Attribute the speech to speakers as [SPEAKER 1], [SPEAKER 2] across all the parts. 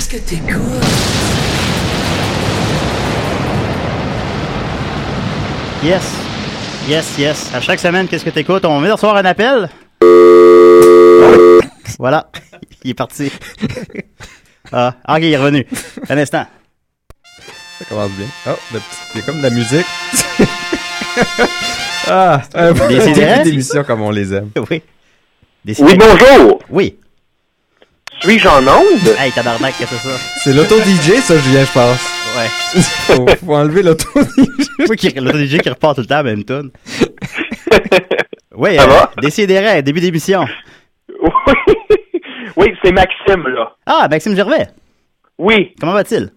[SPEAKER 1] C'était cool.
[SPEAKER 2] Yes. Yes, yes. À chaque semaine, qu'est-ce que t'écoutes? On vient de recevoir un appel. Voilà. Il est parti. Ah, ok, il est revenu. Un instant.
[SPEAKER 3] Ça commence bien. Oh, le petit- il y a comme de la musique. ah, un bon
[SPEAKER 2] Des
[SPEAKER 3] début
[SPEAKER 2] CDS?
[SPEAKER 3] d'émission comme on les aime.
[SPEAKER 2] Oui. Décidé.
[SPEAKER 4] Oui, bonjour.
[SPEAKER 2] Oui.
[SPEAKER 4] Suis-je en onde?
[SPEAKER 2] Hey, tabarnak, qu'est-ce que c'est ça?
[SPEAKER 3] C'est l'auto-DJ, ça, Julien, je pense.
[SPEAKER 2] Ouais.
[SPEAKER 3] faut, faut enlever l'auto-DJ.
[SPEAKER 2] Pourquoi qu'il- le DJ qui repart tout le temps à même tune? Oui,
[SPEAKER 4] Ça
[SPEAKER 2] euh,
[SPEAKER 4] va?
[SPEAKER 2] Décidérez, début d'émission.
[SPEAKER 4] Oui. oui, c'est Maxime, là.
[SPEAKER 2] Ah, Maxime Gervais,
[SPEAKER 4] Oui,
[SPEAKER 2] comment va-t-il?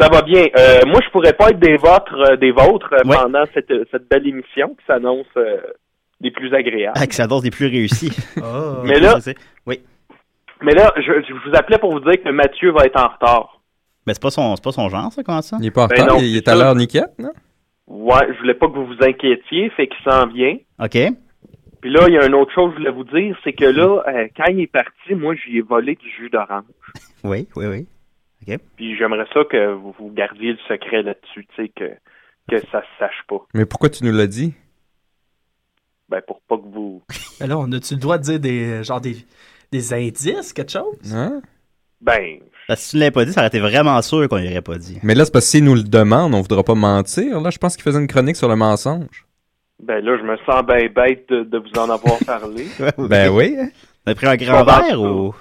[SPEAKER 4] ça va bien. Euh, moi, je pourrais pas être des vôtres, euh, des vôtres euh,
[SPEAKER 2] Ouais.
[SPEAKER 4] pendant cette, cette belle émission qui s'annonce euh, des plus agréables.
[SPEAKER 2] Ah, que sa dose des plus réussis.
[SPEAKER 3] Ah.
[SPEAKER 4] Mais là-
[SPEAKER 2] Ben,
[SPEAKER 4] Mais là, je, je vous appelais pour vous dire que Mathieu va être en retard.
[SPEAKER 2] c'est pas, son- c'est pas son genre, ça, comment ça?
[SPEAKER 3] Il est pas en
[SPEAKER 4] Ben
[SPEAKER 3] retard,
[SPEAKER 4] non,
[SPEAKER 3] il, il est
[SPEAKER 4] c'est
[SPEAKER 3] à
[SPEAKER 4] ça.
[SPEAKER 3] l'heure niquette, non?
[SPEAKER 4] Ouais, je voulais pas que vous vous inquiétiez, fait qu'il s'en vient.
[SPEAKER 2] OK.
[SPEAKER 4] Puis là, il y a une autre chose que je voulais vous dire, c'est que là, euh, quand il est parti, moi, j'y ai volé du jus d'orange.
[SPEAKER 2] Oui, oui, oui.
[SPEAKER 4] Puis j'aimerais ça que vous, vous gardiez le secret là-dessus, tu sais, que, que ça se sache pas.
[SPEAKER 3] Mais pourquoi tu nous l'as dit?
[SPEAKER 4] Ben, pour pas que vous...
[SPEAKER 5] Mais Ben là, on a-tu le droit de dire des, genre des, des indices, quelque chose?
[SPEAKER 3] Hein?
[SPEAKER 4] Ben,
[SPEAKER 2] Parce que si tu ne l'avais pas dit, ça aurait été vraiment sûr qu'on ne l'aurait pas dit.
[SPEAKER 3] Mais là, c'est parce que s'il nous le demande, on voudra pas mentir. Là, je pense qu'il faisait une chronique sur le mensonge.
[SPEAKER 4] ben là, je me sens bien bête de, de vous en avoir parlé.
[SPEAKER 3] Ben oui. hein.
[SPEAKER 2] T'as pris un grand
[SPEAKER 4] Pas
[SPEAKER 2] verre
[SPEAKER 4] mal.
[SPEAKER 2] ou.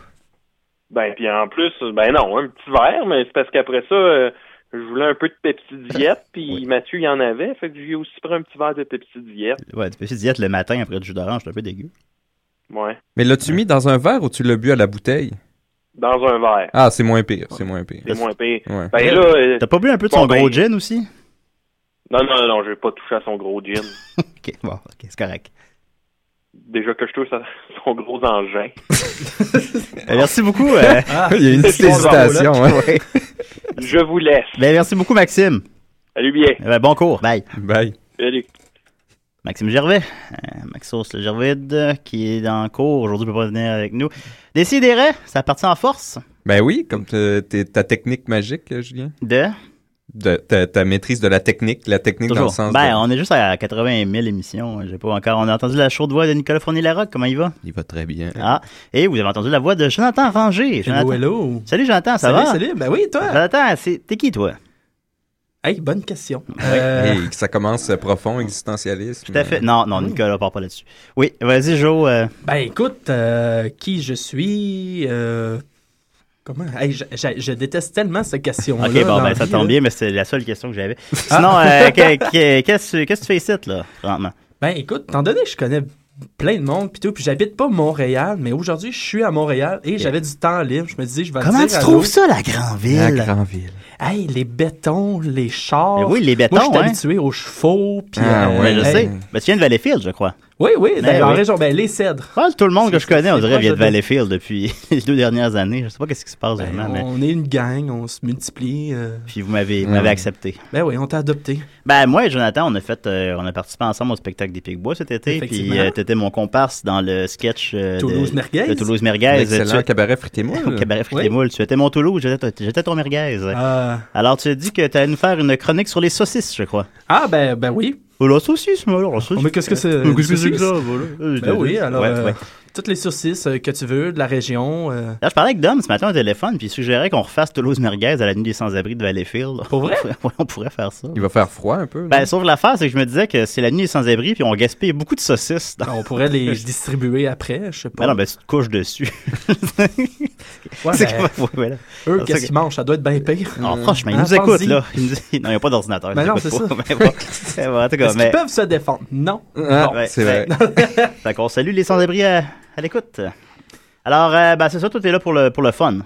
[SPEAKER 4] Ben, puis en plus, ben non, un petit verre, mais c'est parce qu'après ça, euh, je voulais un peu de Pepsi Diète, puis Mathieu, il en avait, fait que j'ai aussi pris un petit verre de Pepsi Diète.
[SPEAKER 2] Ouais, tu peux aussi diète le matin après du jus d'orange, c'est un peu dégueu.
[SPEAKER 4] Ouais,
[SPEAKER 3] Mais l'as-tu mis dans un verre ou tu l'as bu à la bouteille?
[SPEAKER 4] dans un verre.
[SPEAKER 3] Ah, c'est moins pire, c'est moins pire.
[SPEAKER 4] C'est moins pire.
[SPEAKER 3] Ouais.
[SPEAKER 4] Ben là, euh,
[SPEAKER 2] T'as pas bu un peu de
[SPEAKER 4] Bon,
[SPEAKER 2] son
[SPEAKER 4] ben-
[SPEAKER 2] gros gin aussi?
[SPEAKER 4] non, non, non, je vais pas toucher à son gros gin.
[SPEAKER 2] Ok, bon, ok, c'est correct.
[SPEAKER 4] Déjà que je touche à son gros engin.
[SPEAKER 2] Ben, merci beaucoup. euh,
[SPEAKER 5] Ah,
[SPEAKER 3] Il y a une petite
[SPEAKER 5] C'est ce qu'on va
[SPEAKER 3] hésitation. hein.
[SPEAKER 4] Je vous laisse.
[SPEAKER 2] ben, merci beaucoup, Maxime.
[SPEAKER 4] Salut bien.
[SPEAKER 2] Eh ben, bon cours. Bye.
[SPEAKER 3] Bye.
[SPEAKER 4] Salut.
[SPEAKER 2] Maxime Gervais, euh, Maxos le Gervide, euh, qui est en cours. Aujourd'hui, il peut pas venir avec nous. Décidérez, ça partit en force
[SPEAKER 3] Ben oui, comme t'es- t'es- ta technique magique, euh, Julien.
[SPEAKER 2] de.
[SPEAKER 3] De, ta, ta maîtrise de la technique, la technique dans le
[SPEAKER 2] Toujours.
[SPEAKER 3] sens
[SPEAKER 2] Ben,
[SPEAKER 3] de...
[SPEAKER 2] on est juste à 80 000 émissions. hein, J'ai pas encore. On a entendu la chaude voix de Nicolas Fournier-Larocque. Comment il va?
[SPEAKER 3] Il va très bien.
[SPEAKER 2] Ah. Et vous avez entendu la voix de Jonathan Ranger.
[SPEAKER 5] Hello,
[SPEAKER 2] Jonathan-
[SPEAKER 5] hello.
[SPEAKER 2] Salut, Jonathan, ça
[SPEAKER 5] salut,
[SPEAKER 2] va?
[SPEAKER 5] salut. Ben oui, toi. Euh,
[SPEAKER 2] Jonathan, c'est- t'es qui, toi?
[SPEAKER 5] Hey, bonne question. Euh,
[SPEAKER 3] Et que ça commence euh, profond, existentialiste.
[SPEAKER 2] Tout à fait. Non,
[SPEAKER 5] oh.
[SPEAKER 2] non, Nicolas, part pas là-dessus. Oui, vas-y, Joe. euh,
[SPEAKER 5] Ben écoute, euh, qui je suis euh, Comment Hey, je, je- je déteste tellement cette question-là.
[SPEAKER 2] Ok, bon,
[SPEAKER 5] dans Ah. la
[SPEAKER 2] ben, ça
[SPEAKER 5] vie,
[SPEAKER 2] tombe
[SPEAKER 5] là.
[SPEAKER 2] bien, mais c'est la seule question que j'avais. Sinon, euh, que- que- qu'est-ce que qu'est-ce que tu fais ici, là, franchement?
[SPEAKER 5] Ben écoute, étant donné que je connais plein de monde puis tout, puis j'habite pas Montréal, mais aujourd'hui je suis à Montréal et j'avais du temps libre. Je me dis, je vais
[SPEAKER 2] Comment
[SPEAKER 5] dire
[SPEAKER 2] tu
[SPEAKER 5] à
[SPEAKER 2] trouves
[SPEAKER 5] l'autre,
[SPEAKER 2] ça, la grande ville?
[SPEAKER 3] Euh, La grande ville.
[SPEAKER 5] Hey, les bétons, les chars.
[SPEAKER 2] Ben oui, les bétons,
[SPEAKER 5] Moi, je suis
[SPEAKER 2] hein.
[SPEAKER 5] habitué aux chevaux. Puis,
[SPEAKER 3] Ah,
[SPEAKER 5] euh,
[SPEAKER 2] Ben, je
[SPEAKER 5] hey,
[SPEAKER 2] sais. Ben, tu viens de Valleyfield, je crois.
[SPEAKER 5] Oui, oui, d'ailleurs,
[SPEAKER 2] oui.
[SPEAKER 5] en région, ben, les cèdres.
[SPEAKER 2] Pas tout le monde que je
[SPEAKER 5] C'est-
[SPEAKER 2] connais, on
[SPEAKER 5] c'est
[SPEAKER 2] dirait,
[SPEAKER 5] proche
[SPEAKER 2] vient de
[SPEAKER 5] de-
[SPEAKER 2] Valleyfield depuis les deux dernières années. Je sais pas qu'est-ce qui se passe
[SPEAKER 5] Ben,
[SPEAKER 2] vraiment, mais.
[SPEAKER 5] on est une gang, on se multiplie. euh,
[SPEAKER 2] Puis vous m'avez vous m'avez accepté.
[SPEAKER 5] Ben oui, on t'a adopté.
[SPEAKER 2] Ben moi et Jonathan, on a fait euh, on a participé ensemble au spectacle des Pics-Bois cet été. Puis
[SPEAKER 5] Effectivement.
[SPEAKER 2] euh, t'étais mon comparse dans le sketch euh, de-
[SPEAKER 5] Toulouse Merguez.
[SPEAKER 2] de Toulouse Merguez. Tu-
[SPEAKER 3] Excellent cabaret frites-moi.
[SPEAKER 2] au cabaret Frites
[SPEAKER 5] Oui.
[SPEAKER 2] et Moules. Tu étais mon Toulouse, j'étais ton- j'étais ton merguez.
[SPEAKER 5] Euh,
[SPEAKER 2] Alors, tu as dit que tu allais nous faire une chronique sur les saucisses, je crois.
[SPEAKER 5] Ah, ben, ben oui.
[SPEAKER 2] Oh, la saucisse, moi, la saucisse.
[SPEAKER 5] Oh, mais qu'est-ce que c'est?
[SPEAKER 2] Euh,
[SPEAKER 5] Une saucisse?
[SPEAKER 2] voilà. Euh, je-
[SPEAKER 5] Ben oui, alors,
[SPEAKER 2] Ouais,
[SPEAKER 5] euh,
[SPEAKER 2] ouais.
[SPEAKER 5] toutes les saucisses euh, que tu veux, de la région. euh,
[SPEAKER 2] Là, je parlais avec Dom ce matin au téléphone, puis il suggérait qu'on refasse Toulouse Merguez à la nuit des sans-abri de Valleyfield.
[SPEAKER 5] Pour vrai?
[SPEAKER 2] ouais, on pourrait faire ça.
[SPEAKER 3] Il va faire froid un peu.
[SPEAKER 2] Ben,
[SPEAKER 3] non?
[SPEAKER 2] sauf l'affaire, c'est que je me disais que c'est la nuit des sans-abri, puis on gaspille beaucoup de saucisses. Dans...
[SPEAKER 5] on pourrait les distribuer après, je sais pas.
[SPEAKER 2] Ben non, ben tu te couches dessus.
[SPEAKER 5] Ouais,
[SPEAKER 2] C'est
[SPEAKER 5] ben,
[SPEAKER 2] comme- ouais, voilà.
[SPEAKER 5] eux,
[SPEAKER 2] c'est
[SPEAKER 5] qu'est-ce
[SPEAKER 2] que-
[SPEAKER 5] qu'ils mangent? Ça doit être bien pire.
[SPEAKER 2] Non, Oh, franchement, ils
[SPEAKER 5] Ah,
[SPEAKER 2] nous écoutent,
[SPEAKER 5] pense-y.
[SPEAKER 2] là. Ils nous- Non, il n'y a pas d'ordinateur.
[SPEAKER 5] Ben
[SPEAKER 2] ils
[SPEAKER 5] non,
[SPEAKER 2] écoutent pas.
[SPEAKER 5] c'est ça.
[SPEAKER 2] Mais bon. Mais bon, en tout cas,
[SPEAKER 5] Est-ce
[SPEAKER 2] mais...
[SPEAKER 5] qu'ils peuvent se défendre? Non.
[SPEAKER 3] Ah,
[SPEAKER 5] Bon.
[SPEAKER 2] ouais,
[SPEAKER 3] c'est vrai.
[SPEAKER 2] Fait qu'on salue les sans-abri à, à l'écoute. Alors, euh, ben, c'est ça, toi, t'es là pour le, pour le fun.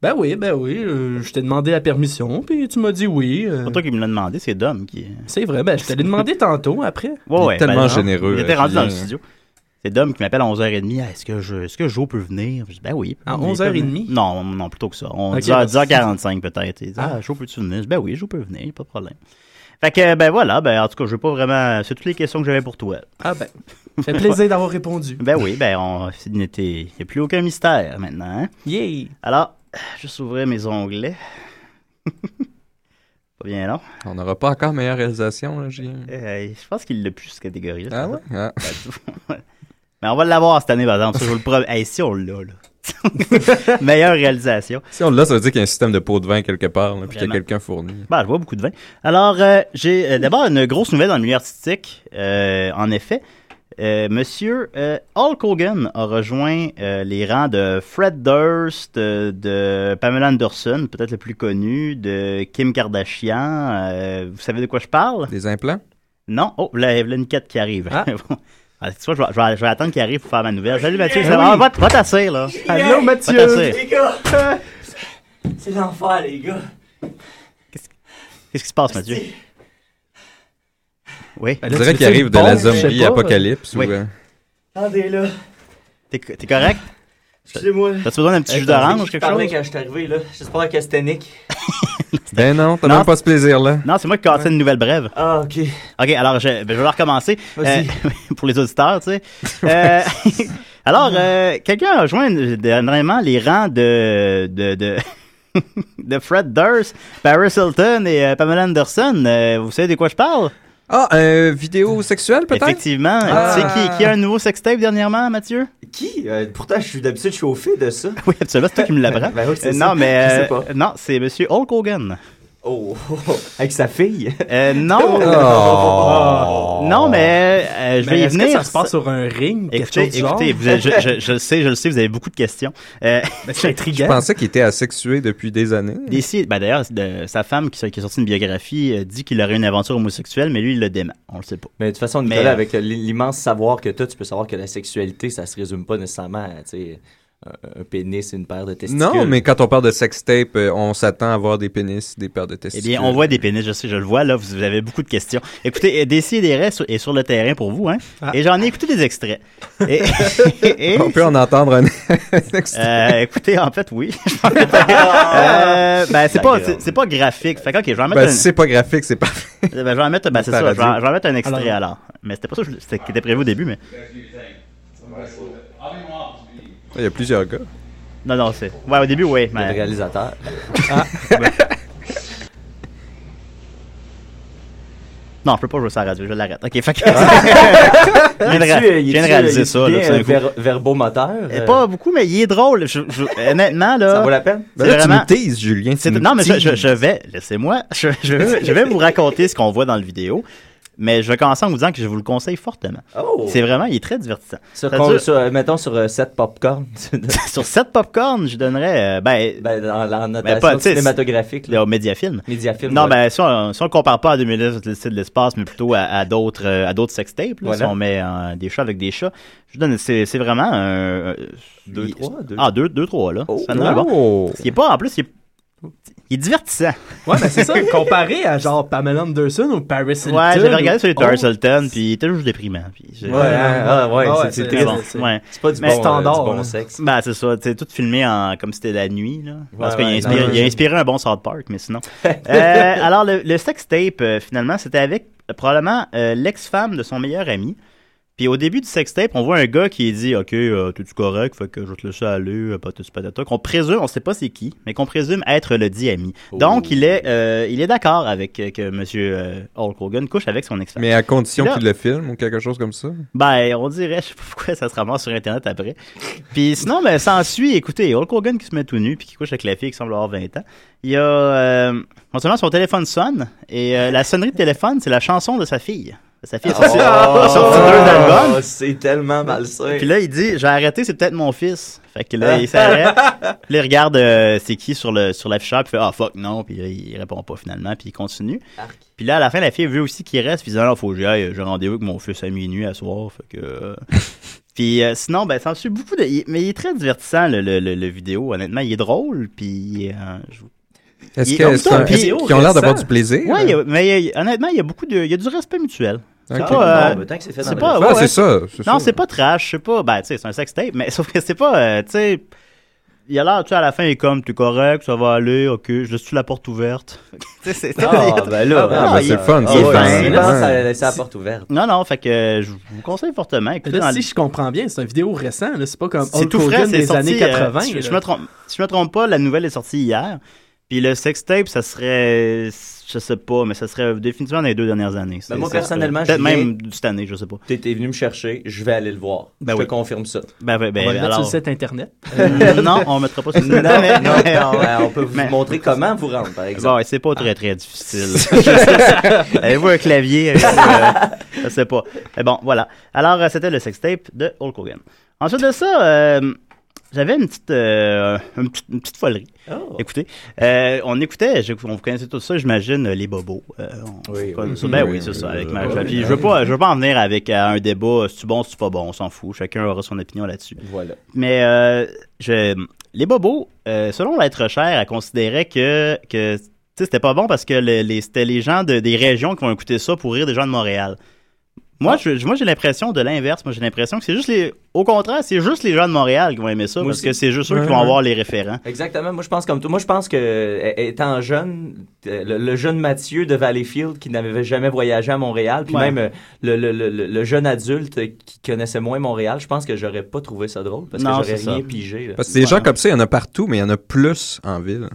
[SPEAKER 5] Ben oui, ben oui. euh, je t'ai demandé la permission, puis tu m'as dit oui. euh,
[SPEAKER 2] C'est pas toi qui me l'as demandé, c'est Dom qui.
[SPEAKER 5] C'est vrai, ben je te l'ai demandé tantôt après.
[SPEAKER 2] Ouais,
[SPEAKER 3] Il est
[SPEAKER 2] ouais,
[SPEAKER 3] tellement
[SPEAKER 2] non.
[SPEAKER 3] généreux,
[SPEAKER 2] Il était
[SPEAKER 3] euh,
[SPEAKER 2] rendu dans le
[SPEAKER 3] Julien.
[SPEAKER 2] studio. C'est Dom qui m'appelle à 11h30. Ah, est-ce que, je, est-ce que Joe peut venir? Je dis, ben oui.
[SPEAKER 5] À
[SPEAKER 2] Il est
[SPEAKER 5] 11h30?
[SPEAKER 2] comme- Non, non, plutôt que ça. On
[SPEAKER 5] Ok,
[SPEAKER 2] dit à
[SPEAKER 5] parce-
[SPEAKER 2] 10h45 peut-être. Il dit, ah,
[SPEAKER 5] Ah.
[SPEAKER 2] Joe, peux-tu venir? Je dis, ben oui, Joe peut venir, pas de problème. Fait que, ben voilà, ben en tout cas, je veux pas vraiment. C'est toutes les questions que j'avais pour toi.
[SPEAKER 5] Ah ben, ça fait plaisir d'avoir répondu.
[SPEAKER 2] Ben oui, ben on... il n'y a plus aucun mystère maintenant. hein.
[SPEAKER 5] Yay!
[SPEAKER 2] Alors, Juste ouvrir mes onglets. pas bien long.
[SPEAKER 3] On n'aura pas encore meilleure réalisation, là, Julien.
[SPEAKER 2] Euh, je pense qu'il l'a plus, cette catégorie-là.
[SPEAKER 3] Ah ouais? Ah.
[SPEAKER 2] Mais on va l'avoir cette année, par exemple. Ça, je vous le promets. Hey, si on l'a, là. Meilleure réalisation.
[SPEAKER 3] Si on l'a, ça veut dire qu'il y a un système de pot de vin quelque part, là, puis qu'il y a
[SPEAKER 2] Vraiment.
[SPEAKER 3] quelqu'un fourni.
[SPEAKER 2] Bah, je vois beaucoup de vin. Alors, euh, j'ai euh, d'abord une grosse nouvelle dans le milieu artistique. Euh, en effet, euh, Monsieur euh, Hulk Hogan a rejoint euh, les rangs de Fred Durst, euh, de Pamela Anderson, peut-être le plus connu, de Kim Kardashian. Euh, vous savez de quoi je parle?
[SPEAKER 3] Des implants?
[SPEAKER 2] Non? Oh, là, il y a une quête qui arrive.
[SPEAKER 5] Ah.
[SPEAKER 2] Bon. Ah, tu vois, je vais, je vais- je vais attendre qu'il arrive pour faire ma nouvelle. Salut Mathieu,
[SPEAKER 5] Eh
[SPEAKER 2] ça va?
[SPEAKER 5] oui.
[SPEAKER 2] Ah, va? t- Va t'asseoir, là.
[SPEAKER 5] Allô,
[SPEAKER 2] Va
[SPEAKER 5] Mathieu!
[SPEAKER 2] t'asseoir.
[SPEAKER 1] Eh, Les gars, c'est l'enfer, les gars.
[SPEAKER 2] Qu'est-ce qui se passe, Mathieu? Oui,
[SPEAKER 5] Ben
[SPEAKER 3] On
[SPEAKER 5] là,
[SPEAKER 3] dirait
[SPEAKER 5] tu
[SPEAKER 3] qu'il
[SPEAKER 5] veux-tu
[SPEAKER 3] arrive
[SPEAKER 5] une
[SPEAKER 3] de la
[SPEAKER 5] bombe? Je sais
[SPEAKER 3] zombie
[SPEAKER 5] pas.
[SPEAKER 3] apocalypse.
[SPEAKER 2] Oui.
[SPEAKER 3] Ou, euh,
[SPEAKER 1] Attendez, là.
[SPEAKER 2] t'es t'es correct?
[SPEAKER 1] Excusez-moi.
[SPEAKER 2] T'as-tu besoin d'un petit
[SPEAKER 5] Hey,
[SPEAKER 2] jus
[SPEAKER 1] Parlez
[SPEAKER 2] d'orange ou quelque chose?
[SPEAKER 1] quand je suis arrivé, là. J'espère que c'était Nick.
[SPEAKER 3] Ben non, t'as
[SPEAKER 2] Non.
[SPEAKER 3] même pas ce plaisir-là.
[SPEAKER 2] Non, c'est moi qui cassais une nouvelle brève.
[SPEAKER 1] Ah, ok.
[SPEAKER 2] OK, alors je, ben, je vais la recommencer.
[SPEAKER 1] Vas-y.
[SPEAKER 2] Euh, pour les auditeurs, tu sais. Euh, alors, euh, quelqu'un a rejoint euh, dernièrement les rangs de, de, de, de Fred Durst, Paris Hilton et euh, Pamela Anderson. Euh, vous savez de quoi je parle?
[SPEAKER 3] Ah, euh, vidéo sexuelle peut-être?
[SPEAKER 2] Effectivement.
[SPEAKER 1] Ah.
[SPEAKER 2] Tu sais qui, qui a un nouveau sextape dernièrement, Mathieu?
[SPEAKER 1] Qui Euh, Pourtant, je suis d'habitude chauffé de ça.
[SPEAKER 2] Oui, absolument, c'est toi qui me l'apprends.
[SPEAKER 1] Ben oui, c'est
[SPEAKER 2] Euh,
[SPEAKER 1] ça.
[SPEAKER 2] non, mais
[SPEAKER 1] Je sais
[SPEAKER 2] euh,
[SPEAKER 1] pas.
[SPEAKER 2] non, c'est Monsieur Hulk Hogan.
[SPEAKER 1] Oh, oh, oh, avec sa fille.
[SPEAKER 2] Euh, non,
[SPEAKER 1] Oh.
[SPEAKER 2] non, mais euh, je vais
[SPEAKER 5] Mais
[SPEAKER 2] y
[SPEAKER 5] est-ce que
[SPEAKER 2] venir.
[SPEAKER 5] ça se passe sur un ring? quelque
[SPEAKER 2] Écoutez,
[SPEAKER 5] chose du genre?
[SPEAKER 2] écoutez, vous êtes- je, je- je le sais, je le sais, vous avez beaucoup de questions. Euh,
[SPEAKER 5] Ben, c'est
[SPEAKER 3] Je
[SPEAKER 5] intriguant.
[SPEAKER 3] pensais qu'il était asexué depuis des années.
[SPEAKER 2] D'ici, ben d'ailleurs, c'est de- sa femme qui, s- qui a sorti une biographie euh, dit qu'il aurait une aventure homosexuelle, mais lui, il le dément. On le sait pas.
[SPEAKER 1] Mais euh, de toute façon,
[SPEAKER 2] Mais-
[SPEAKER 1] Nicolas, avec l'immense savoir que toi, tu peux savoir que la sexualité, ça se résume pas nécessairement à, tu sais, un, un pénis et une paire de testicules.
[SPEAKER 3] Non, mais quand on parle de sextape, euh, on s'attend à voir des pénis, des paires de
[SPEAKER 2] Eh
[SPEAKER 3] testicules.
[SPEAKER 2] bien, on voit des pénis, je sais, je le vois, là, vous, vous avez beaucoup de questions. Écoutez, Dessy et des restes est sur le terrain pour vous, hein, et j'en ai écouté des extraits. Et, et-
[SPEAKER 3] On peut en entendre un, un extrait.
[SPEAKER 2] euh, écoutez, en fait, oui. Euh, ben, c'est
[SPEAKER 1] La
[SPEAKER 2] pas,
[SPEAKER 1] gueule.
[SPEAKER 2] c'est- c'est pas graphique. Fait que, ok, je vais en mettre
[SPEAKER 3] Ben,
[SPEAKER 2] un-
[SPEAKER 3] si c'est pas graphique, c'est parfait.
[SPEAKER 2] Ben, je vais en mettre, ben, c'est ça, je vais, en- je vais en mettre un extrait alors.
[SPEAKER 5] Alors.
[SPEAKER 2] Mais c'était pas ça que je- c'était- qui était prévu au début, mais.
[SPEAKER 3] Il y a plusieurs gars.
[SPEAKER 2] Non, non, c'est. Ouais, au début, oui.
[SPEAKER 1] Le
[SPEAKER 2] Mais...
[SPEAKER 1] réalisateur.
[SPEAKER 2] Non, je peux pas jouer ça à la radio, je l'arrête. Ok, fait que. je viens de ra-
[SPEAKER 1] Est-tu, euh,
[SPEAKER 2] je
[SPEAKER 1] est-tu,
[SPEAKER 2] viens de
[SPEAKER 1] euh,
[SPEAKER 2] réaliser ça, là,
[SPEAKER 1] bien,
[SPEAKER 2] tout d'un
[SPEAKER 1] euh,
[SPEAKER 2] coup.
[SPEAKER 1] ver- verbomoteur.
[SPEAKER 2] Euh,
[SPEAKER 1] euh,
[SPEAKER 2] Pas euh, beaucoup, mais il est drôle. Je- je- honnêtement, là.
[SPEAKER 1] Ça vaut la peine?
[SPEAKER 3] Ben
[SPEAKER 2] C'est
[SPEAKER 3] là,
[SPEAKER 2] vraiment-
[SPEAKER 3] tu nous teases, Julien. tu
[SPEAKER 2] c'est-
[SPEAKER 3] nous
[SPEAKER 2] Non, mais je, je-
[SPEAKER 3] teases.
[SPEAKER 2] je vais. Laissez-moi. Je, je vais, je vais vous raconter ce qu'on voit dans le vidéo. Mais je vais commencer en vous disant que je vous le conseille fortement.
[SPEAKER 1] Oh!
[SPEAKER 2] C'est vraiment, il est très divertissant.
[SPEAKER 1] Sur,
[SPEAKER 2] Ça
[SPEAKER 1] con-
[SPEAKER 2] dure-
[SPEAKER 1] sur, euh, mettons sur 7 popcorn.
[SPEAKER 2] Sur 7 popcorn, je donnerais. euh, ben,
[SPEAKER 1] ben, dans la
[SPEAKER 2] Ben, pas,
[SPEAKER 1] notation
[SPEAKER 2] tu sais,
[SPEAKER 1] cinématographique.
[SPEAKER 2] là,
[SPEAKER 1] Là.
[SPEAKER 2] au Mediafilm.
[SPEAKER 1] Mediafilm.
[SPEAKER 2] Non,
[SPEAKER 1] ouais.
[SPEAKER 2] ben, si on, si on le compare pas à 2009, c'est le style de l'espace, mais plutôt à, à d'autres, euh, à d'autres sextapes, là,
[SPEAKER 1] Voilà.
[SPEAKER 2] si on met euh, des chats avec des chats, je vous donne, c'est, c'est vraiment un. euh,
[SPEAKER 1] Deux,
[SPEAKER 2] il-
[SPEAKER 1] trois, deux.
[SPEAKER 2] Ah, deux, deux, trois, là.
[SPEAKER 1] Oh,
[SPEAKER 2] Ça donne un bon.
[SPEAKER 3] Oh.
[SPEAKER 2] Ce qui est pas, en plus, il est, il est divertissant.
[SPEAKER 5] Ouais, ben c'est ça. Comparé à genre Pamela Anderson ou Paris Hilton.
[SPEAKER 2] ouais, j'avais regardé sur les
[SPEAKER 5] ou-
[SPEAKER 2] Paris Hilton, puis il était juste déprimant. Puis, c'est-
[SPEAKER 1] Oh! Ouais, hein, ah, ouais,
[SPEAKER 5] Ah ouais,
[SPEAKER 1] c'est, c'est
[SPEAKER 5] c'est
[SPEAKER 2] c'est
[SPEAKER 1] triste.
[SPEAKER 2] bon.
[SPEAKER 5] c'est-
[SPEAKER 2] Ouais.
[SPEAKER 1] C'est pas du
[SPEAKER 2] Mais
[SPEAKER 1] bon, euh,
[SPEAKER 5] standard,
[SPEAKER 1] du bon
[SPEAKER 5] hein.
[SPEAKER 1] sexe.
[SPEAKER 2] Ben, c'est ça, c'est tout filmé en, comme si c'était la nuit, là.
[SPEAKER 1] Ouais,
[SPEAKER 2] Parce qu'il a
[SPEAKER 1] ouais,
[SPEAKER 2] inspiré,
[SPEAKER 1] non,
[SPEAKER 2] il a
[SPEAKER 1] je-
[SPEAKER 2] inspiré un bon South Park, mais sinon. Euh, alors, le, le sex tape, euh, finalement, c'était avec euh, probablement euh, l'ex-femme de son meilleur ami. Puis au début du sex tape, on voit un gars qui dit Ok, euh, t'es-tu correct Fait que je vais te laisser aller, euh, patate patata. Qu'on présume, on sait pas c'est qui, mais qu'on présume être le dit ami.
[SPEAKER 1] Oh.
[SPEAKER 2] Donc, il est, euh, il est d'accord avec euh, que monsieur euh, Hulk Hogan couche avec son ex-femme.
[SPEAKER 3] Mais à condition
[SPEAKER 2] Là-
[SPEAKER 3] qu'il le filme ou quelque chose comme ça.
[SPEAKER 2] Ben, on dirait, je sais pas pourquoi ça se ramasse sur Internet après. Puis sinon, ben, s'ensuit, écoutez, Hulk Hogan qui se met tout nu puis qui couche avec la fille qui semble avoir 20 ans. Il y a, euh, non seulement son téléphone sonne, et euh, la sonnerie de téléphone, c'est la chanson de sa fille. Sa fille a sorti,
[SPEAKER 1] Oh!
[SPEAKER 2] a sorti deux albums.
[SPEAKER 1] c'est tellement malsain.
[SPEAKER 2] Puis là, il dit, j'ai arrêté, c'est peut-être mon fils. Fait que là, il s'arrête. Puis là, il regarde euh, c'est qui sur le sur l'afficheur, puis il fait, ah, fuck, non. Puis là, il répond pas finalement, puis il continue.
[SPEAKER 1] Arc.
[SPEAKER 2] Puis là, à la fin, la fille veut aussi qu'il reste, puis il dit, non, faut que j'y aille, j'ai rendez-vous avec mon fils à minuit à soir. Fait que. euh. puis euh, sinon, ben, ça me suit beaucoup de. il- Mais il est très divertissant, le, le, le- le vidéo, honnêtement. Il est drôle, puis. euh, je vous-
[SPEAKER 3] Est-ce
[SPEAKER 2] Il-
[SPEAKER 3] que
[SPEAKER 2] en même
[SPEAKER 3] c'est
[SPEAKER 2] temps,
[SPEAKER 3] un...
[SPEAKER 2] puis-
[SPEAKER 3] est-ce qu'ils ont l'air d'avoir du plaisir?
[SPEAKER 2] Ouais, il y a- mais il y a- honnêtement, il y a beaucoup de. Il y a du respect mutuel.
[SPEAKER 3] Ok.
[SPEAKER 1] Ah,
[SPEAKER 2] pas,
[SPEAKER 1] non,
[SPEAKER 2] euh,
[SPEAKER 1] mais tant que c'est fait
[SPEAKER 2] C'est
[SPEAKER 1] dans
[SPEAKER 2] pas.
[SPEAKER 1] le-
[SPEAKER 3] Ah,
[SPEAKER 2] ouais, ouais.
[SPEAKER 3] c'est ça.
[SPEAKER 2] Non,
[SPEAKER 3] ça.
[SPEAKER 2] c'est pas trash, c'est pas. Ben, tu sais, c'est un sextape, mais sauf que c'est pas. euh, tu sais. il a l'air, tu sais, à la fin, il est comme, t'es correct, ça va aller, ok, je laisse-tu la porte ouverte? Tu sais, c'est
[SPEAKER 1] Ah, ben là,
[SPEAKER 2] Ah,
[SPEAKER 1] ah,
[SPEAKER 2] ben,
[SPEAKER 1] il-
[SPEAKER 2] c'est
[SPEAKER 3] le fun,
[SPEAKER 1] ah
[SPEAKER 2] ça.
[SPEAKER 1] ouais,
[SPEAKER 2] Il est
[SPEAKER 1] c'est
[SPEAKER 2] fin,
[SPEAKER 1] là,
[SPEAKER 3] ouais.
[SPEAKER 1] ça a laissé la porte ouverte.
[SPEAKER 2] Non, non, fait que euh, je vous conseille fortement.
[SPEAKER 5] Mais
[SPEAKER 2] écoutez,
[SPEAKER 5] Là,
[SPEAKER 2] dans-
[SPEAKER 5] si je comprends bien, c'est une vidéo récente, là, c'est pas comme
[SPEAKER 2] C'est
[SPEAKER 5] Hulk
[SPEAKER 2] tout frais,
[SPEAKER 5] Hogan
[SPEAKER 2] c'est
[SPEAKER 5] des
[SPEAKER 2] sorti.
[SPEAKER 5] années
[SPEAKER 2] euh,
[SPEAKER 5] 80.
[SPEAKER 2] si, je
[SPEAKER 5] là.
[SPEAKER 2] me trompe, si je me trompe pas, la nouvelle est sortie hier. Puis le sextape, ça serait, je sais pas, mais ça serait définitivement dans les deux dernières années. C'est-
[SPEAKER 1] moi,
[SPEAKER 2] ça se peut.
[SPEAKER 1] personnellement,
[SPEAKER 2] peut-être
[SPEAKER 1] je viens-
[SPEAKER 2] même cette année, je sais pas.
[SPEAKER 1] T'es t'es venu me chercher, je vais aller le voir.
[SPEAKER 2] Ben
[SPEAKER 1] je
[SPEAKER 2] oui.
[SPEAKER 1] te confirme ça.
[SPEAKER 2] Ben, ben,
[SPEAKER 5] On
[SPEAKER 2] ben,
[SPEAKER 5] va le mettre sur le
[SPEAKER 2] alors,
[SPEAKER 5] site internet.
[SPEAKER 2] Euh, non, on mettra pas sur le site. mais- mais-
[SPEAKER 1] Ben, on peut vous
[SPEAKER 2] Mais-
[SPEAKER 1] montrer comment vous rendre, par exemple.
[SPEAKER 2] Bon, ouais, c'est pas très très difficile. Avez-vous un clavier? euh, je sais pas. Mais bon, voilà. Alors, euh, c'était le sextape de Hulk Hogan. Ensuite de ça, euh, j'avais une petite, euh, une petite, une petite folerie.
[SPEAKER 1] Oh.
[SPEAKER 2] Écoutez, euh, on écoutait, je- on connaissait tout ça, j'imagine, euh, les bobos. Euh, on-
[SPEAKER 1] Oui,
[SPEAKER 2] c'est pas-
[SPEAKER 1] oui.
[SPEAKER 2] c'est- ben
[SPEAKER 3] Oui,
[SPEAKER 2] oui, c'est ça,
[SPEAKER 3] euh,
[SPEAKER 2] avec ma
[SPEAKER 1] oui,
[SPEAKER 2] famille.
[SPEAKER 1] oui.
[SPEAKER 2] Je veux pas, je veux pas en venir avec euh, un débat, c'est bon, c'est pas bon, on s'en fout. Chacun aura son opinion là-dessus.
[SPEAKER 1] Voilà.
[SPEAKER 2] Mais euh, je, les bobos, euh, selon l'être cher, elle considérait que, que tu sais, c'était pas bon parce que le- les, c'était les gens de- des régions qui vont écouter ça pour rire des gens de Montréal.
[SPEAKER 3] Ah.
[SPEAKER 2] Moi, je- je- moi j'ai l'impression de l'inverse. Moi, j'ai l'impression que c'est juste les. Au contraire, c'est juste les gens de Montréal qui vont aimer ça
[SPEAKER 1] Moi
[SPEAKER 2] parce
[SPEAKER 1] aussi.
[SPEAKER 2] que c'est juste eux qui
[SPEAKER 3] Ouais,
[SPEAKER 2] vont
[SPEAKER 3] ouais.
[SPEAKER 2] avoir les référents.
[SPEAKER 1] Exactement. Moi, je pense comme toi. Moi, je pense que euh, étant jeune, euh, le, le jeune Mathieu de Valleyfield qui n'avait jamais voyagé à Montréal, puis
[SPEAKER 2] Ouais.
[SPEAKER 1] même euh, le, le- le- le- le jeune adulte euh, qui connaissait moins Montréal, je pense que j'aurais pas trouvé ça drôle parce
[SPEAKER 2] Non,
[SPEAKER 1] que j'aurais
[SPEAKER 2] c'est
[SPEAKER 1] rien
[SPEAKER 2] ça.
[SPEAKER 1] pigé. là.
[SPEAKER 3] Parce que des gens comme ça, il y en a partout, mais il y en a plus en ville.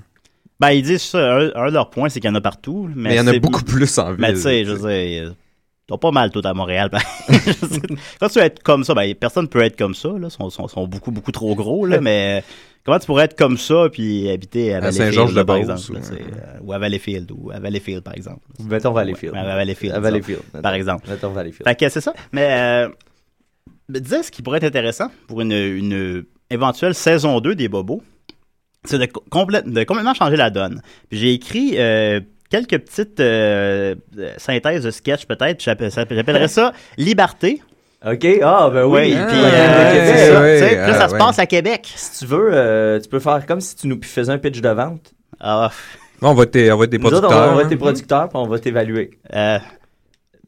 [SPEAKER 2] Ben, ils disent ça. Un, un de leurs points, c'est qu'il y en a partout. Mais,
[SPEAKER 3] Mais il y en a
[SPEAKER 2] c'est-
[SPEAKER 3] beaucoup plus en ville.
[SPEAKER 2] Mais tu sais, je veux dire, ils sont pas mal tout à Montréal. ben. Je sais- Quand tu veux être comme ça, ben, personne peut être comme ça. Là. Ils sont, sont, sont beaucoup, beaucoup trop gros. Là, mais euh, comment tu pourrais être comme ça puis habiter à,
[SPEAKER 3] À
[SPEAKER 2] Valleyfield,
[SPEAKER 3] Saint-Georges-de-Beauce,
[SPEAKER 2] par exemple,
[SPEAKER 3] ou-
[SPEAKER 2] là, tu sais, euh, ou à Valleyfield, ou à Valleyfield, par exemple.
[SPEAKER 1] Mettons Valleyfield.
[SPEAKER 2] Ouais, à Valleyfield,
[SPEAKER 1] À Valleyfield.
[SPEAKER 2] Par
[SPEAKER 1] mettons.
[SPEAKER 2] exemple.
[SPEAKER 1] Mettons Valleyfield.
[SPEAKER 2] Fait que c'est ça. Mais euh, mais disais, ce qui pourrait être intéressant pour une, une éventuelle saison 2 des Bobos, c'est de, co- complète- de complètement changer la donne. Puis j'ai écrit euh, quelques petites euh, euh, synthèses de sketch peut-être. puis j'appelle- ça- J'appellerais ça Liberté.
[SPEAKER 1] OK. Ah, ben oui.
[SPEAKER 2] Oui,
[SPEAKER 3] ah,
[SPEAKER 2] puis
[SPEAKER 1] Puis,
[SPEAKER 2] euh,
[SPEAKER 1] euh,
[SPEAKER 3] ouais,
[SPEAKER 2] c'est ça,
[SPEAKER 3] ouais,
[SPEAKER 2] tu sais, puis là,
[SPEAKER 3] ah,
[SPEAKER 2] ça se
[SPEAKER 3] ouais.
[SPEAKER 2] passe à Québec.
[SPEAKER 1] Si tu veux, euh, tu peux faire comme si tu nous faisais un pitch de vente.
[SPEAKER 2] Ah,
[SPEAKER 3] Bon, on va être tes, on va être des
[SPEAKER 1] Nous autres,
[SPEAKER 3] producteurs.
[SPEAKER 1] on va- on va être
[SPEAKER 3] hein.
[SPEAKER 1] tes producteurs, puis on va t'évaluer.
[SPEAKER 2] euh,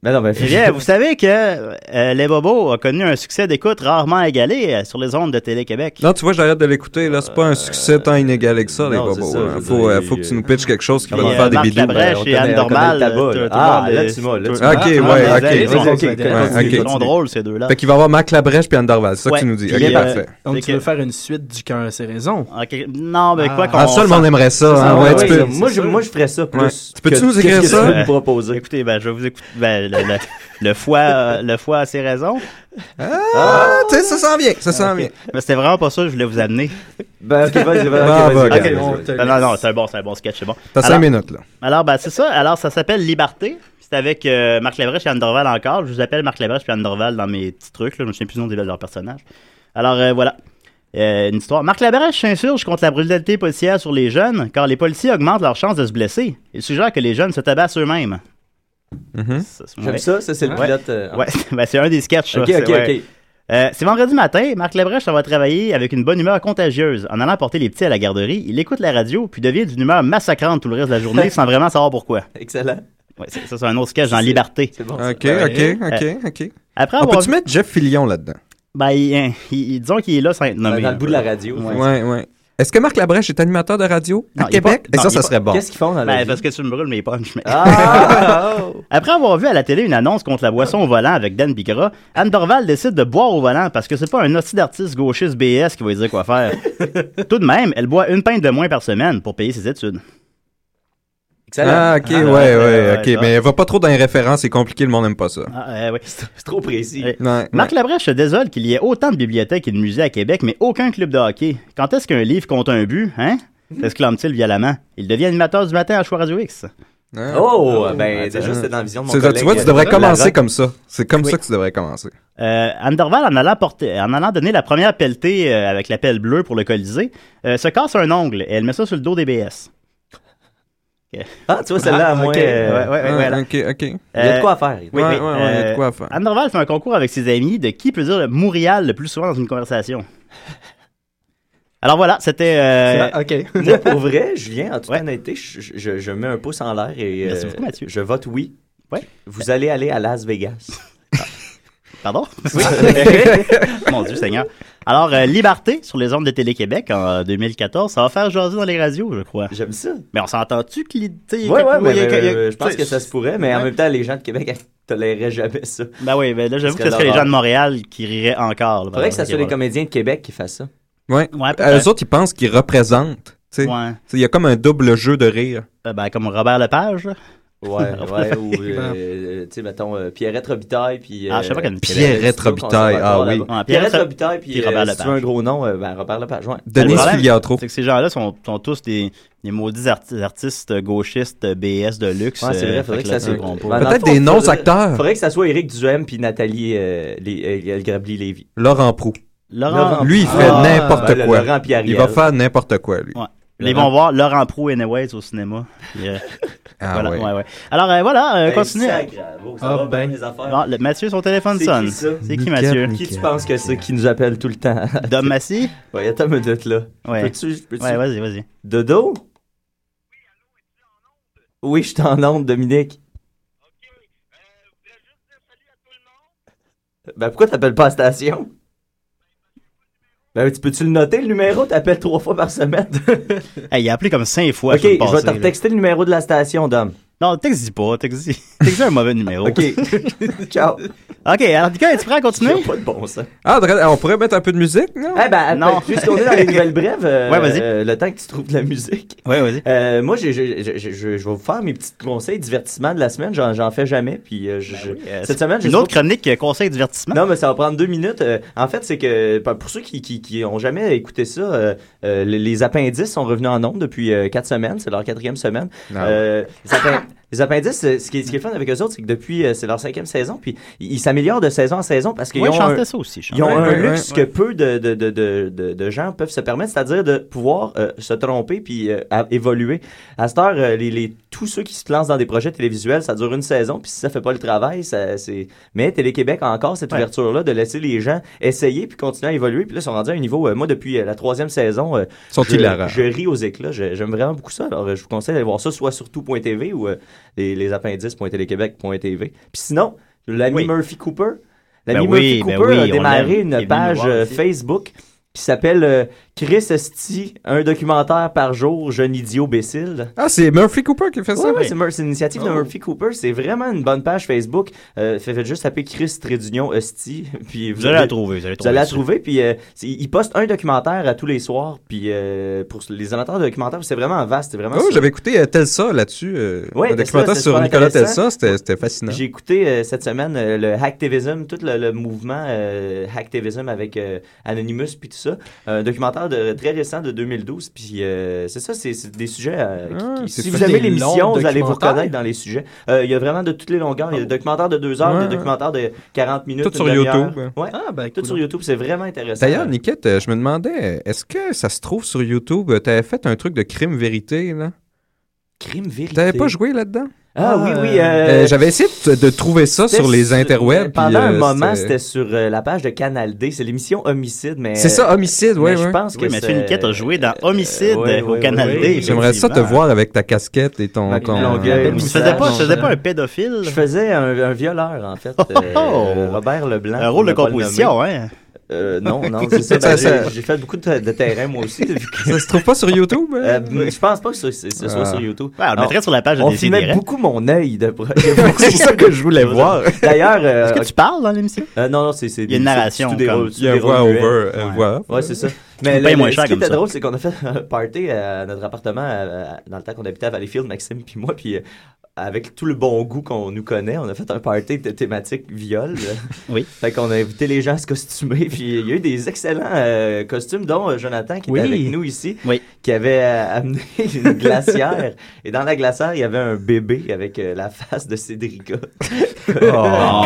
[SPEAKER 1] Mais non, mais
[SPEAKER 2] Eh bien, vous savez que euh, Les Bobos a connu un succès d'écoute rarement égalé euh, sur les ondes de Télé-Québec.
[SPEAKER 3] Non, tu vois, j'arrête de l'écouter. Là, c'est pas un succès tant inégalé que ça, les
[SPEAKER 1] non, c'est
[SPEAKER 3] bobos.
[SPEAKER 1] ça,
[SPEAKER 3] hein.
[SPEAKER 1] je veux
[SPEAKER 3] Faut,
[SPEAKER 1] dire,
[SPEAKER 3] euh, faut que tu nous pitches quelque chose qui va
[SPEAKER 2] Puis,
[SPEAKER 3] nous
[SPEAKER 2] euh,
[SPEAKER 3] faire des
[SPEAKER 2] Marc
[SPEAKER 3] bidous.
[SPEAKER 2] Labrèche
[SPEAKER 1] on
[SPEAKER 2] et Anne
[SPEAKER 1] connaît- on
[SPEAKER 2] Dormal.
[SPEAKER 1] connaît le tabac,
[SPEAKER 2] tout-
[SPEAKER 1] là.
[SPEAKER 2] tout le
[SPEAKER 1] Ah,
[SPEAKER 2] monde,
[SPEAKER 1] là,
[SPEAKER 2] euh,
[SPEAKER 1] tu m'as, là,
[SPEAKER 2] tout-
[SPEAKER 1] tu
[SPEAKER 2] tout-
[SPEAKER 3] m'as.
[SPEAKER 2] tout
[SPEAKER 3] Ok,
[SPEAKER 2] le monde
[SPEAKER 3] ouais,
[SPEAKER 2] les
[SPEAKER 3] ok,
[SPEAKER 2] aime,
[SPEAKER 3] vas-y,
[SPEAKER 2] ils sont-
[SPEAKER 3] ok,
[SPEAKER 2] ils
[SPEAKER 3] ouais,
[SPEAKER 2] sont
[SPEAKER 3] ok.
[SPEAKER 2] drôles, drôles, ces deux-là.
[SPEAKER 3] Fait qu'il va y avoir Marc Labrèche puis Anne Dorval. C'est ça
[SPEAKER 2] Ouais.
[SPEAKER 3] que tu nous dis.
[SPEAKER 2] Puis,
[SPEAKER 3] Ok,
[SPEAKER 2] euh,
[SPEAKER 3] parfait.
[SPEAKER 5] Donc,
[SPEAKER 2] Fait
[SPEAKER 5] tu
[SPEAKER 2] que-
[SPEAKER 5] veux faire une suite du cœur, c'est raison.
[SPEAKER 2] Ah, Ok, Non, mais quoi
[SPEAKER 5] Ah.
[SPEAKER 2] qu'on
[SPEAKER 3] Ah, ça, le monde
[SPEAKER 2] s'en-
[SPEAKER 3] aimerait ça.
[SPEAKER 1] Ah,
[SPEAKER 3] hein,
[SPEAKER 1] ouais,
[SPEAKER 3] ouais, tu
[SPEAKER 1] oui,
[SPEAKER 3] peux.
[SPEAKER 1] ça, moi, je, moi, je ferais ça plus.
[SPEAKER 3] Ouais. Tu peux-tu
[SPEAKER 1] que-
[SPEAKER 3] nous écrire
[SPEAKER 1] qu'est-ce que
[SPEAKER 3] ça?
[SPEAKER 1] tu veux me proposer?
[SPEAKER 2] Écoutez, ben, je vais vous écouter. Ben, le, le, le foie, euh, le foie a ses raisons.
[SPEAKER 3] Ah, tu sais, ça s'en vient. Ça s'en vient.
[SPEAKER 2] Mais c'était vraiment pas ça que je voulais vous amener.
[SPEAKER 1] Ben, ok, vas-y, vas-y,
[SPEAKER 3] Bon,
[SPEAKER 1] vas-y,
[SPEAKER 3] bah,
[SPEAKER 1] vas-y,
[SPEAKER 3] ok.
[SPEAKER 1] vas-y,
[SPEAKER 5] on
[SPEAKER 1] vas-y.
[SPEAKER 5] te
[SPEAKER 2] Non, non,
[SPEAKER 5] laisse.
[SPEAKER 2] non, c'est un bon, c'est un bon sketch, c'est bon.
[SPEAKER 3] T'as
[SPEAKER 2] Alors-
[SPEAKER 3] cinq minutes, là.
[SPEAKER 2] Alors, ben, c'est ça. Alors, ça s'appelle Liberté. C'est avec euh, Marc Labrèche et Anne Dorval encore. Je vous appelle Marc Labrèche et Anne Dorval dans mes petits trucs. Là. Je me souviens plus du nom des de leurs personnages. Alors, euh, voilà. Euh, une histoire. Marc Labrèche s'insurge contre la brutalité policière sur les jeunes, car les policiers augmentent leurs chances de se blesser. Il suggère que les jeunes se tabassent eux-mêmes.
[SPEAKER 3] Mhm.
[SPEAKER 2] Ça, c'est-
[SPEAKER 1] J'aime ça, ça, c'est le
[SPEAKER 2] Ouais.
[SPEAKER 1] pilote. euh,
[SPEAKER 2] Ouais, ben, c'est un des sketchs. ça.
[SPEAKER 1] Ok,
[SPEAKER 2] C'est-
[SPEAKER 1] ok,
[SPEAKER 2] ouais.
[SPEAKER 1] ok.
[SPEAKER 2] Euh, c'est vendredi matin, Marc Labrèche s'en va travailler avec une bonne humeur contagieuse. En allant porter les petits à la garderie, il écoute la radio, puis devient d'une humeur massacrante tout le reste de la journée sans vraiment savoir pourquoi.
[SPEAKER 1] Excellent.
[SPEAKER 2] Ouais, c'est- ça, c'est un autre sketch dans Liberté.
[SPEAKER 1] C'est bon. ça.
[SPEAKER 3] Ok,
[SPEAKER 1] Ouais.
[SPEAKER 3] ok, ok, ok.
[SPEAKER 2] Après
[SPEAKER 3] On
[SPEAKER 2] avoir
[SPEAKER 3] peut-tu mettre Jeff Fillion là-dedans?
[SPEAKER 2] Ben, il- hein, il- il- disons qu'il est là sans être nommé.
[SPEAKER 1] Ben, Dans le bout de la radio.
[SPEAKER 2] Ouais.
[SPEAKER 3] Ouais, ouais. Est-ce que Marc Labrèche est animateur de radio
[SPEAKER 2] Non,
[SPEAKER 3] à
[SPEAKER 2] il est
[SPEAKER 3] Québec?
[SPEAKER 2] pas-
[SPEAKER 3] Et
[SPEAKER 2] non,
[SPEAKER 3] ça,
[SPEAKER 2] il est
[SPEAKER 3] ça serait bon.
[SPEAKER 1] Qu'est-ce qu'ils font dans la
[SPEAKER 2] Ben,
[SPEAKER 1] vie?
[SPEAKER 2] parce que tu me brûles mes punches. mais-
[SPEAKER 1] Ah! oh!
[SPEAKER 2] Après avoir vu à la télé une annonce contre la boisson au volant avec Dan Bigra, Anne Dorval décide de boire au volant parce que c'est pas un hostie d'artiste gauchiste BS qui va lui dire quoi faire. Tout de même, elle boit une pinte de moins par semaine pour payer ses études.
[SPEAKER 1] Excellent.
[SPEAKER 3] Ah, ok,
[SPEAKER 2] Ah,
[SPEAKER 3] ouais,
[SPEAKER 2] ouais,
[SPEAKER 3] ouais,
[SPEAKER 2] ouais,
[SPEAKER 3] ok.
[SPEAKER 2] ouais,
[SPEAKER 3] Mais va pas trop dans les références, c'est compliqué, le monde n'aime pas ça.
[SPEAKER 2] Ah, euh, oui.
[SPEAKER 1] C'est trop précis.
[SPEAKER 2] Ouais.
[SPEAKER 3] Ouais, ouais.
[SPEAKER 2] Marc Labrèche se désole qu'il y ait autant de bibliothèques et de musées à Québec, mais aucun club de hockey. Quand est-ce qu'un livre compte un but, hein?
[SPEAKER 1] Hmm.
[SPEAKER 2] s'exclame-t-il violemment. Il devient animateur du matin à Choix Radio X.
[SPEAKER 3] Ouais.
[SPEAKER 1] Oh,
[SPEAKER 2] Ah
[SPEAKER 1] ben,
[SPEAKER 3] attends.
[SPEAKER 1] déjà, c'était dans la vision de mon
[SPEAKER 3] C'est-
[SPEAKER 1] collègue.
[SPEAKER 3] tu vois, tu devrais
[SPEAKER 1] euh,
[SPEAKER 3] commencer
[SPEAKER 1] Larocque.
[SPEAKER 3] comme ça. C'est comme
[SPEAKER 2] Oui.
[SPEAKER 3] ça que tu devrais commencer.
[SPEAKER 2] Euh, Anderval, en allant, porter, en allant donner la première pelletée euh, avec la pelle bleue pour le Colisée, euh, se casse un ongle et elle met ça sur le dos des BS.
[SPEAKER 1] Ah, tu vois, celle-là, à moi. euh,
[SPEAKER 2] ouais, ouais,
[SPEAKER 3] Ah,
[SPEAKER 2] voilà.
[SPEAKER 3] Ok, ok.
[SPEAKER 1] Il y a
[SPEAKER 2] Euh,
[SPEAKER 1] de quoi à faire.
[SPEAKER 2] oui,
[SPEAKER 3] ouais,
[SPEAKER 2] oui,
[SPEAKER 3] ouais, ouais, il y a
[SPEAKER 2] euh,
[SPEAKER 3] de quoi à faire.
[SPEAKER 2] Anderval fait un concours avec ses amis de qui peut dire le Montréal le plus souvent dans une conversation. Alors voilà, c'était. euh,
[SPEAKER 5] Ah, OK.
[SPEAKER 1] Moi, pour vrai, Julien, en toute
[SPEAKER 2] Ouais.
[SPEAKER 1] honnêteté, je, je- je mets un pouce en l'air et euh,
[SPEAKER 2] Merci beaucoup, Mathieu.
[SPEAKER 1] je vote oui.
[SPEAKER 2] Ouais.
[SPEAKER 1] Vous allez aller à Las Vegas.
[SPEAKER 2] Pardon? Mon Dieu Seigneur. Alors, euh, Liberté sur les ondes de Télé-Québec en euh, 2014, ça va faire jaser dans les radios, je crois.
[SPEAKER 1] J'aime ça.
[SPEAKER 2] Mais on s'entend-tu que l'idée...
[SPEAKER 1] Ouais, ouais, mais,
[SPEAKER 2] il y a- il y a-
[SPEAKER 1] mais, euh, je pense
[SPEAKER 2] tu
[SPEAKER 1] que
[SPEAKER 2] sais,
[SPEAKER 1] ça se pourrait, mais en même temps, les gens de Québec toléreraient jamais ça.
[SPEAKER 2] Ben oui, ben là, j'avoue
[SPEAKER 1] Ce
[SPEAKER 2] que ce
[SPEAKER 1] serait
[SPEAKER 2] serait les gens
[SPEAKER 1] l'horreur.
[SPEAKER 2] de Montréal qui riraient encore. là, par
[SPEAKER 1] Faudrait que ça
[SPEAKER 2] exemple.
[SPEAKER 1] soit
[SPEAKER 2] Ok,
[SPEAKER 1] les comédiens de Québec qui fassent ça.
[SPEAKER 3] Ouais.
[SPEAKER 2] voilà. Ouais,
[SPEAKER 3] Euh,
[SPEAKER 2] peut-être.
[SPEAKER 3] Eux autres, ils pensent qu'ils représentent. tu sais. Tu
[SPEAKER 2] Ouais.
[SPEAKER 3] sais, Il y a comme un double jeu de rire.
[SPEAKER 2] Euh, ben, comme Robert Lepage, là.
[SPEAKER 1] Ouais, ouais, ou, euh, euh, tu sais, mettons, euh, Pierrette Robitaille, puis...
[SPEAKER 2] Ah, je sais pas quelle-
[SPEAKER 3] Pierrette Robitaille, ah oui.
[SPEAKER 2] Ouais, Pierrette
[SPEAKER 1] Pierrette, Pierrette
[SPEAKER 2] Rob-
[SPEAKER 1] Robitaille, puis
[SPEAKER 2] puis
[SPEAKER 1] Robert
[SPEAKER 2] Robert
[SPEAKER 1] Lepage. Si tu veux un
[SPEAKER 2] Lepage.
[SPEAKER 1] gros nom, euh, ben, Robert Lepage, ouais.
[SPEAKER 2] Le
[SPEAKER 3] Denis
[SPEAKER 2] problème,
[SPEAKER 3] Filiatro.
[SPEAKER 2] C'est que ces gens-là sont, sont tous des, des maudits arti- artistes gauchistes euh, BS de luxe.
[SPEAKER 1] Ouais, c'est
[SPEAKER 2] euh,
[SPEAKER 1] vrai,
[SPEAKER 2] fait
[SPEAKER 1] faudrait que
[SPEAKER 2] là,
[SPEAKER 1] ça soit...
[SPEAKER 2] ils comprennent pas.
[SPEAKER 1] Ben, dans le
[SPEAKER 3] Peut-être
[SPEAKER 1] fond,
[SPEAKER 3] des
[SPEAKER 1] faudrait-
[SPEAKER 3] non-acteurs.
[SPEAKER 1] Faudrait que ça soit Éric Duhem puis Nathalie euh, les, euh, Grabli-Lévy.
[SPEAKER 3] Laurent Proux.
[SPEAKER 2] Laurent,
[SPEAKER 3] Lui, il fait
[SPEAKER 2] Ah,
[SPEAKER 3] n'importe
[SPEAKER 1] ben, le
[SPEAKER 3] quoi.
[SPEAKER 1] Laurent puis Ariel.
[SPEAKER 3] Il va faire n'importe quoi, lui.
[SPEAKER 2] Ouais. Ils vont voir Laurent Proulx Anyways au cinéma. Puis, euh,
[SPEAKER 3] Ah
[SPEAKER 2] voilà,
[SPEAKER 3] ouais.
[SPEAKER 2] ouais, ouais. Alors, euh, voilà, euh,
[SPEAKER 1] Hey,
[SPEAKER 2] continue.
[SPEAKER 1] sacre, bon, Ben, ça
[SPEAKER 5] Ah,
[SPEAKER 1] va bien,
[SPEAKER 5] ben.
[SPEAKER 1] les affaires.
[SPEAKER 2] Bon, le- Mathieu, son téléphone
[SPEAKER 1] C'est qui,
[SPEAKER 2] sonne.
[SPEAKER 1] ça?
[SPEAKER 2] C'est qui,
[SPEAKER 3] Nickel.
[SPEAKER 2] Mathieu?
[SPEAKER 1] Qui tu
[SPEAKER 3] Nickel.
[SPEAKER 1] penses que c'est qui nous appelle tout le temps?
[SPEAKER 2] Dom Massy?
[SPEAKER 1] Ouais, attends une minute, là.
[SPEAKER 2] Ouais.
[SPEAKER 1] Peux-tu... peux-tu-
[SPEAKER 2] Ouais, vas-y, vas-y.
[SPEAKER 1] Dodo? Oui, je suis en onde, Dominique.
[SPEAKER 2] euh,
[SPEAKER 1] Ben, pourquoi t'appelles pas à la station? Ben, tu peux-tu le noter, le numéro? T'appelles trois fois par semaine.
[SPEAKER 2] Hey, il a appelé comme cinq fois.
[SPEAKER 1] ok,
[SPEAKER 2] sur le
[SPEAKER 1] je vais
[SPEAKER 2] passé,
[SPEAKER 1] te
[SPEAKER 2] là.
[SPEAKER 1] retexter le numéro de la station, Dom.
[SPEAKER 2] Non, texte pas, texte un mauvais numéro.
[SPEAKER 1] Ok. Ciao.
[SPEAKER 2] OK, alors Nicolas, es-tu prêt à
[SPEAKER 1] Il
[SPEAKER 2] continuer?
[SPEAKER 1] y a pas de bon sens.
[SPEAKER 3] Ah, Dredd, on pourrait mettre un peu de musique, non?
[SPEAKER 1] Eh ben,
[SPEAKER 2] Non.
[SPEAKER 1] attends, puisqu'on est dans les nouvelles brèves, euh,
[SPEAKER 2] Ouais, vas-y.
[SPEAKER 1] euh, le temps que tu trouves de la musique.
[SPEAKER 2] Ouais, vas-y.
[SPEAKER 1] Euh, moi, j'ai- j'ai- j'ai- j'ai- je je vais vous faire mes petits conseils divertissement de la semaine. J'en j'en fais jamais. Puis euh, je- je-
[SPEAKER 2] oui, euh,
[SPEAKER 1] cette semaine, j'ai
[SPEAKER 2] Une autre chronique euh, conseil divertissement.
[SPEAKER 1] Non, mais ça va prendre deux minutes. Euh, en fait, c'est que pa- pour ceux qui, qui, qui ont jamais écouté ça, euh, euh, les, les appendices sont revenus en nombre depuis euh, quatre semaines. C'est leur quatrième semaine.
[SPEAKER 2] Ah
[SPEAKER 3] Non.
[SPEAKER 1] Euh, les, appen- les appendices, euh, ce qui, est- ce qui est fun avec eux autres, c'est que depuis, euh, c'est leur cinquième saison. Puis ils ils s'améliorent de saison en saison parce qu'ils
[SPEAKER 2] Ouais, je
[SPEAKER 1] ont un-
[SPEAKER 2] chantais ça aussi. je chantais.
[SPEAKER 1] ils ont
[SPEAKER 3] Ouais,
[SPEAKER 1] un
[SPEAKER 3] ouais,
[SPEAKER 1] luxe
[SPEAKER 3] ouais.
[SPEAKER 1] que peu de, de, de, de, de- de gens peuvent se permettre, c'est-à-dire de pouvoir euh, se tromper puis euh, à- évoluer. À cette heure, euh, les, les- tous ceux qui se lancent dans des projets télévisuels, ça dure une saison, puis si ça fait pas le travail, ça, c'est... Mais Télé-Québec a encore cette
[SPEAKER 2] Ouais.
[SPEAKER 1] ouverture-là de laisser les gens essayer puis continuer à évoluer. Puis là, ils sont rendus à un niveau... euh, moi, depuis euh, la troisième saison, euh,
[SPEAKER 3] Ils sont
[SPEAKER 1] je,
[SPEAKER 3] hilarants.
[SPEAKER 1] je ris aux éclats. Je- J'aime vraiment beaucoup ça. Alors, euh, je vous conseille d'aller voir ça soit sur tout.tv ou euh, les, les appendices.téléquébec.tv. Puis sinon, l'ami
[SPEAKER 2] Oui.
[SPEAKER 1] Murphy Cooper. L'ami
[SPEAKER 2] Ben
[SPEAKER 1] Murphy
[SPEAKER 2] oui, ben
[SPEAKER 1] Cooper
[SPEAKER 2] oui,
[SPEAKER 1] a
[SPEAKER 2] on l'aime.
[SPEAKER 1] démarré
[SPEAKER 2] Il est venu
[SPEAKER 1] une
[SPEAKER 2] nous
[SPEAKER 1] page
[SPEAKER 2] voir
[SPEAKER 1] euh,
[SPEAKER 2] aussi.
[SPEAKER 1] Facebook qui s'appelle euh, Chris Esti, un documentaire par jour, jeune idiot bécile.
[SPEAKER 3] Ah, c'est Murphy Cooper qui fait
[SPEAKER 1] Ouais,
[SPEAKER 3] ça?
[SPEAKER 1] ouais, c'est Mur- c'est l'initiative
[SPEAKER 2] Oh.
[SPEAKER 1] de Murphy Cooper. C'est vraiment une bonne page Facebook. Euh, fait- faites juste taper Chris Trédunion Esti. Puis
[SPEAKER 2] Vous allez la trouver. Vous allez,
[SPEAKER 1] vous allez la
[SPEAKER 2] ça.
[SPEAKER 1] trouver, puis euh, c'est- il poste un documentaire à tous les soirs, puis euh, pour les amateurs de documentaires, c'est vraiment vaste, c'est vraiment...
[SPEAKER 3] Oh,
[SPEAKER 1] sur-
[SPEAKER 3] j'avais écouté euh, Telsa là-dessus. euh,
[SPEAKER 1] Ouais,
[SPEAKER 3] un
[SPEAKER 1] Telsa,
[SPEAKER 3] documentaire
[SPEAKER 1] c'est
[SPEAKER 3] sur
[SPEAKER 1] super
[SPEAKER 3] Nicolas
[SPEAKER 1] intéressant.
[SPEAKER 3] Telsa, c'était c'était fascinant.
[SPEAKER 1] J'ai écouté euh, cette semaine euh, le hacktivism, tout le, le mouvement euh, hacktivism avec euh, Anonymous puis tout ça. Un documentaire de, très récent de 2012. Puis euh, c'est ça, c'est c'est des sujets. euh, qui-
[SPEAKER 3] Ah,
[SPEAKER 1] qui-
[SPEAKER 3] c'est
[SPEAKER 1] si
[SPEAKER 5] fait
[SPEAKER 1] vous aimez
[SPEAKER 5] des
[SPEAKER 1] l'émission,
[SPEAKER 5] longs
[SPEAKER 1] vous allez vous
[SPEAKER 5] documentaires.
[SPEAKER 1] reconnaître dans les sujets. Euh, Il y a vraiment de toutes les longueurs. Il y a des documentaires de 2 heures,
[SPEAKER 3] Ah. Ouais.
[SPEAKER 1] des documentaires de 40 minutes.
[SPEAKER 3] Tout
[SPEAKER 1] une
[SPEAKER 3] sur
[SPEAKER 1] demi-heure.
[SPEAKER 3] YouTube.
[SPEAKER 1] Ouais,
[SPEAKER 5] Ah, ben,
[SPEAKER 1] tout sur YouTube. C'est vraiment intéressant.
[SPEAKER 3] D'ailleurs, Niquette, euh, je me demandais, euh, est-ce que ça se trouve sur YouTube? Euh, T'avais fait un truc de crime-vérité, là?
[SPEAKER 1] Crime vérité.
[SPEAKER 3] T'avais pas joué là-dedans?
[SPEAKER 1] Ah oui, oui. euh,
[SPEAKER 3] Euh, J'avais essayé de, de trouver ça
[SPEAKER 1] c'était
[SPEAKER 3] sur les interwebs.
[SPEAKER 1] Pendant
[SPEAKER 3] puis, euh,
[SPEAKER 1] un moment,
[SPEAKER 3] c'était-
[SPEAKER 1] c'était sur euh, la page de Canal D. C'est l'émission Homicide, mais. euh,
[SPEAKER 3] C'est ça, homicide,
[SPEAKER 1] mais
[SPEAKER 3] ouais,
[SPEAKER 1] je
[SPEAKER 3] ouais.
[SPEAKER 1] pense que
[SPEAKER 2] Oui, Mathieu
[SPEAKER 1] c'est-
[SPEAKER 2] Niquette a joué dans Homicide
[SPEAKER 1] Euh, ouais,
[SPEAKER 2] euh, au
[SPEAKER 1] ouais,
[SPEAKER 2] Canal
[SPEAKER 5] ouais,
[SPEAKER 2] D.
[SPEAKER 5] ouais.
[SPEAKER 3] J'aimerais ça te
[SPEAKER 2] effectivement.
[SPEAKER 3] voir avec ta casquette et ton...
[SPEAKER 1] Ma
[SPEAKER 3] ton-
[SPEAKER 1] longueur.
[SPEAKER 3] euh,
[SPEAKER 2] Tu
[SPEAKER 1] Moustache,
[SPEAKER 2] faisais pas, tu faisais
[SPEAKER 5] mon
[SPEAKER 2] pas un
[SPEAKER 5] cher.
[SPEAKER 2] pédophile?
[SPEAKER 1] euh, Je faisais un, un violeur, en fait. euh,
[SPEAKER 2] Oh!
[SPEAKER 1] Robert Leblanc.
[SPEAKER 2] Un
[SPEAKER 1] pour
[SPEAKER 2] rôle
[SPEAKER 1] ne
[SPEAKER 2] de
[SPEAKER 1] pas le nommer.
[SPEAKER 2] composition, hein?
[SPEAKER 1] Euh, non, non, c'est ça.
[SPEAKER 3] Ça,
[SPEAKER 1] ben,
[SPEAKER 3] ça-
[SPEAKER 1] j'ai- J'ai fait beaucoup de, de terrain, moi aussi. vu que-
[SPEAKER 3] Ça se trouve pas sur YouTube? hein?
[SPEAKER 1] Euh, mais je pense pas que ce, ce- ce soit
[SPEAKER 3] Ah.
[SPEAKER 1] sur YouTube.
[SPEAKER 2] Ouais, on le
[SPEAKER 1] Alors,
[SPEAKER 2] mettrait sur la page de
[SPEAKER 1] on filmait
[SPEAKER 2] Décideret.
[SPEAKER 1] beaucoup mon œil de pro-
[SPEAKER 3] C'est ça que je voulais voir.
[SPEAKER 1] D'ailleurs, euh,
[SPEAKER 2] Est-ce que tu parles dans l'émission?
[SPEAKER 1] euh, non, non, c'est c'est
[SPEAKER 2] Il y a une
[SPEAKER 1] c'est- c'est
[SPEAKER 2] narration,
[SPEAKER 1] tout des
[SPEAKER 2] comme.
[SPEAKER 1] rôles- c'est
[SPEAKER 3] Il y a un
[SPEAKER 1] des rôles muets.
[SPEAKER 3] voix-over, euh,
[SPEAKER 2] Ouais.
[SPEAKER 3] voit.
[SPEAKER 1] Ouais, c'est ça. Mais
[SPEAKER 2] nous payes
[SPEAKER 1] le-
[SPEAKER 2] moins
[SPEAKER 1] le- ce
[SPEAKER 2] cher
[SPEAKER 1] qui
[SPEAKER 2] comme
[SPEAKER 1] était
[SPEAKER 2] ça.
[SPEAKER 1] drôle, c'est qu'on a fait un party à notre appartement à- à- dans le temps qu'on habitait à Valleyfield, Maxime puis moi, puis euh, avec tout le bon goût qu'on nous connaît, on a fait un party de thématique viol.
[SPEAKER 2] Oui.
[SPEAKER 1] Fait qu'on a invité les gens à se costumer, puis il y a eu des excellents euh, costumes, dont euh, Jonathan qui
[SPEAKER 5] Oui.
[SPEAKER 1] était avec nous ici,
[SPEAKER 2] Oui.
[SPEAKER 1] qui avait euh, amené une glacière. Et dans la glacière, il y avait un bébé avec euh, la face de Cédrica.
[SPEAKER 2] Ah,
[SPEAKER 1] Il y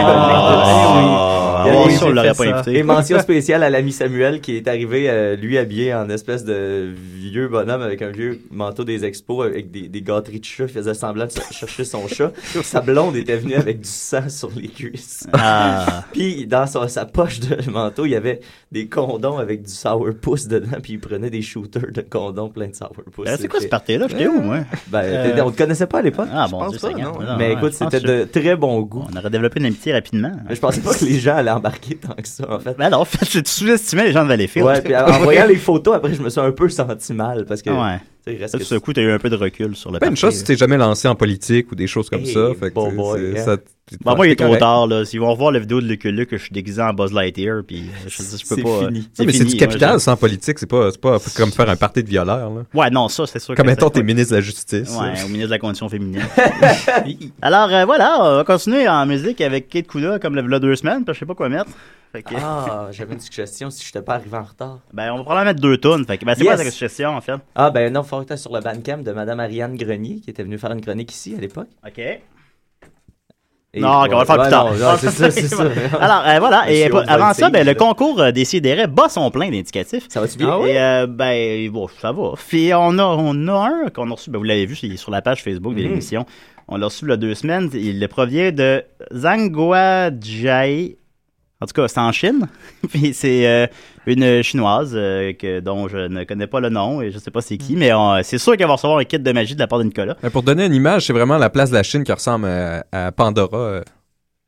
[SPEAKER 1] a
[SPEAKER 2] oui,
[SPEAKER 1] des
[SPEAKER 2] ça, Ah. Oh, on
[SPEAKER 1] gens
[SPEAKER 2] l'aurait
[SPEAKER 1] qui
[SPEAKER 2] pas
[SPEAKER 5] font ça.
[SPEAKER 1] Et
[SPEAKER 2] invité.
[SPEAKER 1] mention spéciale à l'ami Samuel qui est arrivé, euh, lui habillé en espèce de vieux bonhomme avec un vieux manteau des expos avec des, des gâteries de chat. Il faisait semblant de se- chercher touché son chat. sa blonde était venue avec du sang sur les cuisses.
[SPEAKER 2] Ah.
[SPEAKER 1] Puis dans sa, sa poche de manteau, il y avait des condoms avec du sourpuss dedans, puis il prenait des shooters de condoms plein de sourpuss.
[SPEAKER 2] Euh, c'est quoi ce
[SPEAKER 1] C'était-
[SPEAKER 2] party-là? J'étais où, moi?
[SPEAKER 1] Ben, t'es-
[SPEAKER 2] Euh,
[SPEAKER 1] on te connaissait pas à l'époque.
[SPEAKER 2] Ah,
[SPEAKER 1] je
[SPEAKER 2] bon
[SPEAKER 1] pense
[SPEAKER 2] Dieu,
[SPEAKER 1] pas,
[SPEAKER 2] Seigneur.
[SPEAKER 1] non.
[SPEAKER 2] Non, non,
[SPEAKER 1] Mais
[SPEAKER 2] ouais,
[SPEAKER 1] écoute,
[SPEAKER 2] je pense
[SPEAKER 1] c'était
[SPEAKER 2] que-
[SPEAKER 1] de très bon goût.
[SPEAKER 2] On aurait développé une amitié rapidement.
[SPEAKER 1] Mais je pensais pas que les gens allaient embarquer tant que ça, en fait.
[SPEAKER 2] Ben alors, en fait, tu sous-estimais les gens de Valleyfield.
[SPEAKER 1] Ouais, puis en
[SPEAKER 3] ah,
[SPEAKER 1] en voyant les photos, après, je me suis un peu senti mal parce que.
[SPEAKER 2] Ouais.
[SPEAKER 1] tu sais, il reste
[SPEAKER 2] Tout
[SPEAKER 1] que-
[SPEAKER 2] ce coup, t'as eu un peu de recul sur le
[SPEAKER 3] Ben,
[SPEAKER 2] party,
[SPEAKER 3] une chose, tu
[SPEAKER 2] là.
[SPEAKER 3] t'es jamais lancé en politique ou des choses comme
[SPEAKER 1] Hey,
[SPEAKER 3] ça. Fait que
[SPEAKER 1] bon
[SPEAKER 3] c'est-
[SPEAKER 1] boy,
[SPEAKER 3] c'est-
[SPEAKER 1] hein.
[SPEAKER 3] ça- t'es-
[SPEAKER 2] Bah, moi, il est trop
[SPEAKER 3] correct.
[SPEAKER 2] tard, là. S'ils vont revoir la vidéo de Lucky Luke, que je suis déguisé en Buzz Lightyear, puis euh, je, je peux
[SPEAKER 1] C'est
[SPEAKER 2] pas.
[SPEAKER 1] fini. hein,
[SPEAKER 3] Non, mais c'est
[SPEAKER 2] fini,
[SPEAKER 3] du
[SPEAKER 2] ouais,
[SPEAKER 3] capital sans politique. C'est pas, c'est pas comme faire un party de violeurs. Là.
[SPEAKER 2] je- Ouais, non, ça, c'est sûr.
[SPEAKER 3] Comme
[SPEAKER 2] que
[SPEAKER 3] mettons,
[SPEAKER 2] ça-
[SPEAKER 3] t'es ministre de la Justice.
[SPEAKER 2] Ouais, au ministre de la Condition féminine. Alors, euh, voilà, on va continuer en musique avec Kate Kuda, comme le v'là deux semaines, parce que je sais pas quoi mettre. Fait que,
[SPEAKER 1] Ah, j'avais une suggestion si je n'étais pas arrivé en retard.
[SPEAKER 2] ben, on va probablement mettre deux tonnes. Fait que, ben, c'est quoi
[SPEAKER 1] Yes.
[SPEAKER 2] la suggestion, en fait?
[SPEAKER 1] Ah, ben non, faut que sur le bandcamp de Madame Ariane Grenier qui était venue faire une chronique ici à l'époque.
[SPEAKER 2] OK.
[SPEAKER 1] Et-
[SPEAKER 2] non, qu'on va le faire
[SPEAKER 1] Ouais,
[SPEAKER 2] plus tard.
[SPEAKER 1] non, non, c'est ça, c'est ça.
[SPEAKER 2] Alors, euh, voilà. Et
[SPEAKER 1] Monsieur
[SPEAKER 2] euh, avant ça,
[SPEAKER 1] Oldfield,
[SPEAKER 2] ben, le
[SPEAKER 1] là.
[SPEAKER 2] concours euh, des sidérés bat son plein d'indicatifs.
[SPEAKER 1] Ça
[SPEAKER 3] Ah
[SPEAKER 1] va-tu bien?
[SPEAKER 2] Et euh, ben bon, ça va. Puis on a on a un qu'on a reçu, ben vous l'avez vu, c'est sur la page Facebook de
[SPEAKER 1] Mhm.
[SPEAKER 2] l'émission. On l'a reçu il y a deux semaines. Il provient de Zhangguajai. En tout cas, c'est en Chine. Puis c'est euh, une chinoise euh, que, dont je ne connais pas le nom et je sais pas c'est qui, mais euh, c'est sûr qu'elle va recevoir un kit de magie de la part de Nicolas.
[SPEAKER 3] Euh, Pour donner une image, c'est vraiment la place de la Chine qui ressemble à, à Pandora euh,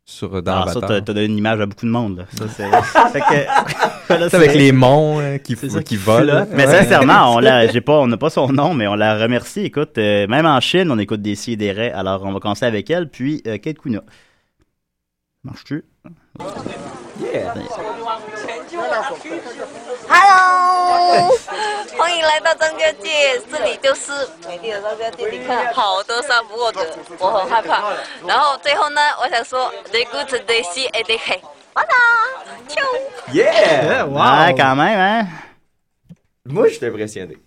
[SPEAKER 3] sur, dans
[SPEAKER 2] Alors Ah, ça,
[SPEAKER 3] Avatar.
[SPEAKER 2] t'as t'as donné une image à beaucoup de monde. là. Ça, c'est- fait que- voilà,
[SPEAKER 3] C'est avec
[SPEAKER 2] c'est-
[SPEAKER 3] les monts hein, qui,
[SPEAKER 5] C'est ça
[SPEAKER 3] qui volent. Ah,
[SPEAKER 2] Mais sincèrement, on l'a, j'ai pas, on n'a pas son nom, mais on la remercie. Écoute, euh, même en Chine, on écoute des si et des raies. Alors, on va commencer avec elle, puis euh, Kate Kuna. Marche-tu?
[SPEAKER 1] Yeah.
[SPEAKER 6] Hello，欢迎来到张家界，这里就是美丽的张家界。你看，好多山不过的，我很害怕。然后最后呢，我想说，they good, they see, and they hey，完了，跳舞。
[SPEAKER 1] Yeah!
[SPEAKER 5] Wow.
[SPEAKER 2] Ouais, quand même, hein?
[SPEAKER 1] Moi, je suis impressionné.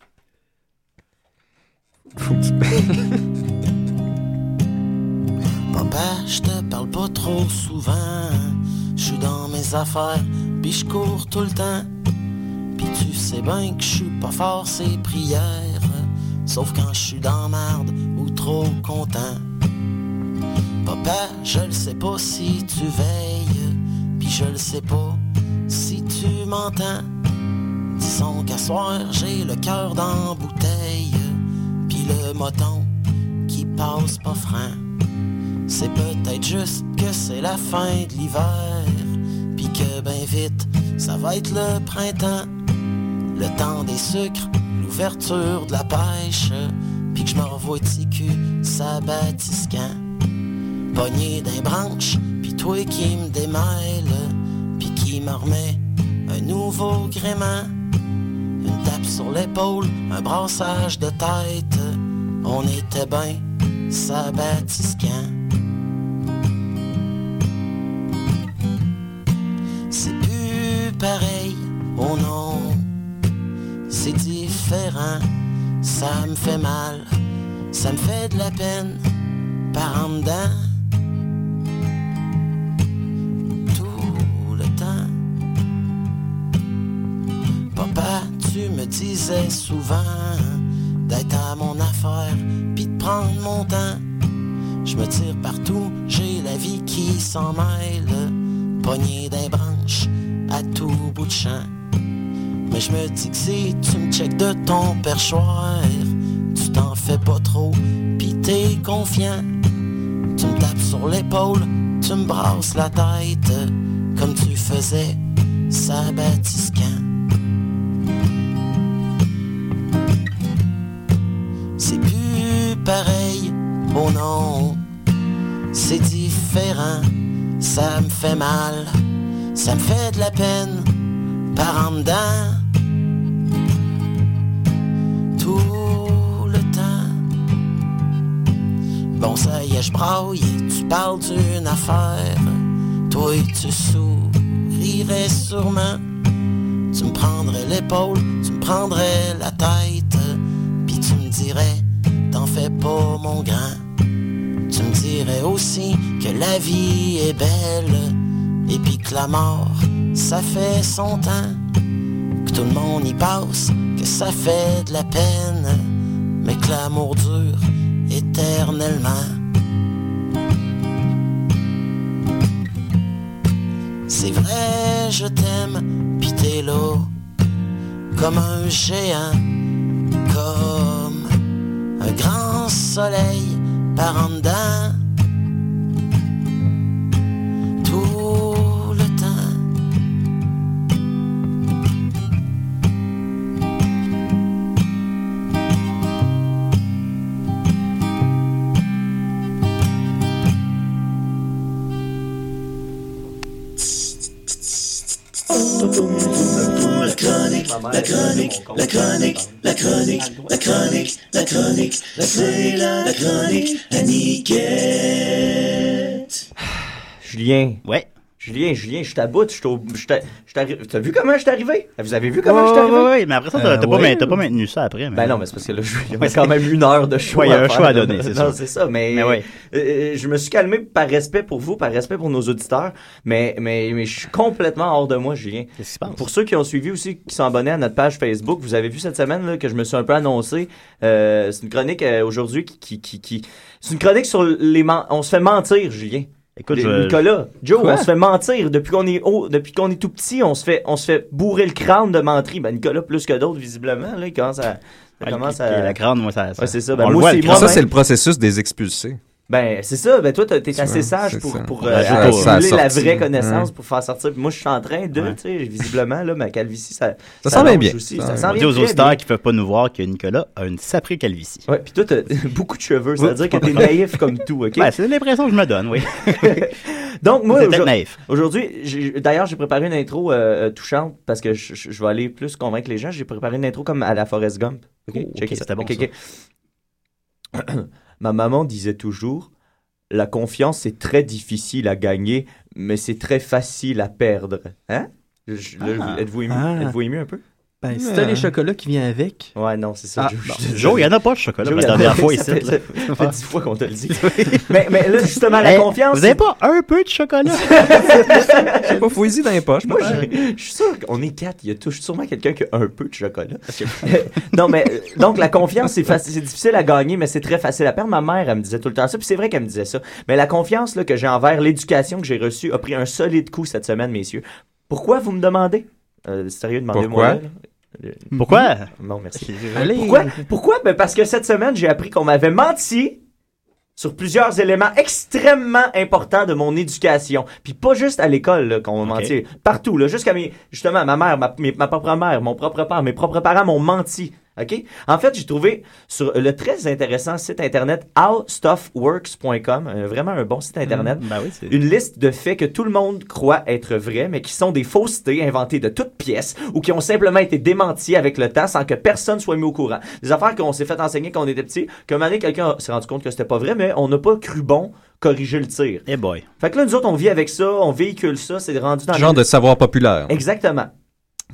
[SPEAKER 7] Papa, je te parle pas trop souvent. Je suis dans mes affaires, puis je cours tout le temps. Puis tu sais bien que je suis pas fort ces prières, sauf quand je suis dans marde ou trop content. Papa, je le sais pas si tu veilles, puis je le sais pas si tu m'entends. Disons qu'à soir, j'ai le cœur dans bouteille, puis le moton qui passe pas franc. C'est peut-être juste que c'est la fin de l'hiver, puis que ben vite, ça va être le printemps, le temps des sucres, l'ouverture de la pêche, puis que je me revois ticu, sabatisquant, pogné d'un branche, puis toi qui me démêle, puis qui me remet un nouveau gréement, une tape sur l'épaule, un brassage de tête, on était ben sabatisquant. C'est plus pareil, oh non, c'est différent, ça me fait mal, ça me fait de la peine par en dedans. Tout le temps. Papa, tu me disais souvent d'être à mon affaire, puis de prendre mon temps. Je me tire partout, j'ai la vie qui s'en mêle pogné d'un branche à tout bout de champ. Mais je me dis que si tu me checkes de ton perchoir, tu t'en fais pas trop, pis t'es confiant. Tu me tapes sur l'épaule, tu me brasses la tête, comme tu faisais sabatisquant. C'est plus pareil, oh non, c'est différent ça me fait mal, ça me fait de la peine par en dedans. Tout le temps. Bon, ça y est, je braille, tu parles d'une affaire. Toi, tu sourirais sûrement. Tu me prendrais l'épaule, tu me prendrais la tête. Puis tu me dirais, t'en fais pas mon grand. Tu me dirais aussi que la vie est belle et puis que la mort, ça fait son temps. Que tout le monde y passe, que ça fait de la peine, mais que l'amour dure éternellement. C'est vrai, je t'aime, pis t'es là, comme un géant, comme un grand soleil par en dedans. Tout le temps.
[SPEAKER 1] Julien,
[SPEAKER 2] Ouais.
[SPEAKER 1] Julien, Julien, je suis à bout, je suis au- je suis à- je suis arrivé. T'as vu comment je suis arrivé? Vous avez vu comment
[SPEAKER 2] Ouais,
[SPEAKER 1] je suis arrivé?
[SPEAKER 2] ouais, ouais, mais après ça, t'as
[SPEAKER 5] Euh,
[SPEAKER 2] t'as pas
[SPEAKER 5] ouais.
[SPEAKER 2] main- t'as pas, maintenu ça après. Mais...
[SPEAKER 1] Ben non, mais c'est parce que là, je- il y avait quand même une heure de choix.
[SPEAKER 2] Ouais, il y a un
[SPEAKER 1] faire.
[SPEAKER 2] choix à donner, c'est ça.
[SPEAKER 1] Non, c'est ça, mais,
[SPEAKER 2] Mais ouais.
[SPEAKER 1] euh, euh, je me suis calmé par respect pour vous, par respect pour nos auditeurs, mais, mais, mais je suis complètement hors de moi, Julien.
[SPEAKER 2] Qu'est-ce qui se passe?
[SPEAKER 1] Pour ceux qui ont suivi aussi, qui sont abonnés à notre page Facebook, vous avez vu cette semaine là, que je me suis un peu annoncé. Euh, c'est une chronique euh, aujourd'hui qui, qui, qui, qui- C'est une chronique sur les... men- On se fait mentir, Julien.
[SPEAKER 2] Écoute,
[SPEAKER 1] Les-
[SPEAKER 2] je-
[SPEAKER 1] Nicolas, Joe,
[SPEAKER 5] Quoi?
[SPEAKER 1] on se fait mentir depuis qu'on est haut, depuis qu'on est tout petit, on se fait, on se fait bourrer le crâne de menterie. Ben Nicolas plus que d'autres visiblement, là, il commence à, il
[SPEAKER 3] Ah,
[SPEAKER 2] Ouais,
[SPEAKER 1] commence
[SPEAKER 2] qui-
[SPEAKER 1] à-
[SPEAKER 2] qui est la grande, moi, ça. ça-
[SPEAKER 1] Ouais, c'est ça. Ben,
[SPEAKER 2] on le
[SPEAKER 1] moi,
[SPEAKER 2] voit,
[SPEAKER 1] c'est
[SPEAKER 2] le
[SPEAKER 1] moi,
[SPEAKER 2] crâne.
[SPEAKER 1] ben-
[SPEAKER 3] Ça, c'est le processus des expulsés.
[SPEAKER 1] Ben c'est ça. Ben toi, t'es- t'es
[SPEAKER 3] C'est
[SPEAKER 1] assez
[SPEAKER 3] ça,
[SPEAKER 1] sage
[SPEAKER 3] c'est
[SPEAKER 1] pour
[SPEAKER 3] ça.
[SPEAKER 1] pour
[SPEAKER 2] Ouais,
[SPEAKER 1] euh,
[SPEAKER 2] c'est ça, ça
[SPEAKER 1] assimiler
[SPEAKER 3] a
[SPEAKER 1] la
[SPEAKER 3] sorti.
[SPEAKER 1] vraie connaissance
[SPEAKER 3] Ouais.
[SPEAKER 1] pour faire sortir. Puis moi, je suis en train de,
[SPEAKER 2] Ouais.
[SPEAKER 1] tu sais, visiblement là, ma calvitie, ça
[SPEAKER 3] Ça sent bien
[SPEAKER 1] longe
[SPEAKER 3] bien.
[SPEAKER 1] aussi.
[SPEAKER 3] Ça
[SPEAKER 1] Ça
[SPEAKER 3] sent
[SPEAKER 1] sent
[SPEAKER 2] On dit
[SPEAKER 1] bien
[SPEAKER 2] aux
[SPEAKER 1] ben, très
[SPEAKER 2] auditeurs
[SPEAKER 1] bien.
[SPEAKER 2] qui peuvent pas nous voir que Nicolas a une sacrée calvitie.
[SPEAKER 1] Ouais, puis toi, t'as beaucoup de cheveux, c'est-à-dire que t'es naïf comme tout, ok?
[SPEAKER 2] Ouais, c'est l'impression que je me donne, oui.
[SPEAKER 1] Donc, moi,
[SPEAKER 2] C'est peut-être
[SPEAKER 1] aujourd'hui-
[SPEAKER 2] naïf.
[SPEAKER 1] Aujourd'hui, j'ai- d'ailleurs, j'ai préparé une intro euh, euh, touchante parce que je, je- je vais aller plus convaincre les gens. J'ai préparé une intro comme à la Forest Gump. Ok,
[SPEAKER 2] Oh, ok,
[SPEAKER 1] Checkez ça.
[SPEAKER 2] c'était bon,
[SPEAKER 1] Ok, ok. Ma maman disait toujours La confiance est très difficile à gagner, mais c'est très facile à perdre. Hein Je- je- là,
[SPEAKER 2] Ah.
[SPEAKER 1] Êtes-vous ému
[SPEAKER 5] Ah.
[SPEAKER 1] Êtes-vous ému un peu
[SPEAKER 5] Ben,
[SPEAKER 2] euh,
[SPEAKER 5] si t'as les chocolats qui viennent avec.
[SPEAKER 1] Ouais, non, c'est ça.
[SPEAKER 5] Ah,
[SPEAKER 1] je- je-
[SPEAKER 5] bon.
[SPEAKER 1] je-
[SPEAKER 2] Joe, il n'y en a pas de chocolat
[SPEAKER 1] Joe,
[SPEAKER 2] pour
[SPEAKER 1] il y
[SPEAKER 2] la
[SPEAKER 1] en a-
[SPEAKER 2] dernière fois
[SPEAKER 1] ça
[SPEAKER 2] ici.
[SPEAKER 1] fait-
[SPEAKER 2] là.
[SPEAKER 1] Ça fait dix fois qu'on te le dit. mais, mais là, justement, la
[SPEAKER 2] Hey,
[SPEAKER 1] confiance.
[SPEAKER 2] Vous avez pas un peu de chocolat?
[SPEAKER 3] Je sais pas, fouillez-y dans les poches.
[SPEAKER 1] Moi,
[SPEAKER 3] peut-être.
[SPEAKER 1] je, je suis sûr qu'on est quatre. Il y a tout- sûrement quelqu'un qui a un peu de chocolat. non, mais euh, donc la confiance, c'est faci- c'est difficile à gagner, mais c'est très facile à perdre. Ma mère, elle me disait tout le temps ça, puis c'est vrai qu'elle me disait ça. Mais la confiance là, que j'ai envers l'éducation que j'ai reçue a pris un solide coup cette semaine, messieurs. Pourquoi vous me demandez Euh, Sérieux, demandez-moi.
[SPEAKER 3] Pourquoi?
[SPEAKER 1] là. Euh,
[SPEAKER 2] Pourquoi?
[SPEAKER 1] Non, merci.
[SPEAKER 5] Allez.
[SPEAKER 1] Pourquoi? Pourquoi? Ben parce que cette semaine, j'ai appris qu'on m'avait menti sur plusieurs éléments extrêmement importants de mon éducation. Puis pas juste à l'école là, qu'on m'a
[SPEAKER 2] Ok.
[SPEAKER 1] menti. Partout, là, jusqu'à mes, justement, ma mère, ma, mes- ma propre mère, mon propre père, mes propres parents m'ont menti. OK? En fait, j'ai trouvé sur le très intéressant site internet howstuffworks.com, euh, vraiment un bon site internet,
[SPEAKER 2] Ben oui, c'est.
[SPEAKER 1] une liste de faits que tout le monde croit être vrais, mais qui sont des faussetés inventées de toutes pièces ou qui ont simplement été démenties avec le temps sans que personne soit mis au courant. Des affaires qu'on s'est fait enseigner quand on était petit, qu'un moment donné, quelqu'un s'est rendu compte que c'était pas vrai, mais on n'a pas cru bon corriger le tir.
[SPEAKER 2] Eh boy.
[SPEAKER 1] Fait que là, nous autres, on vit avec ça, on véhicule ça, c'est rendu dans
[SPEAKER 3] Genre de savoir populaire.
[SPEAKER 1] Exactement.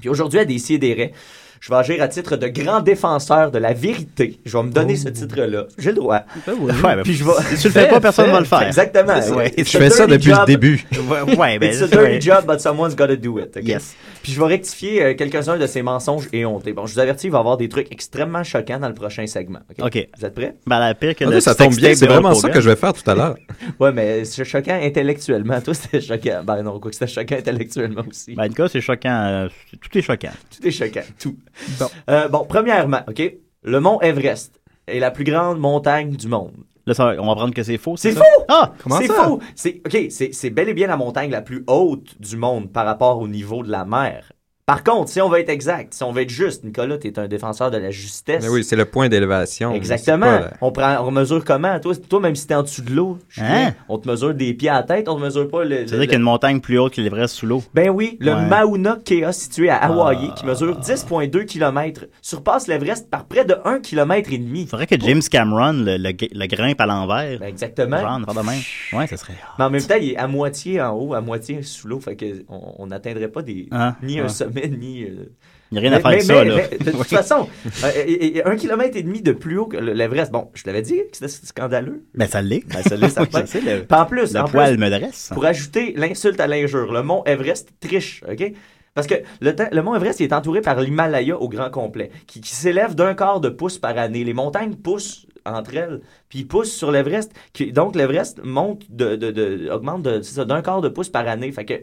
[SPEAKER 1] Puis aujourd'hui, à des raies, je vais agir à titre de grand défenseur de la vérité. Je vais me donner ce titre-là. J'ai le droit.
[SPEAKER 2] Ouais, Oh. ben,
[SPEAKER 1] Puis je vais-
[SPEAKER 2] Si tu le fais pas, personne va le faire.
[SPEAKER 1] Exactement.
[SPEAKER 2] C'est ça.
[SPEAKER 1] Ouais. It's
[SPEAKER 3] Je
[SPEAKER 1] a
[SPEAKER 3] fais ça
[SPEAKER 1] dirty
[SPEAKER 3] depuis le
[SPEAKER 1] job.
[SPEAKER 3] début.
[SPEAKER 2] Ouais, Ouais, ben.
[SPEAKER 1] It's a
[SPEAKER 2] c'est-
[SPEAKER 1] dirty job, but someone's gotta do it. ok?
[SPEAKER 2] Yes.
[SPEAKER 1] Puis je vais rectifier euh, quelques-uns de ces mensonges et hontés. Bon, je vous avertis, il va y avoir des trucs extrêmement choquants dans le prochain segment. ok?
[SPEAKER 2] Ok.
[SPEAKER 1] Vous êtes prêts?
[SPEAKER 2] Ben, la pire que
[SPEAKER 3] Ah,
[SPEAKER 2] le
[SPEAKER 3] ça tombe
[SPEAKER 2] sex
[SPEAKER 3] bien,
[SPEAKER 2] tape
[SPEAKER 3] c'est
[SPEAKER 2] de Hulk
[SPEAKER 3] vraiment ça
[SPEAKER 2] Hogan.
[SPEAKER 3] que je vais faire tout à l'heure.
[SPEAKER 1] Ouais, mais c'est choquant intellectuellement. Toi, c'était choquant. Ben non, quoi que c'était choquant intellectuellement aussi.
[SPEAKER 2] Ben, en tout cas, c'est choquant. euh, c'est- Tout est choquant.
[SPEAKER 1] Tout est choquant, tout.
[SPEAKER 5] Bon.
[SPEAKER 1] Euh, bon, premièrement, OK? Le mont Everest est la plus grande montagne du monde.
[SPEAKER 2] Là, ça, on va prendre que c'est faux.
[SPEAKER 1] C'est
[SPEAKER 2] ça?
[SPEAKER 1] faux!
[SPEAKER 2] Ah!
[SPEAKER 3] Comment
[SPEAKER 1] c'est
[SPEAKER 3] ça?
[SPEAKER 1] faux! C'est, OK, c'est, c'est bel et bien la montagne la plus haute du monde par rapport au niveau de la mer. Par contre, si on veut être exact, si on veut être juste, Nicolas, t'es un défenseur de la justesse.
[SPEAKER 3] Mais oui, c'est le point d'élévation.
[SPEAKER 1] Exactement.
[SPEAKER 3] C'est pas la-
[SPEAKER 1] On prend, on mesure comment? Toi, toi même si t'es en dessous de l'eau, Julien,
[SPEAKER 2] Hein?
[SPEAKER 1] on te mesure des pieds à la tête, on te mesure pas le. le-
[SPEAKER 2] C'est-à-dire
[SPEAKER 1] le-
[SPEAKER 2] qu'il y a une montagne plus haute que l'Everest sous l'eau.
[SPEAKER 1] Ben oui, le
[SPEAKER 2] Ouais.
[SPEAKER 1] Mauna Kea situé à Hawaï,
[SPEAKER 2] Ah.
[SPEAKER 1] qui mesure 10,2 km, surpasse l'Everest par près de 1 km et demi.
[SPEAKER 2] Il faudrait que James Cameron le, le, le grimpe à l'envers.
[SPEAKER 1] Oh. Ben exactement.
[SPEAKER 2] Genre, une affaire de même. Ouais, ça serait.
[SPEAKER 1] Mais en même temps, il est à moitié en haut, à moitié sous l'eau, fait que on on n'atteindrait pas des
[SPEAKER 2] Ah,
[SPEAKER 1] ni
[SPEAKER 2] ah.
[SPEAKER 1] un sommet ni. euh,
[SPEAKER 2] Il n'y a rien à faire avec
[SPEAKER 1] mais-
[SPEAKER 2] ça, là.
[SPEAKER 1] mais- de toute façon, euh, et- et- un kilomètre et demi de plus haut que le- l'Everest. Bon, je l'avais dit que c'était scandaleux.
[SPEAKER 2] Ben, ça l'est.
[SPEAKER 1] Ben, ça l'est, ça
[SPEAKER 2] Oui,
[SPEAKER 1] l'est.
[SPEAKER 2] c'est le,
[SPEAKER 1] Puis En plus,
[SPEAKER 2] le
[SPEAKER 1] en plus,
[SPEAKER 2] poil me dresse.
[SPEAKER 1] pour ajouter l'insulte à l'injure, le mont Everest triche, OK? Parce que le, te- le mont Everest il est entouré par l'Himalaya au grand complet, qui, qui s'élève d'un quart de pouce par année. Les montagnes poussent entre elles, puis ils poussent sur l'Everest. qui- Donc, l'Everest monte de, de- de- augmente de- c'est ça, d'un quart de pouce par année. Fait que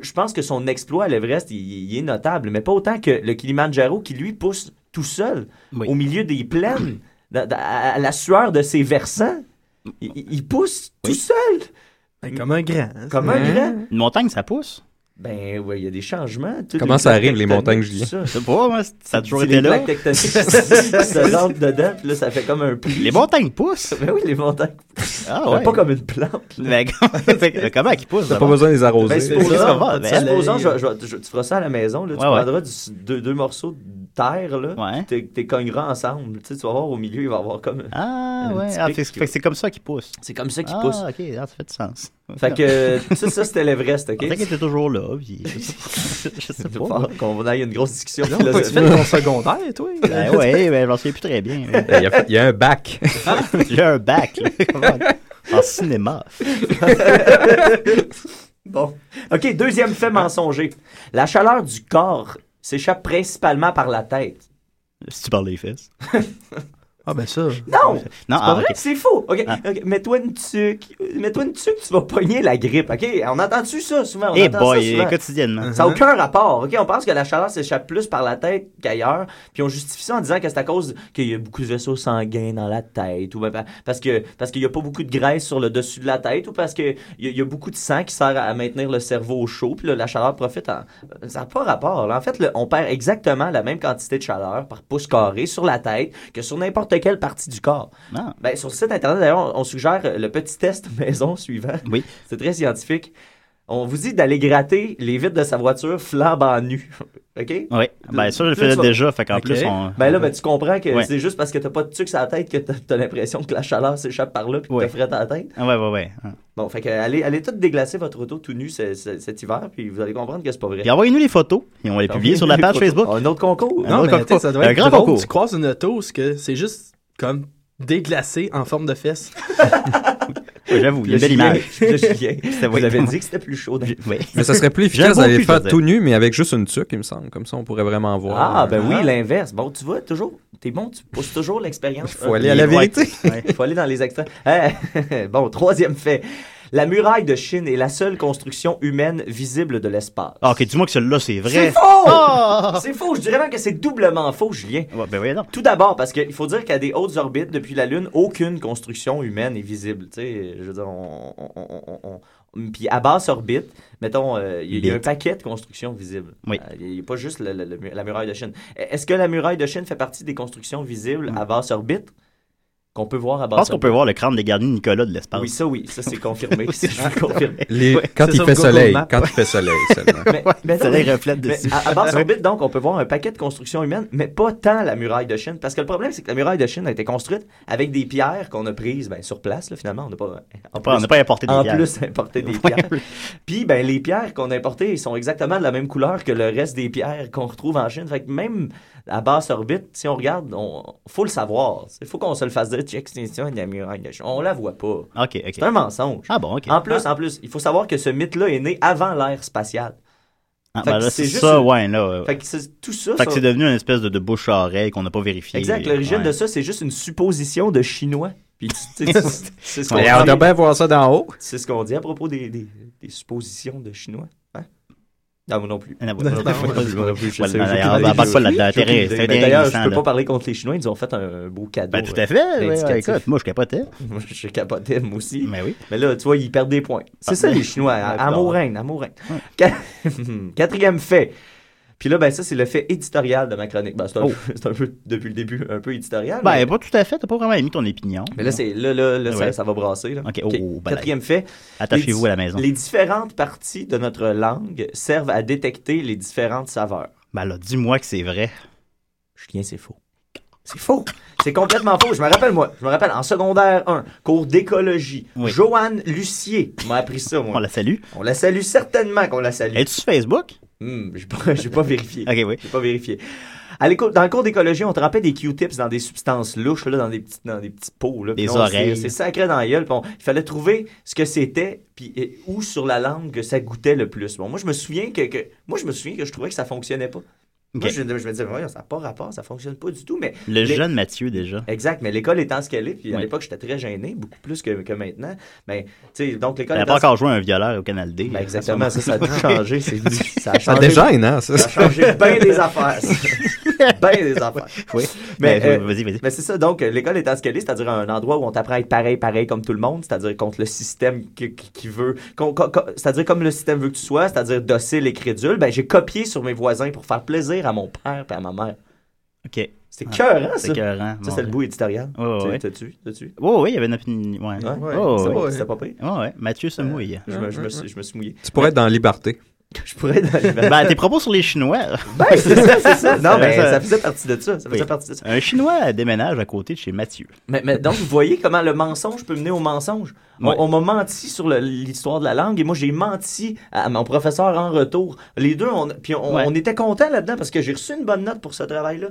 [SPEAKER 1] je pense que son exploit à l'Everest, il, il est notable, mais pas autant que le Kilimanjaro qui, lui, pousse tout seul
[SPEAKER 2] Oui.
[SPEAKER 1] au milieu des plaines, dans- dans- à, à la sueur de ses versants. Il, il- il pousse tout seul,
[SPEAKER 5] Ben, comme un grand. hein,
[SPEAKER 1] comme
[SPEAKER 5] c'est-
[SPEAKER 1] un grand.
[SPEAKER 2] Une montagne, ça pousse.
[SPEAKER 1] Ben oui, il y a des changements. tu sais,
[SPEAKER 3] Comment
[SPEAKER 1] les
[SPEAKER 3] ça
[SPEAKER 1] plaques
[SPEAKER 3] arrive, les
[SPEAKER 1] tectoniques,
[SPEAKER 3] montagnes,
[SPEAKER 1] tout
[SPEAKER 3] Julien?
[SPEAKER 1] ça.
[SPEAKER 2] Je sais pas, moi, ça a toujours
[SPEAKER 1] C'est
[SPEAKER 2] été
[SPEAKER 1] Les
[SPEAKER 2] là.
[SPEAKER 1] plaques tectoniques qui se rentrent dedans, puis là, ça fait comme un pli.
[SPEAKER 2] Les montagnes poussent.
[SPEAKER 1] Ben oui, les montagnes.
[SPEAKER 2] Ah ouais.
[SPEAKER 1] Pas comme une plante. là.
[SPEAKER 2] Mais fait que comment qu'ils poussent?
[SPEAKER 3] T'as pas
[SPEAKER 2] d'abord?
[SPEAKER 3] besoin de les arroser.
[SPEAKER 1] Ben,
[SPEAKER 2] c'est ça,
[SPEAKER 1] supposons,
[SPEAKER 2] va, ben,
[SPEAKER 1] supposons,
[SPEAKER 5] allez.
[SPEAKER 1] je- je- je- tu feras ça à la maison, là, tu
[SPEAKER 2] Ouais, ouais.
[SPEAKER 1] prendras du- deux, deux morceaux de terre, là,
[SPEAKER 2] Ouais.
[SPEAKER 1] puis t'es- t'es cogneras ensemble. Tu, sais, tu vas voir au milieu, il va y avoir comme.
[SPEAKER 2] Ah
[SPEAKER 1] Un
[SPEAKER 2] ouais.
[SPEAKER 1] petit
[SPEAKER 2] Ah,
[SPEAKER 1] pic
[SPEAKER 2] fait,
[SPEAKER 1] qui-
[SPEAKER 2] fait que c'est comme ça qu'ils poussent.
[SPEAKER 1] C'est comme ça qu'il
[SPEAKER 2] ah,
[SPEAKER 1] pousse.
[SPEAKER 2] ok, ah, ça fait du sens.
[SPEAKER 1] Fait que, euh, ça, ça c'était l'Everest, ok?
[SPEAKER 2] On dirait qu'il était toujours là. Puis... je sais pas. Je sais
[SPEAKER 1] Faut
[SPEAKER 2] pas.
[SPEAKER 1] pas qu'on aille à une grosse discussion
[SPEAKER 5] T'as-tu
[SPEAKER 1] philosophique.
[SPEAKER 5] fait ton secondaire, toi?
[SPEAKER 2] Ben ouais, ben, j'en souviens plus très bien. mais
[SPEAKER 3] Il Eh, y, a, il y a un bac.
[SPEAKER 2] J'ai un bac, là. comment- En cinéma.
[SPEAKER 1] Bon. OK, deuxième fait mensonger. La chaleur du corps s'échappe principalement par la tête.
[SPEAKER 2] Si tu parles des fesses.
[SPEAKER 5] Ah, ben ça.
[SPEAKER 2] Non,
[SPEAKER 1] Non! C'est pas
[SPEAKER 2] ah,
[SPEAKER 1] vrai,
[SPEAKER 2] ok.
[SPEAKER 1] c'est faux. OK,
[SPEAKER 2] Ah.
[SPEAKER 1] ok, mets-toi une tuque. Mets-toi une tuque, tu vas pogner la grippe. OK, on entend-tu ça souvent? On
[SPEAKER 2] Eh
[SPEAKER 1] entend ça
[SPEAKER 2] boy,
[SPEAKER 1] souvent. Uh-huh.
[SPEAKER 2] quotidiennement.
[SPEAKER 1] Ça n'a aucun rapport. OK, on pense que la chaleur s'échappe plus par la tête qu'ailleurs, puis on justifie ça en disant que c'est à cause qu'il y a beaucoup de vaisseaux sanguins dans la tête, ou ben pa- parce que parce qu'il n'y a pas beaucoup de graisse sur le dessus de la tête, ou parce qu'il y, a- il y a beaucoup de sang qui sert à, à maintenir le cerveau au chaud, puis là, la chaleur profite. En... Ça n'a pas rapport. là. En fait, le- on perd exactement la même quantité de chaleur par pouce carré sur la tête que sur n'importe quelle partie du corps.
[SPEAKER 2] Ah,
[SPEAKER 1] Ben, sur le site internet, d'ailleurs, on on suggère euh, le petit test maison suivant.
[SPEAKER 2] Oui.
[SPEAKER 1] C'est très scientifique. On vous dit d'aller gratter les vitres de sa voiture flambant nu. OK?
[SPEAKER 2] ouais. Ben ça, je le
[SPEAKER 1] Plus tu
[SPEAKER 2] faisais
[SPEAKER 1] vas-
[SPEAKER 2] déjà. Fait qu'en
[SPEAKER 5] Ok.
[SPEAKER 2] plus, on.
[SPEAKER 1] Ben là, ben, tu comprends que
[SPEAKER 2] Ouais.
[SPEAKER 1] c'est juste parce que t'as pas de tuque sur la tête que t'as t'as l'impression que la chaleur s'échappe par là puis que
[SPEAKER 2] Ouais.
[SPEAKER 1] t'as frais dans la tête.
[SPEAKER 2] Ah, Ouais, ouais, ouais. Ah.
[SPEAKER 1] Bon, fait que euh, allez, allez tout déglacer votre auto tout nu ce- ce- cet hiver, puis vous allez comprendre que c'est pas vrai.
[SPEAKER 2] Puis envoyez-nous les photos et on va les publier sur la page Facebook. Ah,
[SPEAKER 1] Un autre concours. hein?
[SPEAKER 2] Un
[SPEAKER 5] Ah Non,
[SPEAKER 2] autre
[SPEAKER 5] mais tu sais,
[SPEAKER 2] concours.
[SPEAKER 5] ça doit
[SPEAKER 2] Un
[SPEAKER 5] être
[SPEAKER 2] grand
[SPEAKER 5] drôle.
[SPEAKER 2] concours.
[SPEAKER 5] Tu croises une auto, ce que c'est juste comme déglacé en forme de fesse.
[SPEAKER 2] Ouais, J'avoue, il y a
[SPEAKER 1] Le
[SPEAKER 2] une belle
[SPEAKER 1] Julien-
[SPEAKER 2] image.
[SPEAKER 1] le Julien, vous avez
[SPEAKER 2] exactement.
[SPEAKER 1] dit que c'était plus chaud. dans-
[SPEAKER 2] Oui.
[SPEAKER 3] Mais ça serait plus
[SPEAKER 2] J'aime
[SPEAKER 3] efficace d'aller le
[SPEAKER 2] beaucoup,
[SPEAKER 3] faire
[SPEAKER 2] Joseph.
[SPEAKER 3] tout nu, mais avec juste une tuque, il me semble. Comme ça, on pourrait vraiment voir.
[SPEAKER 1] Ah, ben oui, l'inverse. Bon, tu vois, toujours, t'es bon, tu pousses toujours l'expérience. Euh,
[SPEAKER 3] Faut aller à la vérité.
[SPEAKER 2] Ouais.
[SPEAKER 1] Il faut aller dans les extraits. Eh, bon, troisième fait. La muraille de Chine est la seule construction humaine visible de l'espace.
[SPEAKER 2] Ah, ok, dis-moi que celui-là, c'est
[SPEAKER 1] C'est
[SPEAKER 2] vrai.
[SPEAKER 1] faux!
[SPEAKER 2] Ah!
[SPEAKER 1] C'est faux, je dirais même que c'est doublement faux, Julien.
[SPEAKER 2] Ouais, ben voyons donc.
[SPEAKER 1] Tout d'abord, parce qu'il faut dire qu'à des hautes orbites, depuis la Lune, aucune construction humaine est visible. Tu sais, je veux dire, on... on- on- on- on- Puis à basse orbite, mettons, euh, il y a- il y a un
[SPEAKER 2] Bit.
[SPEAKER 1] paquet de constructions visibles.
[SPEAKER 2] Oui.
[SPEAKER 1] Euh, Il n'y a pas juste le- le- le- la muraille de Chine. Est-ce que la muraille de Chine fait partie des constructions visibles à basse orbite qu'on peut voir à
[SPEAKER 2] Mm. Je
[SPEAKER 1] basse
[SPEAKER 2] pense
[SPEAKER 1] orbite?
[SPEAKER 2] qu'on peut voir le crâne des gardiens de Nicolas de l'espace.
[SPEAKER 1] Oui, ça, oui, ça c'est confirmé. ça, je vous le confirme.
[SPEAKER 3] Les- Quand
[SPEAKER 5] c'est
[SPEAKER 3] il
[SPEAKER 5] sur
[SPEAKER 3] fait
[SPEAKER 5] Google
[SPEAKER 3] soleil.
[SPEAKER 5] Maps.
[SPEAKER 3] Quand il fait soleil seulement.
[SPEAKER 1] Mais, mais non,
[SPEAKER 2] Ça les
[SPEAKER 1] mais-
[SPEAKER 2] reflète
[SPEAKER 1] mais
[SPEAKER 2] dessus.
[SPEAKER 1] à, à basse orbite, donc, on peut voir un paquet de constructions humaines, mais pas tant la muraille de Chine. Parce que le problème, c'est que la muraille de Chine a été construite avec des pierres qu'on a prises ben, sur place, là, finalement. On n'a pas, en
[SPEAKER 2] Ouais, on n'a pas importé des
[SPEAKER 1] en
[SPEAKER 2] bières.
[SPEAKER 1] plus importé des pierres. Puis, ben, les pierres qu'on a importées, ils sont exactement de la même couleur que le reste des pierres qu'on retrouve en Chine. Fait que même à basse orbite, si on regarde, on faut le savoir. Il faut qu'on se le fasse dire, check, c'est ça, la muraille de Chine. On la voit pas.
[SPEAKER 2] Ok,
[SPEAKER 1] C'est
[SPEAKER 2] ok.
[SPEAKER 1] un mensonge.
[SPEAKER 2] Ah bon, ok.
[SPEAKER 1] En plus, en plus, il faut savoir que ce mythe-là est né avant l'ère spatiale.
[SPEAKER 2] Ah,
[SPEAKER 1] fait
[SPEAKER 2] ben
[SPEAKER 1] que
[SPEAKER 2] là,
[SPEAKER 1] c'est
[SPEAKER 2] c'est
[SPEAKER 1] juste
[SPEAKER 2] ça,
[SPEAKER 1] une-
[SPEAKER 2] ouais, là. euh,
[SPEAKER 1] Fait que c'est- tout ça.
[SPEAKER 2] Fait que
[SPEAKER 1] ça-
[SPEAKER 2] c'est devenu une espèce de, de bouche à oreille qu'on n'a pas vérifié.
[SPEAKER 1] Exact, l'origine
[SPEAKER 2] Ouais.
[SPEAKER 1] de ça, c'est juste une supposition de chinois. Puis tu- tu- tu- c'est ce qu'on
[SPEAKER 3] Mais on doit
[SPEAKER 1] dit,
[SPEAKER 3] bien voir ça d'en haut.
[SPEAKER 1] c'est ce qu'on dit à propos des, des- des suppositions de chinois. Hein? Non, moi non plus.
[SPEAKER 2] Ah, ouais.
[SPEAKER 5] Non, non,
[SPEAKER 2] Ouais,
[SPEAKER 5] non,
[SPEAKER 2] ouais, ouais,
[SPEAKER 1] je sais,
[SPEAKER 2] ouais,
[SPEAKER 1] j'ai
[SPEAKER 2] d'ailleurs,
[SPEAKER 1] aucune
[SPEAKER 2] On
[SPEAKER 1] idée,
[SPEAKER 2] embarque
[SPEAKER 1] je-
[SPEAKER 2] pas là-dedans.
[SPEAKER 1] J'ai aucune
[SPEAKER 2] Thérèse,
[SPEAKER 1] idée.
[SPEAKER 2] c'est
[SPEAKER 1] Ben, D'ailleurs, je
[SPEAKER 2] intéressant,
[SPEAKER 1] peux
[SPEAKER 2] là.
[SPEAKER 1] pas parler contre les Chinois, ils nous ont fait un beau cadeau.
[SPEAKER 2] Ben, tout à fait. ouais, ouais,
[SPEAKER 1] Indicatif.
[SPEAKER 2] Écoute, moi, je capotais.
[SPEAKER 1] euh. Moi, je capotais, moi aussi.
[SPEAKER 2] Mais oui.
[SPEAKER 1] Mais là, tu vois, ils perdent des points. C'est
[SPEAKER 2] Ah,
[SPEAKER 1] ça,
[SPEAKER 2] mais-
[SPEAKER 1] les Chinois.
[SPEAKER 2] Ouais,
[SPEAKER 1] à-
[SPEAKER 2] puis
[SPEAKER 1] Amour reine, amour reine. Qua- Quatrième fait. Puis là, ben ça, c'est le fait éditorial de ma chronique. Ben, c'est un,
[SPEAKER 2] Oh.
[SPEAKER 1] peu- c'est un peu, depuis le début, un peu éditorial. mais-
[SPEAKER 2] Ben, pas tout à fait. T'as pas vraiment émis ton opinion.
[SPEAKER 1] mais là, c'est, là, là, là, ça- ça,
[SPEAKER 2] Ouais.
[SPEAKER 1] va brasser. Là.
[SPEAKER 2] Ok, oh, oh, balaye.
[SPEAKER 1] Quatrième fait.
[SPEAKER 2] Attachez-vous
[SPEAKER 1] les-
[SPEAKER 2] à la maison.
[SPEAKER 1] Les différentes parties de notre langue servent à détecter les différentes saveurs.
[SPEAKER 2] Ben là, dis-moi que c'est vrai.
[SPEAKER 1] Julien, c'est faux. C'est faux. C'est complètement faux. Je me rappelle, moi, je me rappelle, en secondaire 1, cours d'écologie,
[SPEAKER 2] Oui.
[SPEAKER 1] Joanne Lucier m'a appris ça, moi.
[SPEAKER 2] On la salue.
[SPEAKER 1] On la salue certainement qu'on la salue.
[SPEAKER 2] Es-tu sur Facebook?
[SPEAKER 1] Hmm, j'ai pas, j'ai pas vérifié.
[SPEAKER 2] Ok, oui.
[SPEAKER 1] J'ai pas vérifié. À l'éco- dans le cours d'écologie, on trempait des Q-tips dans des substances louches, là, dans, des petits, dans des petits pots. Là, Puis
[SPEAKER 2] Des
[SPEAKER 1] on-
[SPEAKER 2] oreilles.
[SPEAKER 1] C'est c'est sacré dans la gueule. Puis on- il fallait trouver ce que c'était, puis et où sur la langue que ça goûtait le plus. Bon, moi, je me souviens que, que- moi, je me souviens que je trouvais que ça fonctionnait pas. Moi, je, je me disais, voyons, ça n'a pas rapport, ça fonctionne pas du tout. Mais
[SPEAKER 2] Le
[SPEAKER 1] les-
[SPEAKER 2] jeune Mathieu, déjà.
[SPEAKER 1] Exact, mais l'école étant ce qu'elle est, puis à
[SPEAKER 2] Oui.
[SPEAKER 1] l'époque, j'étais très gêné, beaucoup plus que, que maintenant. Mais, tu sais, donc l'école
[SPEAKER 2] Il n'a
[SPEAKER 1] étant
[SPEAKER 2] pas
[SPEAKER 1] ce-
[SPEAKER 2] encore joué un violeur au Canal D.
[SPEAKER 1] Ben, exactement, ça, ça a tout changé. c'est- Ça a
[SPEAKER 3] Ça
[SPEAKER 1] changé,
[SPEAKER 3] dégène, hein, ça.
[SPEAKER 1] ça a changé bien des affaires. bien des affaires.
[SPEAKER 2] Oui.
[SPEAKER 1] Mais,
[SPEAKER 2] Mais
[SPEAKER 1] euh,
[SPEAKER 2] Ben, vas-y, vas-y.
[SPEAKER 1] Mais c'est ça, donc euh, l'école étant ce qu'elle est, c'est-à-dire un endroit où on t'apprend à être pareil, pareil comme tout le monde, c'est-à-dire contre le système qui, qui- qui veut, qu'on- qu'on- qu'on- c'est-à-dire comme le système veut que tu sois, c'est-à-dire docile et crédule, ben j'ai copié sur mes voisins pour faire plaisir à mon père et à ma mère.
[SPEAKER 2] OK.
[SPEAKER 1] C'est cœur, hein,
[SPEAKER 2] C'est
[SPEAKER 1] ça?
[SPEAKER 2] écœurant.
[SPEAKER 1] Ça,
[SPEAKER 2] Bon,
[SPEAKER 1] c'est le bout éditorial.
[SPEAKER 2] Ouais, ouais.
[SPEAKER 1] Tu- T'as-tu? T'as-tu?
[SPEAKER 2] Oh, oui, il y avait une opinion. Ouais.
[SPEAKER 1] Ouais, Euh.
[SPEAKER 3] ouais,
[SPEAKER 2] Oh,
[SPEAKER 1] C'est
[SPEAKER 2] ouais.
[SPEAKER 1] bon,
[SPEAKER 3] ouais.
[SPEAKER 1] C'était pas pire.
[SPEAKER 2] Ouais, ouais. Mathieu se mouille.
[SPEAKER 1] Je me, je me suis, je me suis mouillé.
[SPEAKER 3] Tu pourrais être dans la liberté.
[SPEAKER 1] Je pourrais être dans les
[SPEAKER 2] Ben, tes propos sur les Chinois.
[SPEAKER 1] Ben, c'est ça, c'est ça. Non,
[SPEAKER 2] Ça
[SPEAKER 1] mais
[SPEAKER 2] fait ça.
[SPEAKER 1] ça faisait partie de ça. Ça faisait
[SPEAKER 2] Oui.
[SPEAKER 1] partie de ça.
[SPEAKER 2] Un Chinois déménage à côté de chez Mathieu.
[SPEAKER 1] Mais, mais donc, vous voyez comment le mensonge peut mener au mensonge. On,
[SPEAKER 2] Ouais.
[SPEAKER 1] on m'a menti sur le- l'histoire de la langue et moi, j'ai menti à mon professeur en retour. Les deux, on, puis on,
[SPEAKER 2] Ouais.
[SPEAKER 1] on était contents là-dedans parce que j'ai reçu une bonne note pour ce travail-là.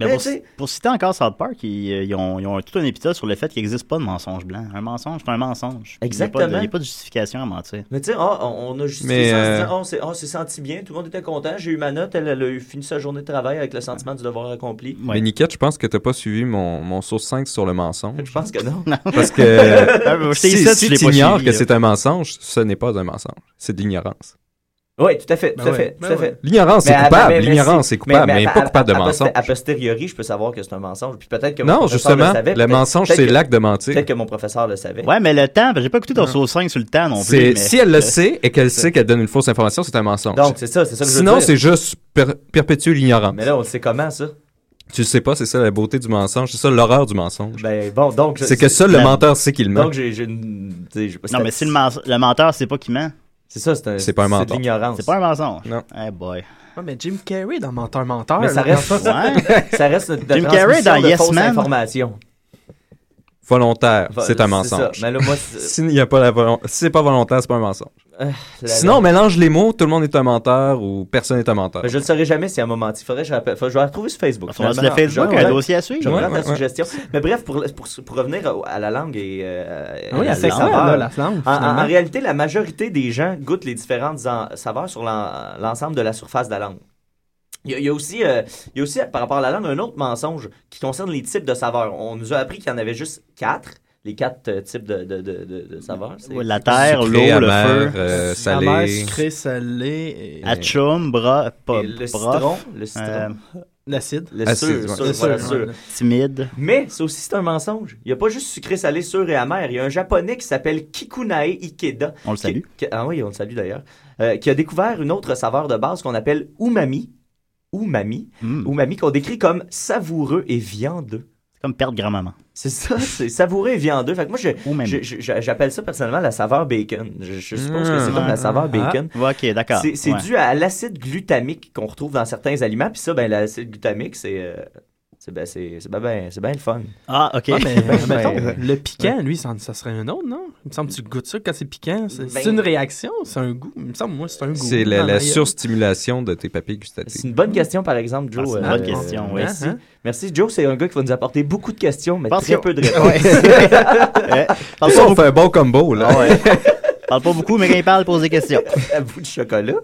[SPEAKER 2] Mais
[SPEAKER 1] Mais
[SPEAKER 2] pour,
[SPEAKER 1] Eh, tu sais-
[SPEAKER 2] pour citer encore South Park, ils, euh, ils ont, ils ont tout un épisode sur le fait qu'il n'existe pas de mensonge blanc. Un mensonge, c'est un mensonge. Il y a pas de-
[SPEAKER 1] Exactement.
[SPEAKER 2] Il n'y a, pas de justification à mentir.
[SPEAKER 1] Mais tu sais, ah, on, on a justifié
[SPEAKER 3] Mais,
[SPEAKER 1] ça en se
[SPEAKER 3] euh,
[SPEAKER 1] disant, ah, on s'est- ah, on s'est senti bien, tout le monde était content, j'ai eu ma note, elle, elle a eu fini sa journée de travail avec le sentiment du devoir accompli.
[SPEAKER 2] Ouais.
[SPEAKER 3] Mais Niquette, je pense que t'as pas suivi mon, mon source 5 sur le mensonge.
[SPEAKER 1] Je pense que non.
[SPEAKER 3] Parce que
[SPEAKER 2] Ah, mais c'est
[SPEAKER 3] si,
[SPEAKER 2] ça,
[SPEAKER 3] si
[SPEAKER 2] je l'ai
[SPEAKER 3] tu
[SPEAKER 2] pas
[SPEAKER 3] ignores
[SPEAKER 2] suivi,
[SPEAKER 3] que
[SPEAKER 2] là.
[SPEAKER 3] c'est un mensonge, ce n'est pas un mensonge. C'est de l'ignorance.
[SPEAKER 1] Oui, tout à fait, tout
[SPEAKER 5] Ben
[SPEAKER 1] à fait,
[SPEAKER 5] ouais,
[SPEAKER 1] tout
[SPEAKER 5] ben
[SPEAKER 1] à fait.
[SPEAKER 3] L'ignorance, c'est
[SPEAKER 1] Mais,
[SPEAKER 3] coupable.
[SPEAKER 1] mais, mais,
[SPEAKER 3] L'ignorance,
[SPEAKER 1] si-
[SPEAKER 3] c'est coupable, mais,
[SPEAKER 1] à-
[SPEAKER 3] pas coupable de
[SPEAKER 1] à- à
[SPEAKER 3] mensonge.
[SPEAKER 1] posté- A posteriori, je peux savoir que c'est un mensonge. Puis peut-être que mon
[SPEAKER 3] Non,
[SPEAKER 1] professeur
[SPEAKER 3] justement,
[SPEAKER 1] le savait.
[SPEAKER 3] le
[SPEAKER 1] peut-être-
[SPEAKER 3] mensonge,
[SPEAKER 1] peut-être
[SPEAKER 3] c'est
[SPEAKER 1] que-
[SPEAKER 3] l'acte de mentir.
[SPEAKER 1] Peut-être que mon professeur le savait.
[SPEAKER 2] Ouais, mais le temps, j'ai pas écouté ton source 5 sur le temps non plus.
[SPEAKER 3] C'est-
[SPEAKER 2] mais-
[SPEAKER 3] Si elle le sait et qu'elle sait qu'elle donne une fausse information, c'est un mensonge.
[SPEAKER 1] Donc, c'est ça, c'est ça que je
[SPEAKER 3] Sinon,
[SPEAKER 1] veux dire.
[SPEAKER 3] c'est juste per- perpétuer l'ignorance.
[SPEAKER 1] Mais là, on le sait comment, ça?
[SPEAKER 3] Tu le sais pas, c'est ça la beauté du mensonge, c'est ça l'horreur du mensonge.
[SPEAKER 1] Ben, bon, donc... je-
[SPEAKER 3] c'est que seul le
[SPEAKER 2] la-
[SPEAKER 3] menteur sait qu'il ment.
[SPEAKER 1] Donc, j'ai j'ai une... tu sais, j'ai pas-
[SPEAKER 2] Non, mais si le, mens- le menteur, c'est pas qui ment,
[SPEAKER 1] C'est ça, c'est un...
[SPEAKER 3] C'est pas un
[SPEAKER 1] C'est
[SPEAKER 3] mentor.
[SPEAKER 1] de l'ignorance.
[SPEAKER 2] c'est pas un mensonge.
[SPEAKER 3] Non.
[SPEAKER 2] Eh boy.
[SPEAKER 5] Ouais, Ah, mais Jim Carrey dans Menteur Menteur.
[SPEAKER 1] Mais
[SPEAKER 5] là,
[SPEAKER 1] ça
[SPEAKER 5] Ah
[SPEAKER 1] reste...
[SPEAKER 5] dans-
[SPEAKER 2] Ouais.
[SPEAKER 1] ça reste notre
[SPEAKER 2] Jim Carrey dans Yes Man.
[SPEAKER 1] information.
[SPEAKER 3] Volontaire, c'est un mensonge.
[SPEAKER 1] Mais là, moi... c'est-
[SPEAKER 3] S'il n'y a pas la volon- si c'est pas volontaire, c'est pas un mensonge.
[SPEAKER 1] la-
[SPEAKER 3] Sinon, on mélange les mots, tout le monde est un menteur ou personne n'est un menteur.
[SPEAKER 1] Ben, je ne saurais jamais si à un moment il faudrait que je, rappelle- faut- je vais la retrouver sur Facebook.
[SPEAKER 2] On va sur le
[SPEAKER 1] finalement.
[SPEAKER 2] Facebook,
[SPEAKER 1] Ouais,
[SPEAKER 2] un
[SPEAKER 1] ouais.
[SPEAKER 2] dossier à
[SPEAKER 1] Je
[SPEAKER 2] suivre.
[SPEAKER 1] reprends
[SPEAKER 3] Ouais,
[SPEAKER 1] ta
[SPEAKER 3] ouais, ouais.
[SPEAKER 1] suggestion. Mais bref, pour, pour, pour revenir à, à la langue et euh,
[SPEAKER 5] Oui,
[SPEAKER 1] et
[SPEAKER 5] la
[SPEAKER 1] à
[SPEAKER 5] saveur,
[SPEAKER 1] saveur.
[SPEAKER 5] là, la flamme.
[SPEAKER 1] En, en-
[SPEAKER 5] finalement.
[SPEAKER 1] en réalité, la majorité des gens goûtent les différentes en- saveurs sur l'en- l'ensemble de la surface de la langue. Il y, a, il y a aussi, euh, il y a aussi, par rapport à la langue, un autre mensonge qui concerne les types de saveurs. On nous a appris qu'il y en avait juste quatre, les quatre euh, types de, de- de- de- de saveurs. C'est-
[SPEAKER 2] La terre,
[SPEAKER 3] Sucré,
[SPEAKER 2] l'eau, le feu.
[SPEAKER 3] amer, euh,
[SPEAKER 5] Amère,
[SPEAKER 3] salé.
[SPEAKER 5] sucré, salé et
[SPEAKER 2] Achum, bras, pas,
[SPEAKER 1] Et le
[SPEAKER 2] bras,
[SPEAKER 1] citron, le citron,
[SPEAKER 2] euh,
[SPEAKER 5] l'acide.
[SPEAKER 1] le
[SPEAKER 3] acide,
[SPEAKER 1] sûr,
[SPEAKER 3] ouais.
[SPEAKER 1] sûr,
[SPEAKER 5] Le
[SPEAKER 1] voilà,
[SPEAKER 5] sûr,
[SPEAKER 1] sûr.
[SPEAKER 5] ouais.
[SPEAKER 2] timide.
[SPEAKER 1] Mais ça aussi, c'est un mensonge. Il n'y a pas juste sucré, salé, sûr et amer. Il y a un japonais qui s'appelle Kikunae Ikeda.
[SPEAKER 2] On le salue.
[SPEAKER 1] Qui- qui- ah oui, on le salue d'ailleurs. Euh, qui a découvert une autre saveur de base qu'on appelle umami. Umami.
[SPEAKER 2] Mm.
[SPEAKER 1] Umami qu'on décrit comme savoureux et viandeux.
[SPEAKER 2] C'est comme perdre grand-maman.
[SPEAKER 1] C'est ça, c'est savoureux et viandeux. Fait que moi, je-
[SPEAKER 2] Ou même.
[SPEAKER 1] je- je- je- j'appelle ça personnellement la saveur bacon. Je, je suppose que c'est
[SPEAKER 3] Mmh.
[SPEAKER 1] comme la saveur bacon.
[SPEAKER 2] Ouais, ok, Mm. Ah. d'accord.
[SPEAKER 1] C'est c'est
[SPEAKER 2] Ouais.
[SPEAKER 1] dû à l'acide glutamique qu'on retrouve dans certains aliments. Puis ça, ben, l'acide glutamique, c'est euh, c'est ben, c'est- c'est ben, ben, c'est ben le fun.
[SPEAKER 2] Ah, ok.
[SPEAKER 5] Ouais, mais
[SPEAKER 1] Ben,
[SPEAKER 5] mettons,
[SPEAKER 1] ben,
[SPEAKER 5] le piquant, lui, ça, ça serait un autre, non? Il me semble que tu goûtes ça quand c'est piquant. C'est c'est
[SPEAKER 1] Ben-
[SPEAKER 5] une réaction, c'est un goût. Il me semble, moi, c'est un goût.
[SPEAKER 3] C'est la,
[SPEAKER 5] Dans
[SPEAKER 3] la
[SPEAKER 5] ma-
[SPEAKER 3] surstimulation de tes papilles
[SPEAKER 1] C'est
[SPEAKER 3] gustatives.
[SPEAKER 1] une bonne question, par exemple, Joe.
[SPEAKER 2] Ah, c'est une
[SPEAKER 1] Euh,
[SPEAKER 2] bonne
[SPEAKER 5] hein,
[SPEAKER 2] question, oui.
[SPEAKER 1] Merci. Merci, Joe. C'est un gars qui va nous apporter beaucoup de questions, mais
[SPEAKER 2] Parce
[SPEAKER 1] très
[SPEAKER 2] que-
[SPEAKER 1] peu de réponses.
[SPEAKER 2] Ouais. Euh, parle,
[SPEAKER 3] Ça,
[SPEAKER 2] pas
[SPEAKER 3] on
[SPEAKER 2] beaucoup,
[SPEAKER 3] fait un bon combo, là.
[SPEAKER 2] parle pas beaucoup, mais quand il parle, pose des questions.
[SPEAKER 1] à bout de chocolat.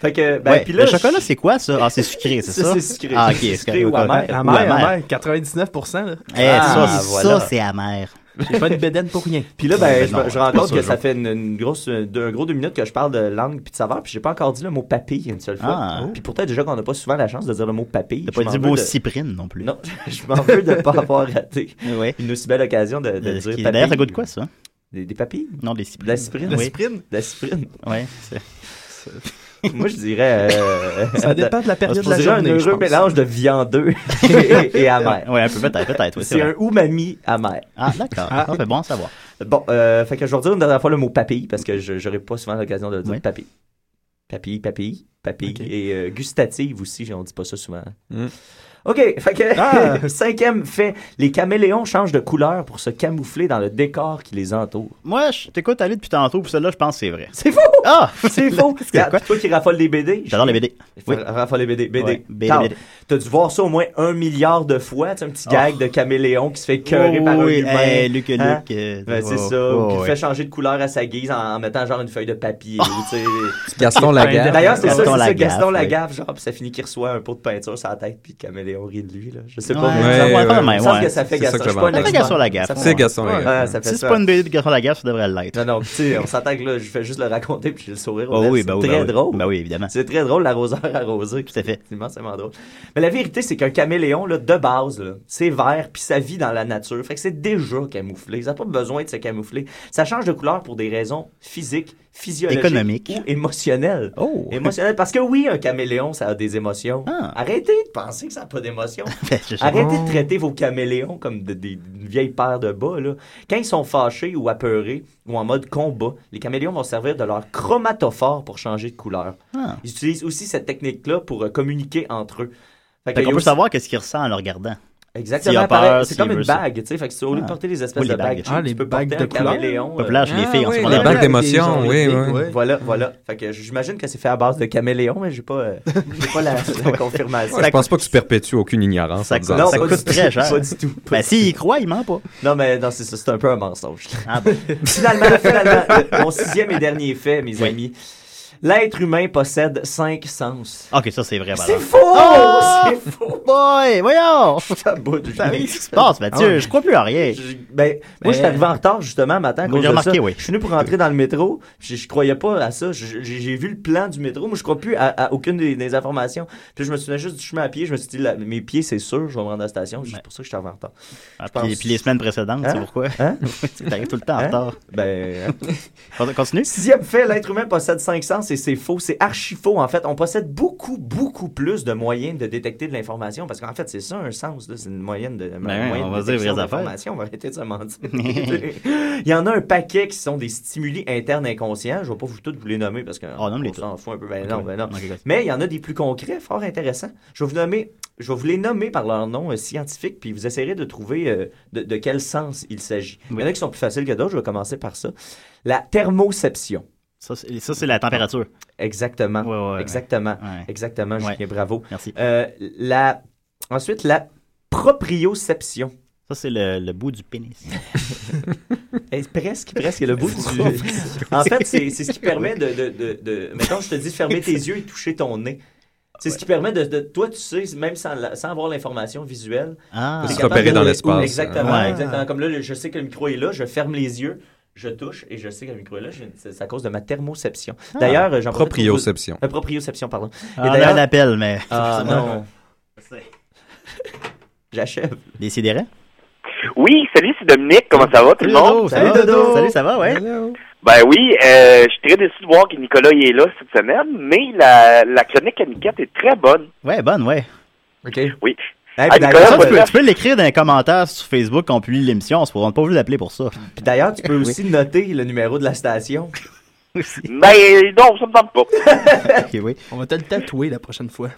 [SPEAKER 1] fait que, ben,
[SPEAKER 2] Ouais,
[SPEAKER 1] puis là,
[SPEAKER 2] le chocolat, c'est quoi ça? Ah, c'est sucré, c'est
[SPEAKER 1] Ça,
[SPEAKER 2] ça?
[SPEAKER 1] c'est sucré.
[SPEAKER 2] Ah, ok.
[SPEAKER 1] Sucré
[SPEAKER 2] c'est-
[SPEAKER 1] ou amer.
[SPEAKER 5] Amère,
[SPEAKER 2] Ou amer.
[SPEAKER 5] amère, 99%. là.
[SPEAKER 2] Eh,
[SPEAKER 1] Ah,
[SPEAKER 2] ça, ça,
[SPEAKER 1] voilà.
[SPEAKER 2] c'est amer.
[SPEAKER 5] J'ai pas une bédaine pour rien.
[SPEAKER 1] puis là, ben,
[SPEAKER 2] Ben
[SPEAKER 1] je,
[SPEAKER 2] non,
[SPEAKER 1] je rends compte
[SPEAKER 2] ça,
[SPEAKER 1] que
[SPEAKER 2] Joe.
[SPEAKER 1] ça fait une, une grosse, deux- un gros deux minutes que je parle de langue puis de saveur, puis j'ai pas encore dit le mot papille une seule fois.
[SPEAKER 2] Ah.
[SPEAKER 1] Puis pourtant, déjà qu'on n'a pas souvent la chance de dire le mot papille.
[SPEAKER 2] T'as
[SPEAKER 1] je
[SPEAKER 2] pas
[SPEAKER 1] m'en
[SPEAKER 2] dit
[SPEAKER 1] veux
[SPEAKER 2] beau
[SPEAKER 1] de-
[SPEAKER 2] cyprine non plus.
[SPEAKER 1] Non, je m'en veux de pas avoir raté
[SPEAKER 2] Oui.
[SPEAKER 1] une aussi belle occasion de, de
[SPEAKER 2] Euh,
[SPEAKER 1] dire
[SPEAKER 2] qui-
[SPEAKER 1] papille.
[SPEAKER 2] D'ailleurs, ça goûte quoi ça?
[SPEAKER 1] Des, des papilles?
[SPEAKER 2] Non, des
[SPEAKER 1] De
[SPEAKER 2] cyprines.
[SPEAKER 1] la cyprine?
[SPEAKER 2] Oui.
[SPEAKER 1] De la cyprine.
[SPEAKER 2] Ouais, c'est-
[SPEAKER 1] Moi, je dirais... euh,
[SPEAKER 5] Ça
[SPEAKER 3] Ben,
[SPEAKER 5] dépend de la
[SPEAKER 2] Ah,
[SPEAKER 1] Je
[SPEAKER 5] période de la
[SPEAKER 1] dirais un
[SPEAKER 5] journée, je
[SPEAKER 1] heureux
[SPEAKER 5] pense.
[SPEAKER 1] mélange de viandeux et, et amer.
[SPEAKER 2] Ouais, un peu peut-être, peut-être. oui,
[SPEAKER 1] C'est
[SPEAKER 2] vrai.
[SPEAKER 1] un umami amer.
[SPEAKER 2] Ah, d'accord.
[SPEAKER 5] Ah.
[SPEAKER 2] Ça fait bon à savoir.
[SPEAKER 1] Bon, euh, fait que je vais redire une dernière fois le mot papille parce que je n'aurai pas souvent l'occasion de le dire
[SPEAKER 2] Oui.
[SPEAKER 1] papille. Papille, papille, papille.
[SPEAKER 5] Ok.
[SPEAKER 1] Et euh, gustative aussi, on dit pas ça souvent.
[SPEAKER 3] Mm.
[SPEAKER 1] OK, fait que
[SPEAKER 5] Ah!
[SPEAKER 1] cinquième fait, les caméléons changent de couleur pour se camoufler dans le décor qui les entoure.
[SPEAKER 2] Moi, je t'écoute aller depuis tantôt, puis celle-là, je pense que c'est vrai.
[SPEAKER 1] C'est faux!
[SPEAKER 2] Ah!
[SPEAKER 1] C'est faux!
[SPEAKER 2] Qu'est-ce que-
[SPEAKER 1] Regarde,
[SPEAKER 2] quoi?
[SPEAKER 1] Toi qui raffole des BD.
[SPEAKER 2] J'adore les BD.
[SPEAKER 1] Oui. Raffole des BD. BD.
[SPEAKER 2] Ouais, BD.
[SPEAKER 1] Carl, T'as dû voir ça au moins un milliard de fois, tu sais, un petit
[SPEAKER 2] Oh.
[SPEAKER 1] gag de caméléon qui se fait cœurer
[SPEAKER 2] Oh,
[SPEAKER 1] par un
[SPEAKER 2] oui,
[SPEAKER 1] humain.
[SPEAKER 2] hey, Luc et
[SPEAKER 1] Hein?
[SPEAKER 2] Luc. euh,
[SPEAKER 1] Ben, c'est
[SPEAKER 2] oh,
[SPEAKER 1] ça, ou
[SPEAKER 2] oh,
[SPEAKER 1] qui
[SPEAKER 2] ouais.
[SPEAKER 1] fait changer de couleur à sa guise en, en mettant genre une feuille de papier. ou, tu sais.
[SPEAKER 3] Gaston Lagaffe.
[SPEAKER 1] D'ailleurs, c'est ça, c'est
[SPEAKER 2] Gaston
[SPEAKER 1] ça,
[SPEAKER 2] Lagaffe,
[SPEAKER 1] Gaston
[SPEAKER 2] oui.
[SPEAKER 1] Lagaffe, genre, puis ça finit qu'il reçoit un pot de peinture sur la tête, puis le caméléon rit de lui, là. Je sais
[SPEAKER 2] Ouais,
[SPEAKER 1] pas, mais
[SPEAKER 3] Ouais,
[SPEAKER 2] ça va
[SPEAKER 3] ouais,
[SPEAKER 2] faire de
[SPEAKER 1] il me
[SPEAKER 2] même,
[SPEAKER 1] semble
[SPEAKER 2] ouais.
[SPEAKER 1] que ça fait
[SPEAKER 3] C'est ça
[SPEAKER 1] Gaston.
[SPEAKER 3] que
[SPEAKER 1] Je
[SPEAKER 3] je
[SPEAKER 1] suis pas un
[SPEAKER 2] Ça fait
[SPEAKER 1] expert.
[SPEAKER 2] Gaston Lagaffe.
[SPEAKER 1] Ça fait-
[SPEAKER 3] C'est Gaston
[SPEAKER 5] Ouais.
[SPEAKER 1] Ouais,
[SPEAKER 3] Lagaffe.
[SPEAKER 1] ça fait
[SPEAKER 2] Si c'est
[SPEAKER 1] ça.
[SPEAKER 2] pas une BD de Gaston Lagaffe, ça devrait l'être.
[SPEAKER 1] Non, non, tu sais, on s'entend que là, je fais juste le raconter, puis j'ai le sourire. aux
[SPEAKER 2] Oh
[SPEAKER 1] lèvres.
[SPEAKER 2] oui,
[SPEAKER 1] C'est
[SPEAKER 2] bah oui.
[SPEAKER 1] très
[SPEAKER 2] bah oui.
[SPEAKER 1] drôle.
[SPEAKER 2] Bah oui, évidemment.
[SPEAKER 1] C'est très drôle, l'arroseur arrosé.
[SPEAKER 2] Tout à fait.
[SPEAKER 1] C'est immensément drôle. Mais la vérité, c'est qu'un caméléon, là, de base, là, c'est vert, puis ça vit dans la nature. Fait que c'est déjà camouflé. Ça n'a pas besoin de se camoufler. Ça change de couleur pour des raisons physiques, physiologiques
[SPEAKER 2] Économiques.
[SPEAKER 1] ou émotionnelles.
[SPEAKER 2] Oh!
[SPEAKER 1] Émotionnelles, parce que oui, un caméléon, ça a des émotions.
[SPEAKER 2] Ah.
[SPEAKER 1] Arrêtez de penser que ça n'a pas d'émotions.
[SPEAKER 2] Ben, Je sais pas.
[SPEAKER 1] Arrêtez de traiter vos caméléons comme de- des une vieille paire de bas. Là. Quand ils sont fâchés ou apeurés ou en mode combat, les caméléons vont servir de leur chromatophore pour changer de couleur.
[SPEAKER 2] Ah.
[SPEAKER 1] Ils utilisent aussi cette technique-là pour euh, communiquer entre eux. Fait que
[SPEAKER 2] Fait
[SPEAKER 1] il y
[SPEAKER 2] qu'on
[SPEAKER 1] a
[SPEAKER 2] peut
[SPEAKER 1] aussi-
[SPEAKER 2] savoir qu'est-ce qu'il ressent en le regardant. s'il
[SPEAKER 1] Exactement.
[SPEAKER 2] a peur,
[SPEAKER 1] pareil. C'est
[SPEAKER 2] s'il
[SPEAKER 1] comme une
[SPEAKER 2] veut ça.
[SPEAKER 1] bague, tu sais. Fait que si au lieu de
[SPEAKER 2] Ah.
[SPEAKER 1] porter des espèces
[SPEAKER 2] Oui,
[SPEAKER 1] de
[SPEAKER 2] les
[SPEAKER 1] bagues,
[SPEAKER 2] bagues.
[SPEAKER 1] cheap,
[SPEAKER 5] Ah, les
[SPEAKER 1] tu peux
[SPEAKER 5] bagues
[SPEAKER 1] porter
[SPEAKER 5] de
[SPEAKER 1] un
[SPEAKER 5] couleurs.
[SPEAKER 1] caméléon. euh,
[SPEAKER 2] Populaire chez les filles en
[SPEAKER 3] oui,
[SPEAKER 2] ce
[SPEAKER 3] les
[SPEAKER 2] moment.
[SPEAKER 3] bagues d'émotion, oui, oui.
[SPEAKER 1] Voilà, voilà. Fait que j'imagine que c'est fait à base de caméléon, mais j'ai pas, euh, j'ai pas la, la confirmation.
[SPEAKER 3] Ouais, je pense pas que tu perpétues aucune ignorance.
[SPEAKER 2] Ça
[SPEAKER 3] en disant
[SPEAKER 2] coûte-
[SPEAKER 3] ça.
[SPEAKER 1] pas
[SPEAKER 2] coûte
[SPEAKER 1] du
[SPEAKER 2] très
[SPEAKER 1] tout,
[SPEAKER 2] cher.
[SPEAKER 1] Pas du tout.
[SPEAKER 2] Ben, s'il y croit, il ment pas.
[SPEAKER 1] Non, mais non, c'est ça, c'est un peu un mensonge.
[SPEAKER 2] Ah bon.
[SPEAKER 1] Finalement, finalement, euh, mon sixième et dernier fait, mes amis. L'être humain possède cinq sens.
[SPEAKER 2] Ah, Ok, ça, c'est vrai,
[SPEAKER 1] C'est
[SPEAKER 2] valeur.
[SPEAKER 1] faux!
[SPEAKER 2] Ah!
[SPEAKER 1] C'est faux!
[SPEAKER 2] Boy, voyons!
[SPEAKER 1] Ça bout de
[SPEAKER 2] Qu'est-ce qui se passe, Mathieu? Je crois plus à rien.
[SPEAKER 1] Ah Je- ben, moi, je suis arrivé en retard justement un matin à
[SPEAKER 2] Oui,
[SPEAKER 1] cause
[SPEAKER 2] j'ai
[SPEAKER 1] de
[SPEAKER 2] remarqué,
[SPEAKER 1] ça.
[SPEAKER 2] oui.
[SPEAKER 1] Je suis venu pour rentrer dans le métro. Je, je croyais pas à ça. Je- J'ai j'ai vu le plan du métro. Moi, je crois plus à, à aucune des, des informations. Puis je me souvenais juste du chemin à pied. Je me suis dit, là, mes pieds, c'est sûr, je vais me rendre à la station. C'est
[SPEAKER 2] Ouais.
[SPEAKER 1] pour ça que je suis arrivé en retard.
[SPEAKER 2] Ah,
[SPEAKER 1] pense.
[SPEAKER 2] puis, puis les semaines précédentes,
[SPEAKER 1] Hein?
[SPEAKER 2] c'est pourquoi?
[SPEAKER 1] Hein?
[SPEAKER 2] T'arrives tout le temps en
[SPEAKER 1] Hein?
[SPEAKER 2] retard.
[SPEAKER 1] Ben, hein.
[SPEAKER 2] Con- Continue?
[SPEAKER 1] Sixième fait, l'être humain possède cinq sens et c'est faux. C'est archi faux, en fait. On possède beaucoup, beaucoup plus de moyens de détecter de l'information parce qu'en fait, c'est ça un sens. là. C'est une moyenne de.
[SPEAKER 2] Ben,
[SPEAKER 1] moyen
[SPEAKER 2] on
[SPEAKER 1] de
[SPEAKER 2] va dire
[SPEAKER 1] détection
[SPEAKER 2] vraies affaires.
[SPEAKER 1] d'information. On va arrêter de se mentir. Il y en a un paquet qui sont des stimuli internes inconscients. Je ne vais pas vous tous vous les nommer parce que
[SPEAKER 2] Oh, nomme-les
[SPEAKER 1] on s'en fout un peu. Ben non, ben non.
[SPEAKER 2] Ok, ok.
[SPEAKER 1] Mais il y en a des plus concrets, fort intéressants. Je vais vous nommer, je vais vous les nommer par leur nom euh, scientifique, puis vous essayerez de trouver euh, de, de quel sens il s'agit. Il y en a qui sont plus faciles que d'autres. Je vais commencer par ça. La thermoception.
[SPEAKER 2] Ça, c'est ça, c'est la température.
[SPEAKER 1] Exactement.
[SPEAKER 2] Ouais, ouais, ouais.
[SPEAKER 1] Exactement.
[SPEAKER 2] Ouais.
[SPEAKER 1] Exactement,
[SPEAKER 2] Ouais.
[SPEAKER 1] Julien, bravo.
[SPEAKER 2] Ah, Merci.
[SPEAKER 1] Euh, la... Ensuite, la proprioception.
[SPEAKER 2] Ça, c'est le, le bout du pénis.
[SPEAKER 1] Eh, presque, presque, le bout du... En fait, c'est c'est ce qui permet de, de, de, de- Mettons, je te dis de fermer tes yeux et toucher ton nez. C'est ce qui permet de, de- Toi, tu sais, même sans, la- sans avoir l'information visuelle...
[SPEAKER 2] Ah,
[SPEAKER 1] t'es
[SPEAKER 3] se
[SPEAKER 1] capable
[SPEAKER 3] repérer
[SPEAKER 1] de-
[SPEAKER 3] dans l'espace.
[SPEAKER 1] Exactement,
[SPEAKER 2] Ouais.
[SPEAKER 1] exactement. Comme là, le- je sais que le micro est là, je ferme les yeux, je touche et je sais que le micro est là. je- C'est c'est à cause de ma thermoception. D'ailleurs, j'en profite pour vous-
[SPEAKER 3] Proprioception.
[SPEAKER 1] Euh, proprioception, pardon.
[SPEAKER 2] on a
[SPEAKER 1] d'ailleurs-
[SPEAKER 2] un appel, mais.
[SPEAKER 1] Ah non,
[SPEAKER 2] C'est-
[SPEAKER 1] j'achève.
[SPEAKER 2] Décidérez.
[SPEAKER 8] Oui, salut, c'est Dominique. Comment ça va, tout le monde?
[SPEAKER 2] Salut,
[SPEAKER 1] Salut, Dodo.
[SPEAKER 2] Dodo. Salut, ça va, ouais?
[SPEAKER 8] Ben oui, euh, je suis très déçu de voir que Nicolas il est là cette semaine, mais la, la chronique Amiquette est très bonne.
[SPEAKER 2] Ouais, bonne, ouais.
[SPEAKER 1] OK.
[SPEAKER 8] Oui. Ah,
[SPEAKER 1] Hey, puis
[SPEAKER 8] Nicolas,
[SPEAKER 1] d'ailleurs,
[SPEAKER 2] Ça, tu
[SPEAKER 8] voilà.
[SPEAKER 2] peux, tu peux l'écrire dans les commentaires sur Facebook quand on publie l'émission. On se pourra pas vous l'appeler pour ça.
[SPEAKER 1] puis d'ailleurs, tu peux aussi noter le numéro de la station.
[SPEAKER 8] Mais Ben, non, ça me tente pas.
[SPEAKER 2] ok, oui.
[SPEAKER 5] On va te le tatouer la prochaine fois.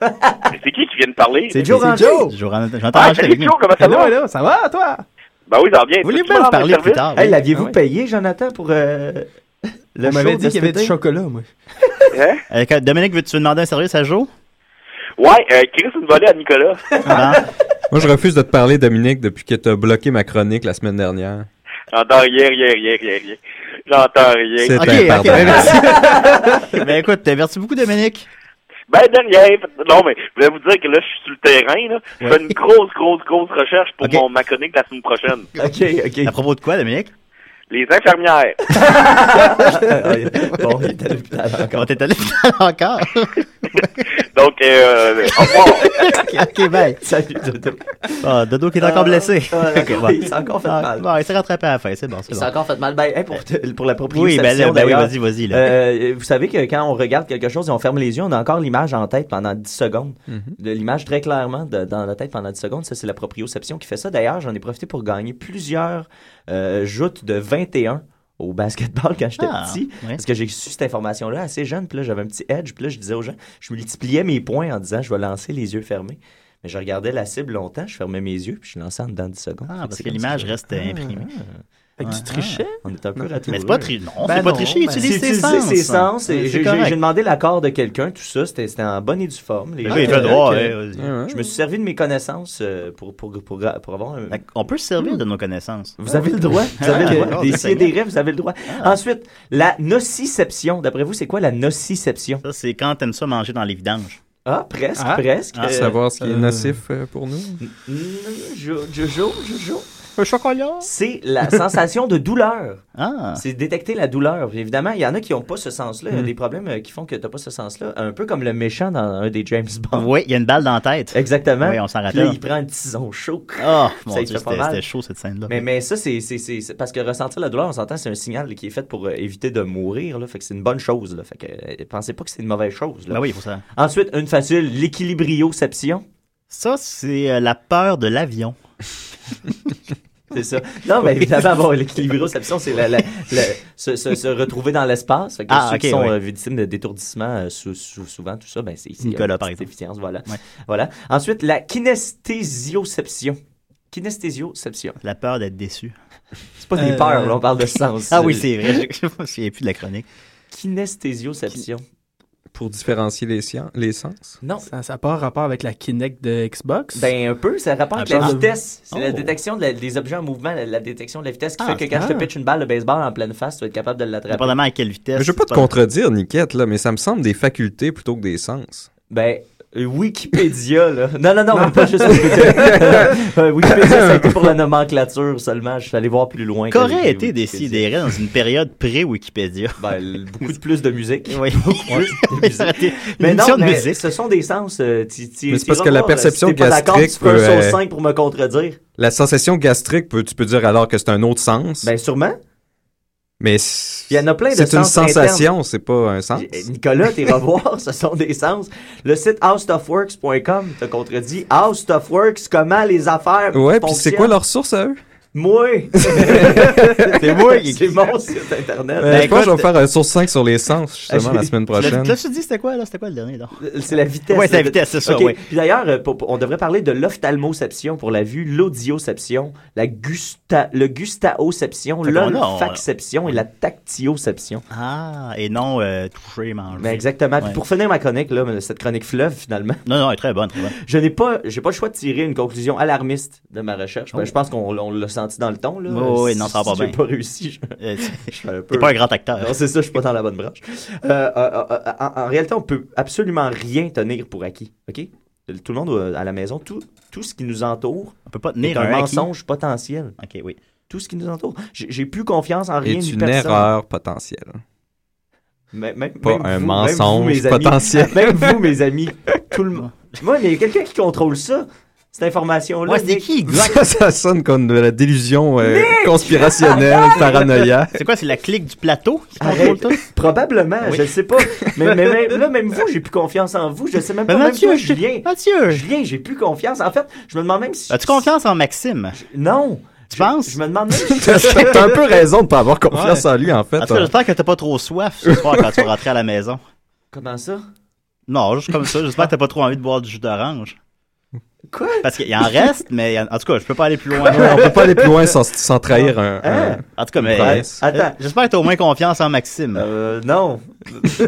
[SPEAKER 8] c'est qui qui vient de parler?
[SPEAKER 1] C'est Joe Randy.
[SPEAKER 2] J'entends
[SPEAKER 8] Ah,
[SPEAKER 2] J'entends
[SPEAKER 8] salut
[SPEAKER 2] avec nous.
[SPEAKER 8] Joe, comment ça va?
[SPEAKER 5] là, ça va, toi?
[SPEAKER 8] Ben oui, ça va bien.
[SPEAKER 2] Vous voulez
[SPEAKER 8] Peux-tu
[SPEAKER 2] bien
[SPEAKER 8] me
[SPEAKER 2] vous
[SPEAKER 8] rendre
[SPEAKER 2] parler plus
[SPEAKER 8] service?
[SPEAKER 2] tard?
[SPEAKER 1] Hey,
[SPEAKER 2] oui.
[SPEAKER 1] l'aviez-vous
[SPEAKER 2] Ouais.
[SPEAKER 1] payé, Jonathan, pour euh, le
[SPEAKER 5] On m'avait
[SPEAKER 1] show
[SPEAKER 5] dit qu'il y avait
[SPEAKER 1] de
[SPEAKER 5] du
[SPEAKER 1] cet été?
[SPEAKER 5] chocolat, moi.
[SPEAKER 2] Euh, quand- Dominique, veux-tu demander un service à Joe?
[SPEAKER 8] Ouais, euh, Chris, une volée à Nicolas.
[SPEAKER 2] Ah,
[SPEAKER 3] Moi, je refuse de te parler, Dominique, depuis que t'as bloqué ma chronique la semaine dernière.
[SPEAKER 8] J'entends rien, rien, rien, rien, rien. J'entends rien.
[SPEAKER 3] C'est
[SPEAKER 2] Ok, ok,
[SPEAKER 3] impardonnable.
[SPEAKER 2] merci. ben écoute, euh, merci beaucoup, Dominique.
[SPEAKER 8] Ben derrière, non mais je voulais vous dire que là, je suis sur le terrain, là. Je fais une grosse, grosse, grosse recherche pour
[SPEAKER 2] Ok.
[SPEAKER 8] mon, ma chronique de la semaine prochaine.
[SPEAKER 1] OK, OK.
[SPEAKER 2] À propos de quoi, Dominique?
[SPEAKER 8] Les infirmières.
[SPEAKER 1] Ah, bon, il était à l'hôpital Ah, bah, encore.
[SPEAKER 2] Comment t'es allé encore?
[SPEAKER 8] Donc, euh, au revoir.
[SPEAKER 2] ok, ok, bye.
[SPEAKER 1] Salut, Dodo.
[SPEAKER 2] Ah, Dodo qui est encore blessé.
[SPEAKER 1] Ah, d'accord,
[SPEAKER 2] bon.
[SPEAKER 1] Il s'est encore fait
[SPEAKER 2] Ah,
[SPEAKER 1] mal.
[SPEAKER 2] bon, il s'est rattrapé à la fin, c'est bon, c'est
[SPEAKER 1] Il s'est
[SPEAKER 2] bon.
[SPEAKER 1] encore fait mal. Ben, hey, pour, te- pour la
[SPEAKER 2] Oui,
[SPEAKER 1] proprioception,
[SPEAKER 2] ben, là, ben oui,
[SPEAKER 1] d'ailleurs,
[SPEAKER 2] vas-y, vas-y, là.
[SPEAKER 1] euh, vous savez que quand on regarde quelque chose et on ferme les yeux, on a encore l'image en tête pendant 10 secondes.
[SPEAKER 5] Mm-hmm.
[SPEAKER 1] de L'image très clairement de- dans la tête pendant 10 secondes, ça c'est la proprioception qui fait ça. D'ailleurs, j'en ai profité pour gagner plusieurs euh, joutes de 21 au basketball quand j'étais
[SPEAKER 2] Ah,
[SPEAKER 1] petit.
[SPEAKER 2] oui.
[SPEAKER 1] Parce que j'ai su cette information-là assez jeune, puis là j'avais un petit edge, puis là je disais aux gens, je multipliais mes points en disant je vais lancer les yeux fermés. Mais je regardais la cible longtemps, je fermais mes yeux, puis je lançais en dedans 10 secondes.
[SPEAKER 2] Ah,
[SPEAKER 1] Fait
[SPEAKER 2] parce
[SPEAKER 1] c'est
[SPEAKER 2] que
[SPEAKER 1] comme
[SPEAKER 2] l'image
[SPEAKER 1] ça.
[SPEAKER 2] reste euh, imprimée.
[SPEAKER 5] Fait que
[SPEAKER 2] Ouais.
[SPEAKER 5] tu trichais.
[SPEAKER 1] On est un peu ratouilleux.
[SPEAKER 2] Mais c'est pas tricher. Non,
[SPEAKER 5] Ben
[SPEAKER 2] c'est pas
[SPEAKER 5] non,
[SPEAKER 2] tricher.
[SPEAKER 5] ben-
[SPEAKER 2] Utilise ses
[SPEAKER 1] Utiliser
[SPEAKER 2] sens. hein.
[SPEAKER 1] ses sens.
[SPEAKER 2] Ouais,
[SPEAKER 1] et
[SPEAKER 2] c'est
[SPEAKER 1] j'ai- j'ai
[SPEAKER 2] correct. Ben
[SPEAKER 1] j'ai demandé l'accord de quelqu'un, tout ça, c'était c'était en bonne et due forme. Les
[SPEAKER 2] Le
[SPEAKER 1] gens
[SPEAKER 2] gars, il fait
[SPEAKER 1] étaient-
[SPEAKER 2] droit.
[SPEAKER 1] que-
[SPEAKER 2] ouais, vas-y.
[SPEAKER 1] Je me suis servi de mes connaissances euh, pour, pour, pour, pour avoir un...
[SPEAKER 2] Fait qu'on peut se servir de nos connaissances.
[SPEAKER 1] Vous avez le droit, vous avez le droit.
[SPEAKER 2] Ah,
[SPEAKER 1] Des
[SPEAKER 2] c'est Ah.
[SPEAKER 1] si et des rêves, vous avez le droit. Ensuite, la nociception. D'après vous, c'est quoi la nociception?
[SPEAKER 2] Ça, c'est quand t'aimes ça manger dans les vidanges.
[SPEAKER 1] Ah, presque,
[SPEAKER 5] Ah.
[SPEAKER 1] presque.
[SPEAKER 2] Ah,
[SPEAKER 1] Euh,
[SPEAKER 3] Savoir ce qui est
[SPEAKER 5] euh,
[SPEAKER 3] nocif euh, pour nous.
[SPEAKER 1] mm, jo- Jojo, Jojo.
[SPEAKER 2] Un chocolat.
[SPEAKER 1] C'est la sensation de douleur.
[SPEAKER 2] Ah. Mm.
[SPEAKER 1] C'est détecter la douleur. Puis Évidemment, il y en a qui n'ont pas ce sens-là. Il y a des problèmes euh, qui font que tu n'as pas ce sens-là. Un peu comme le méchant dans un des James Bond.
[SPEAKER 2] Oui, il y a une balle dans la tête.
[SPEAKER 1] Exactement.
[SPEAKER 2] Oui, on s'en
[SPEAKER 1] Puis là,
[SPEAKER 2] rappelle.
[SPEAKER 1] il prend un tison chaud.
[SPEAKER 2] Ah, mon
[SPEAKER 1] Ça, il
[SPEAKER 2] Dieu,
[SPEAKER 1] fait pas
[SPEAKER 2] c'était
[SPEAKER 1] mal.
[SPEAKER 2] c'était chaud cette scène-là.
[SPEAKER 1] Mais, mais ça, c'est, c'est, c'est, c'est- parce que ressentir la douleur, on s'entend, c'est un signal qui est fait pour euh, éviter de mourir. Là, fait que c'est une bonne chose. Là, fait que, euh, pensez pas que c'est une mauvaise chose. là.
[SPEAKER 2] Ben oui, il faut ça.
[SPEAKER 1] Ensuite, une facile, l'équilibrioception.
[SPEAKER 2] Ça, c'est euh, la peur de l'avion.
[SPEAKER 1] C'est ça. Non, mais évidemment, bon, l'équilibrioception, c'est la, la- la- se, se- se retrouver dans l'espace. Fait que
[SPEAKER 2] Ah,
[SPEAKER 1] ceux qui
[SPEAKER 2] ok,
[SPEAKER 1] sont
[SPEAKER 2] ouais.
[SPEAKER 1] euh, victimes de détourdissement euh, sou- sou- souvent, tout ça, ben, c'est ici.
[SPEAKER 2] Nicolas, par exemple.
[SPEAKER 1] Efficience, voilà.
[SPEAKER 2] Ouais.
[SPEAKER 1] voilà. Ensuite, la kinesthésioception. Kinesthésioception.
[SPEAKER 2] La peur d'être déçu.
[SPEAKER 1] C'est pas des
[SPEAKER 5] Euh,
[SPEAKER 1] peurs, là, on parle de sens.
[SPEAKER 2] Ah oui, c'est vrai. Je me souviens plus de la chronique.
[SPEAKER 1] Kinesthésioception.
[SPEAKER 3] Pour différencier les, scien- les sens.
[SPEAKER 1] Non,
[SPEAKER 5] Ça n'a pas rapport avec la Kinect de Xbox.
[SPEAKER 1] Ben un peu, ça rapporte
[SPEAKER 2] Un
[SPEAKER 1] avec la
[SPEAKER 2] peu.
[SPEAKER 1] vitesse. C'est la
[SPEAKER 2] Oh.
[SPEAKER 1] détection de la- des objets en mouvement, la, la détection de la vitesse qui
[SPEAKER 2] Ah,
[SPEAKER 1] fait que quand je
[SPEAKER 5] ah.
[SPEAKER 1] te pitche une balle de baseball en pleine face, tu vas être capable de l'attraper.
[SPEAKER 2] Dépendamment à quelle vitesse.
[SPEAKER 3] Mais je veux pas te
[SPEAKER 2] c'est
[SPEAKER 3] contredire, Niquette, là, mais ça me semble des facultés plutôt que des sens.
[SPEAKER 1] Ben, euh, Wikipédia, là. Non, non, non, pas juste Wikipédia. Euh, Wikipédia, ça a été pour la nomenclature seulement. Je suis allé voir plus loin. que
[SPEAKER 2] Qu'aurait
[SPEAKER 1] les-
[SPEAKER 2] été des
[SPEAKER 1] Wikipédia.
[SPEAKER 2] sidérés dans une période pré-Wikipédia?
[SPEAKER 1] Ben, l- beaucoup de plus de musique.
[SPEAKER 2] Oui.
[SPEAKER 1] Ouais, de musique.
[SPEAKER 2] Ça aurait été
[SPEAKER 1] Mais
[SPEAKER 2] une
[SPEAKER 1] non,
[SPEAKER 2] émission de
[SPEAKER 1] mais
[SPEAKER 2] musique.
[SPEAKER 1] ce sont des sens. euh, tu- tu-
[SPEAKER 3] Mais c'est
[SPEAKER 1] tu
[SPEAKER 3] parce
[SPEAKER 1] iras
[SPEAKER 3] que la
[SPEAKER 1] voir, euh, si
[SPEAKER 3] perception
[SPEAKER 1] t'es pas d'accord,
[SPEAKER 3] gastrique
[SPEAKER 1] Tu peux un
[SPEAKER 3] peut,
[SPEAKER 1] saut
[SPEAKER 3] euh,
[SPEAKER 1] 5 pour me contredire.
[SPEAKER 3] La sensation gastrique, peut- tu peux dire alors que c'est un autre sens,
[SPEAKER 1] Ben, sûrement.
[SPEAKER 3] mais
[SPEAKER 1] Il y en a plein de
[SPEAKER 3] c'est une
[SPEAKER 1] sens internes.
[SPEAKER 3] sensation, c'est pas un sens.
[SPEAKER 1] Eh, Nicolas, t'es revoir, ce sont des sens. Le site howstuffworks.com te contredit. How Stuff Works, comment les affaires
[SPEAKER 3] Ouais, puis
[SPEAKER 1] fonctionnent.
[SPEAKER 3] c'est quoi leur source à eux?
[SPEAKER 1] Moi!
[SPEAKER 2] C'est moi qui-
[SPEAKER 1] c'est mon site internet.
[SPEAKER 3] Euh, je pense que je vais
[SPEAKER 2] écoute,
[SPEAKER 3] faire un source 5 sur les sens, justement,
[SPEAKER 1] je-
[SPEAKER 3] la semaine
[SPEAKER 2] Tu l'as-
[SPEAKER 3] prochaine.
[SPEAKER 2] tu l'as-tu dit, c'était quoi, là? C'était quoi le dernier, là?
[SPEAKER 1] Ben, C'est la vitesse.
[SPEAKER 2] Ouais, c'est la vitesse, c'est ça,
[SPEAKER 1] Ok.
[SPEAKER 2] ouais.
[SPEAKER 1] Puis d'ailleurs, euh, pour- pour- on devrait parler de l'ophtalmoception pour la vue, l'audioception, la gusta, le gustaoception,
[SPEAKER 2] Fait qu'on a- on-
[SPEAKER 1] l'olfaception et la tactioception.
[SPEAKER 2] Ah, et non euh, toucher, manger.
[SPEAKER 1] Ben, exactement. Puis
[SPEAKER 2] Ouais.
[SPEAKER 1] pour finir ma chronique, là, cette chronique fleuve, finalement,
[SPEAKER 2] Non, non, elle est très bonne, très bonne.
[SPEAKER 1] Je n'ai pas, j'ai pas le choix de tirer une conclusion alarmiste de ma recherche. Ben,
[SPEAKER 2] Oh.
[SPEAKER 1] Je pense qu'on on l'a senti dans le ton. Là.
[SPEAKER 2] Oui, oui, non, ça va
[SPEAKER 1] Si
[SPEAKER 2] pas
[SPEAKER 1] j'ai
[SPEAKER 2] bien.
[SPEAKER 1] pas réussi. Je,
[SPEAKER 2] Euh,
[SPEAKER 1] je suis un peu.
[SPEAKER 2] T'es pas un grand acteur.
[SPEAKER 1] Euh, Non, c'est ça, je suis pas dans la bonne branche. Euh, euh, euh, euh, en, en réalité, on peut absolument rien tenir pour acquis. Ok, tout le monde euh, à la maison, tout, tout ce qui nous entoure
[SPEAKER 2] On peut pas
[SPEAKER 1] est
[SPEAKER 2] tenir
[SPEAKER 1] un,
[SPEAKER 2] un acquis.
[SPEAKER 1] mensonge potentiel.
[SPEAKER 2] Ok, oui.
[SPEAKER 1] Tout ce qui nous entoure, j'ai j'ai plus confiance en rien
[SPEAKER 3] est
[SPEAKER 1] ni
[SPEAKER 3] une
[SPEAKER 1] personne.
[SPEAKER 3] erreur potentielle.
[SPEAKER 1] Mais- même-
[SPEAKER 3] Pas un
[SPEAKER 1] même vous- même vous,
[SPEAKER 3] mensonge
[SPEAKER 1] mes amis.
[SPEAKER 3] potentiel.
[SPEAKER 1] Même vous, mes amis, tout le monde. Moi, mais il y a quelqu'un qui contrôle ça. Cette information-là.
[SPEAKER 2] Ouais, c'est
[SPEAKER 1] Nick.
[SPEAKER 2] qui, exact?
[SPEAKER 3] Ça, ça sonne comme de la délusion euh, conspirationnelle, paranoïaque.
[SPEAKER 2] C'est quoi, c'est la clique du plateau qui contrôle
[SPEAKER 1] Arrête.
[SPEAKER 2] tout?
[SPEAKER 1] Probablement,
[SPEAKER 2] Oui.
[SPEAKER 1] je ne sais pas. Mais, mais- mais là, même vous, j'ai plus confiance en vous. Je sais même pas. Même toi, Julien,
[SPEAKER 2] Mathieu!
[SPEAKER 1] Julien, j'ai plus confiance. En fait, je me demande même si.
[SPEAKER 2] As-tu confiance en Maxime?
[SPEAKER 1] Non.
[SPEAKER 2] Tu
[SPEAKER 1] Je-
[SPEAKER 2] penses?
[SPEAKER 1] Je me demande même si.
[SPEAKER 3] T'as un peu raison de pas avoir confiance en lui, en fait. hein.
[SPEAKER 2] En tout cas, j'espère que t'as pas trop soif ce soir quand tu vas rentrer à la maison.
[SPEAKER 1] Comment ça?
[SPEAKER 2] Non, juste comme ça, j'espère que t'as pas trop envie de boire du jus d'orange.
[SPEAKER 1] Quoi?
[SPEAKER 2] Parce qu'il en reste, mais en en tout cas, je peux pas aller plus loin.
[SPEAKER 3] Ouais, on peut pas aller plus loin sans, sans trahir un... un-
[SPEAKER 1] Hein?
[SPEAKER 2] En tout cas, mais.
[SPEAKER 3] Ouais.
[SPEAKER 2] euh,
[SPEAKER 1] Attends.
[SPEAKER 2] J'espère que t'as au moins confiance en Maxime.
[SPEAKER 1] Euh, non.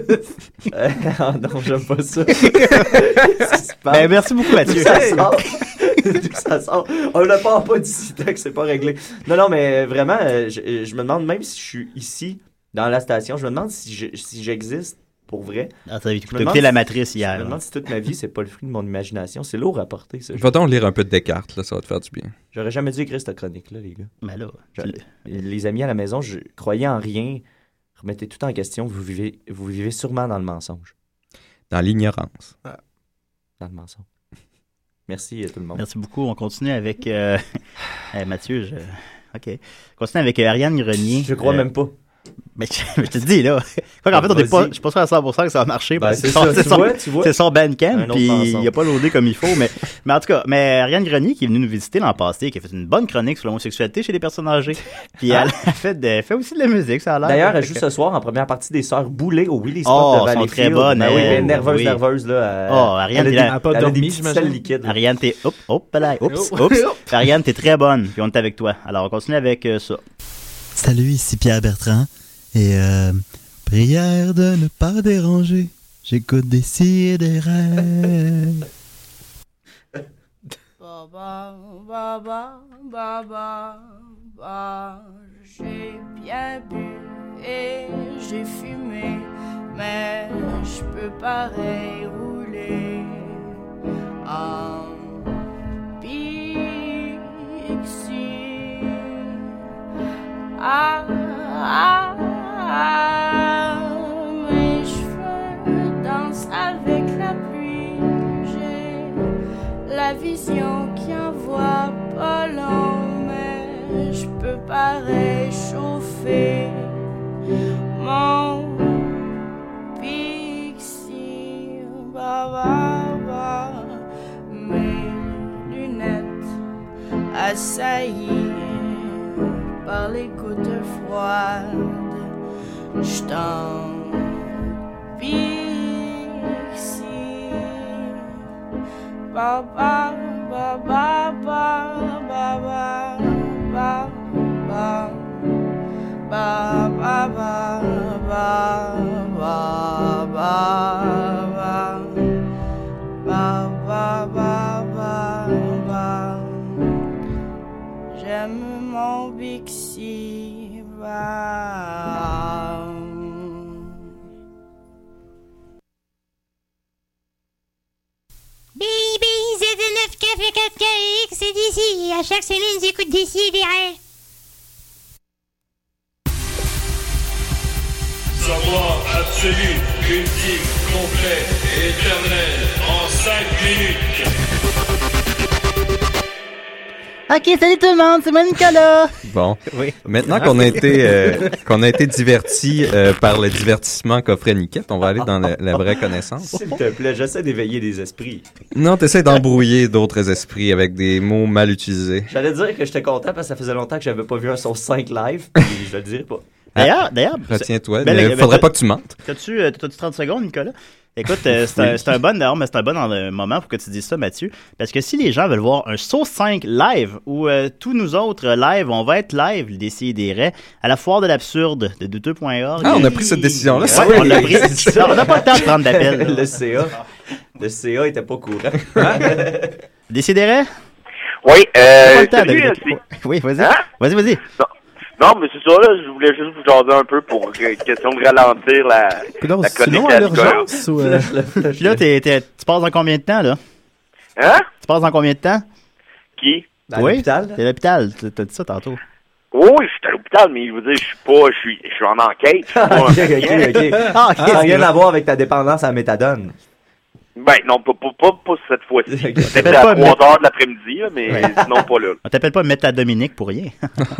[SPEAKER 1] Euh, ah non, j'aime pas ça. Qu'est-ce qui se passe?
[SPEAKER 2] Ben, merci beaucoup, Mathieu.
[SPEAKER 1] D'où ça sort? D'où ça sort? On ne part pas d'ici tant que c'est pas réglé. Non, non, mais vraiment, euh, je, je me demande même si je suis ici, dans la station, je me demande si je- si j'existe pour vrai.
[SPEAKER 2] Ah, t'as écouté
[SPEAKER 1] Je me demande
[SPEAKER 2] la
[SPEAKER 1] si-
[SPEAKER 2] matrice
[SPEAKER 1] Je me
[SPEAKER 2] hier.
[SPEAKER 1] demande si toute ma vie, c'est pas le fruit de mon imagination. C'est lourd à porter, ça.
[SPEAKER 3] Va donc lire un peu de Descartes, là, ça va te faire du bien.
[SPEAKER 1] J'aurais jamais dû écrire cette chronique-là, les gars.
[SPEAKER 2] Mais Ben là,
[SPEAKER 1] Je- Les amis à la maison, je croyais en rien. Remettez tout en question. Vous vivez, vous vivez sûrement dans le mensonge.
[SPEAKER 3] Dans l'ignorance.
[SPEAKER 1] Dans le mensonge. Merci euh, tout le monde.
[SPEAKER 2] merci beaucoup. On continue avec. euh, euh, Mathieu, je. Ok. On continue avec euh, Ariane Grenier.
[SPEAKER 1] Je crois
[SPEAKER 2] Euh,
[SPEAKER 1] même pas.
[SPEAKER 2] Mais je, mais je te dis, là. Quoi qu'en fait, on est pas,
[SPEAKER 1] Vas-y.
[SPEAKER 2] je suis pas sûr à 100% que ça va marcher.
[SPEAKER 1] Ben,
[SPEAKER 2] parce que
[SPEAKER 1] c'est ça.
[SPEAKER 2] c'est
[SPEAKER 1] Tu vois, tu vois.
[SPEAKER 2] c'est son bandcamp,
[SPEAKER 1] Un autre
[SPEAKER 2] puis il
[SPEAKER 1] ensemble.
[SPEAKER 2] a pas loadé comme il faut. Mais, mais en tout cas, mais Ariane Grenier, qui est venue nous visiter l'an passé, qui a fait une bonne chronique sur l'homosexualité chez les personnes âgées. Puis elle, a fait, de- elle fait aussi de la musique, ça a l'air.
[SPEAKER 1] D'ailleurs,
[SPEAKER 2] Fait
[SPEAKER 1] elle
[SPEAKER 2] que-
[SPEAKER 1] joue ce soir en première partie des Sœurs Boulay au Willy Spot
[SPEAKER 2] Oh,
[SPEAKER 1] de
[SPEAKER 2] elles sont
[SPEAKER 1] Valleyfield.
[SPEAKER 2] très bonnes,
[SPEAKER 1] Ben oui,
[SPEAKER 2] elles.
[SPEAKER 1] ben nerveuse,
[SPEAKER 2] Oui.
[SPEAKER 1] nerveuse, là. elle-
[SPEAKER 2] Oh, Ariane,
[SPEAKER 1] elle
[SPEAKER 2] il
[SPEAKER 1] a
[SPEAKER 2] a-
[SPEAKER 1] des-
[SPEAKER 5] elle a pas
[SPEAKER 1] elle a des
[SPEAKER 5] dormi,
[SPEAKER 1] petites
[SPEAKER 5] j'imagine.
[SPEAKER 1] selles liquides. là.
[SPEAKER 2] Ariane, t'es. Oups, oups, là, oups,
[SPEAKER 5] Oh.
[SPEAKER 2] oups. Ariane, t'es très bonne, puis on est avec toi. Alors, on continue avec euh, ça.
[SPEAKER 9] Salut, ici Pierre Bertrand et euh, prière de ne pas déranger. J'écoute des si et des rêves.
[SPEAKER 10] Baba, baba, baba, baba, j'ai bien bu et j'ai fumé, mais je peux pareil rouler Ah, en pixie. Ah, ah, ah, mes cheveux dansent avec la pluie, j'ai la vision qui envoie pas long, mais je peux pas réchauffer mon pixie. Bah, bah, bah. Mes lunettes assaillies par les gouttes froides, je t'en pixie. Ba ba ba ba ba ba ba ba ba ba ba ba ba ba ba ba ba ba ba ba J'aime mon Bixi ba.
[SPEAKER 11] Baby, c'est de 9 café 4 kx c'est d'ici. À chaque semaine, j'écoute d'ici et des rêves.
[SPEAKER 10] Savoir absolu, ultime, complet et éternel en 5 minutes.
[SPEAKER 2] Ok, salut tout le monde, c'est moi Nicolas.
[SPEAKER 3] Bon.
[SPEAKER 2] Oui.
[SPEAKER 3] Maintenant qu'on a été euh, qu'on a été diverti euh, par le divertissement qu'offrait Niquette, on va aller dans la, la vraie connaissance.
[SPEAKER 1] S'il te plaît, j'essaie d'éveiller les esprits.
[SPEAKER 3] Non, t'essaies d'embrouiller d'autres esprits avec des mots mal utilisés.
[SPEAKER 1] J'allais dire que j'étais content parce que ça faisait longtemps que j'avais pas vu un son 5 live, puis je le dirais pas.
[SPEAKER 2] D'ailleurs, d'ailleurs,
[SPEAKER 3] Retiens-toi.
[SPEAKER 2] Ben,
[SPEAKER 3] mais
[SPEAKER 2] les-
[SPEAKER 3] faudrait
[SPEAKER 2] ben,
[SPEAKER 3] pas que tu mentes.
[SPEAKER 2] T'as-tu euh, t'as-tu 30 secondes, Nicolas? Écoute, euh, c'est un, c'est un bon d'ailleurs, mais c'est un bon euh, moment pour que tu dises ça, Mathieu. Parce que si les gens veulent voir un Sauce 5 live ou euh, tous nous autres euh, live, on va être live, d'ici des raies, à la foire de l'absurde de douteux.org.
[SPEAKER 3] Ah, on a pris cette décision-là.
[SPEAKER 2] Ouais, on l'a pris. Non, on n'a pas le temps de prendre d'appel.
[SPEAKER 1] le CA. Le CA était pas courant.
[SPEAKER 2] Décidérez?
[SPEAKER 8] Oui,
[SPEAKER 2] Pas
[SPEAKER 8] euh,
[SPEAKER 2] le temps
[SPEAKER 8] salut,
[SPEAKER 2] David.
[SPEAKER 8] c'est-
[SPEAKER 2] Oui, vas-y.
[SPEAKER 8] Hein?
[SPEAKER 2] Vas-y, vas-y.
[SPEAKER 8] Non, mais c'est ça, là, je voulais juste vous jaser un peu pour, euh, question de ralentir la,
[SPEAKER 5] Coudonc,
[SPEAKER 8] la
[SPEAKER 5] c'est
[SPEAKER 8] chronique
[SPEAKER 5] long
[SPEAKER 8] à
[SPEAKER 5] à
[SPEAKER 8] Nicolas.
[SPEAKER 5] l'urgence ou. euh,
[SPEAKER 2] Puis là, t'es- t'es- tu passes dans combien de temps, là?
[SPEAKER 8] Hein?
[SPEAKER 2] Tu passes dans combien de temps?
[SPEAKER 8] Qui?
[SPEAKER 1] Dans
[SPEAKER 2] oui,
[SPEAKER 1] l'hôpital, là?
[SPEAKER 2] T'es à l'hôpital. T'as t'as dit ça tantôt.
[SPEAKER 8] Oh, je suis à l'hôpital, mais je veux dire, je suis pas, je suis, je suis en enquête. je suis pas
[SPEAKER 1] Ah,
[SPEAKER 8] un
[SPEAKER 1] ok,
[SPEAKER 8] patient.
[SPEAKER 1] ok, ok.
[SPEAKER 2] Ah,
[SPEAKER 1] Ça n'a rien à voir avec ta dépendance à la méthadone.
[SPEAKER 8] Ben, non, pas, pas, pas, pas cette fois-ci. C'était
[SPEAKER 2] T'appelles
[SPEAKER 8] à
[SPEAKER 2] pas,
[SPEAKER 8] 3 heures de l'après-midi, là, mais sinon pas là.
[SPEAKER 2] On t'appelle pas Métadominique pour rien.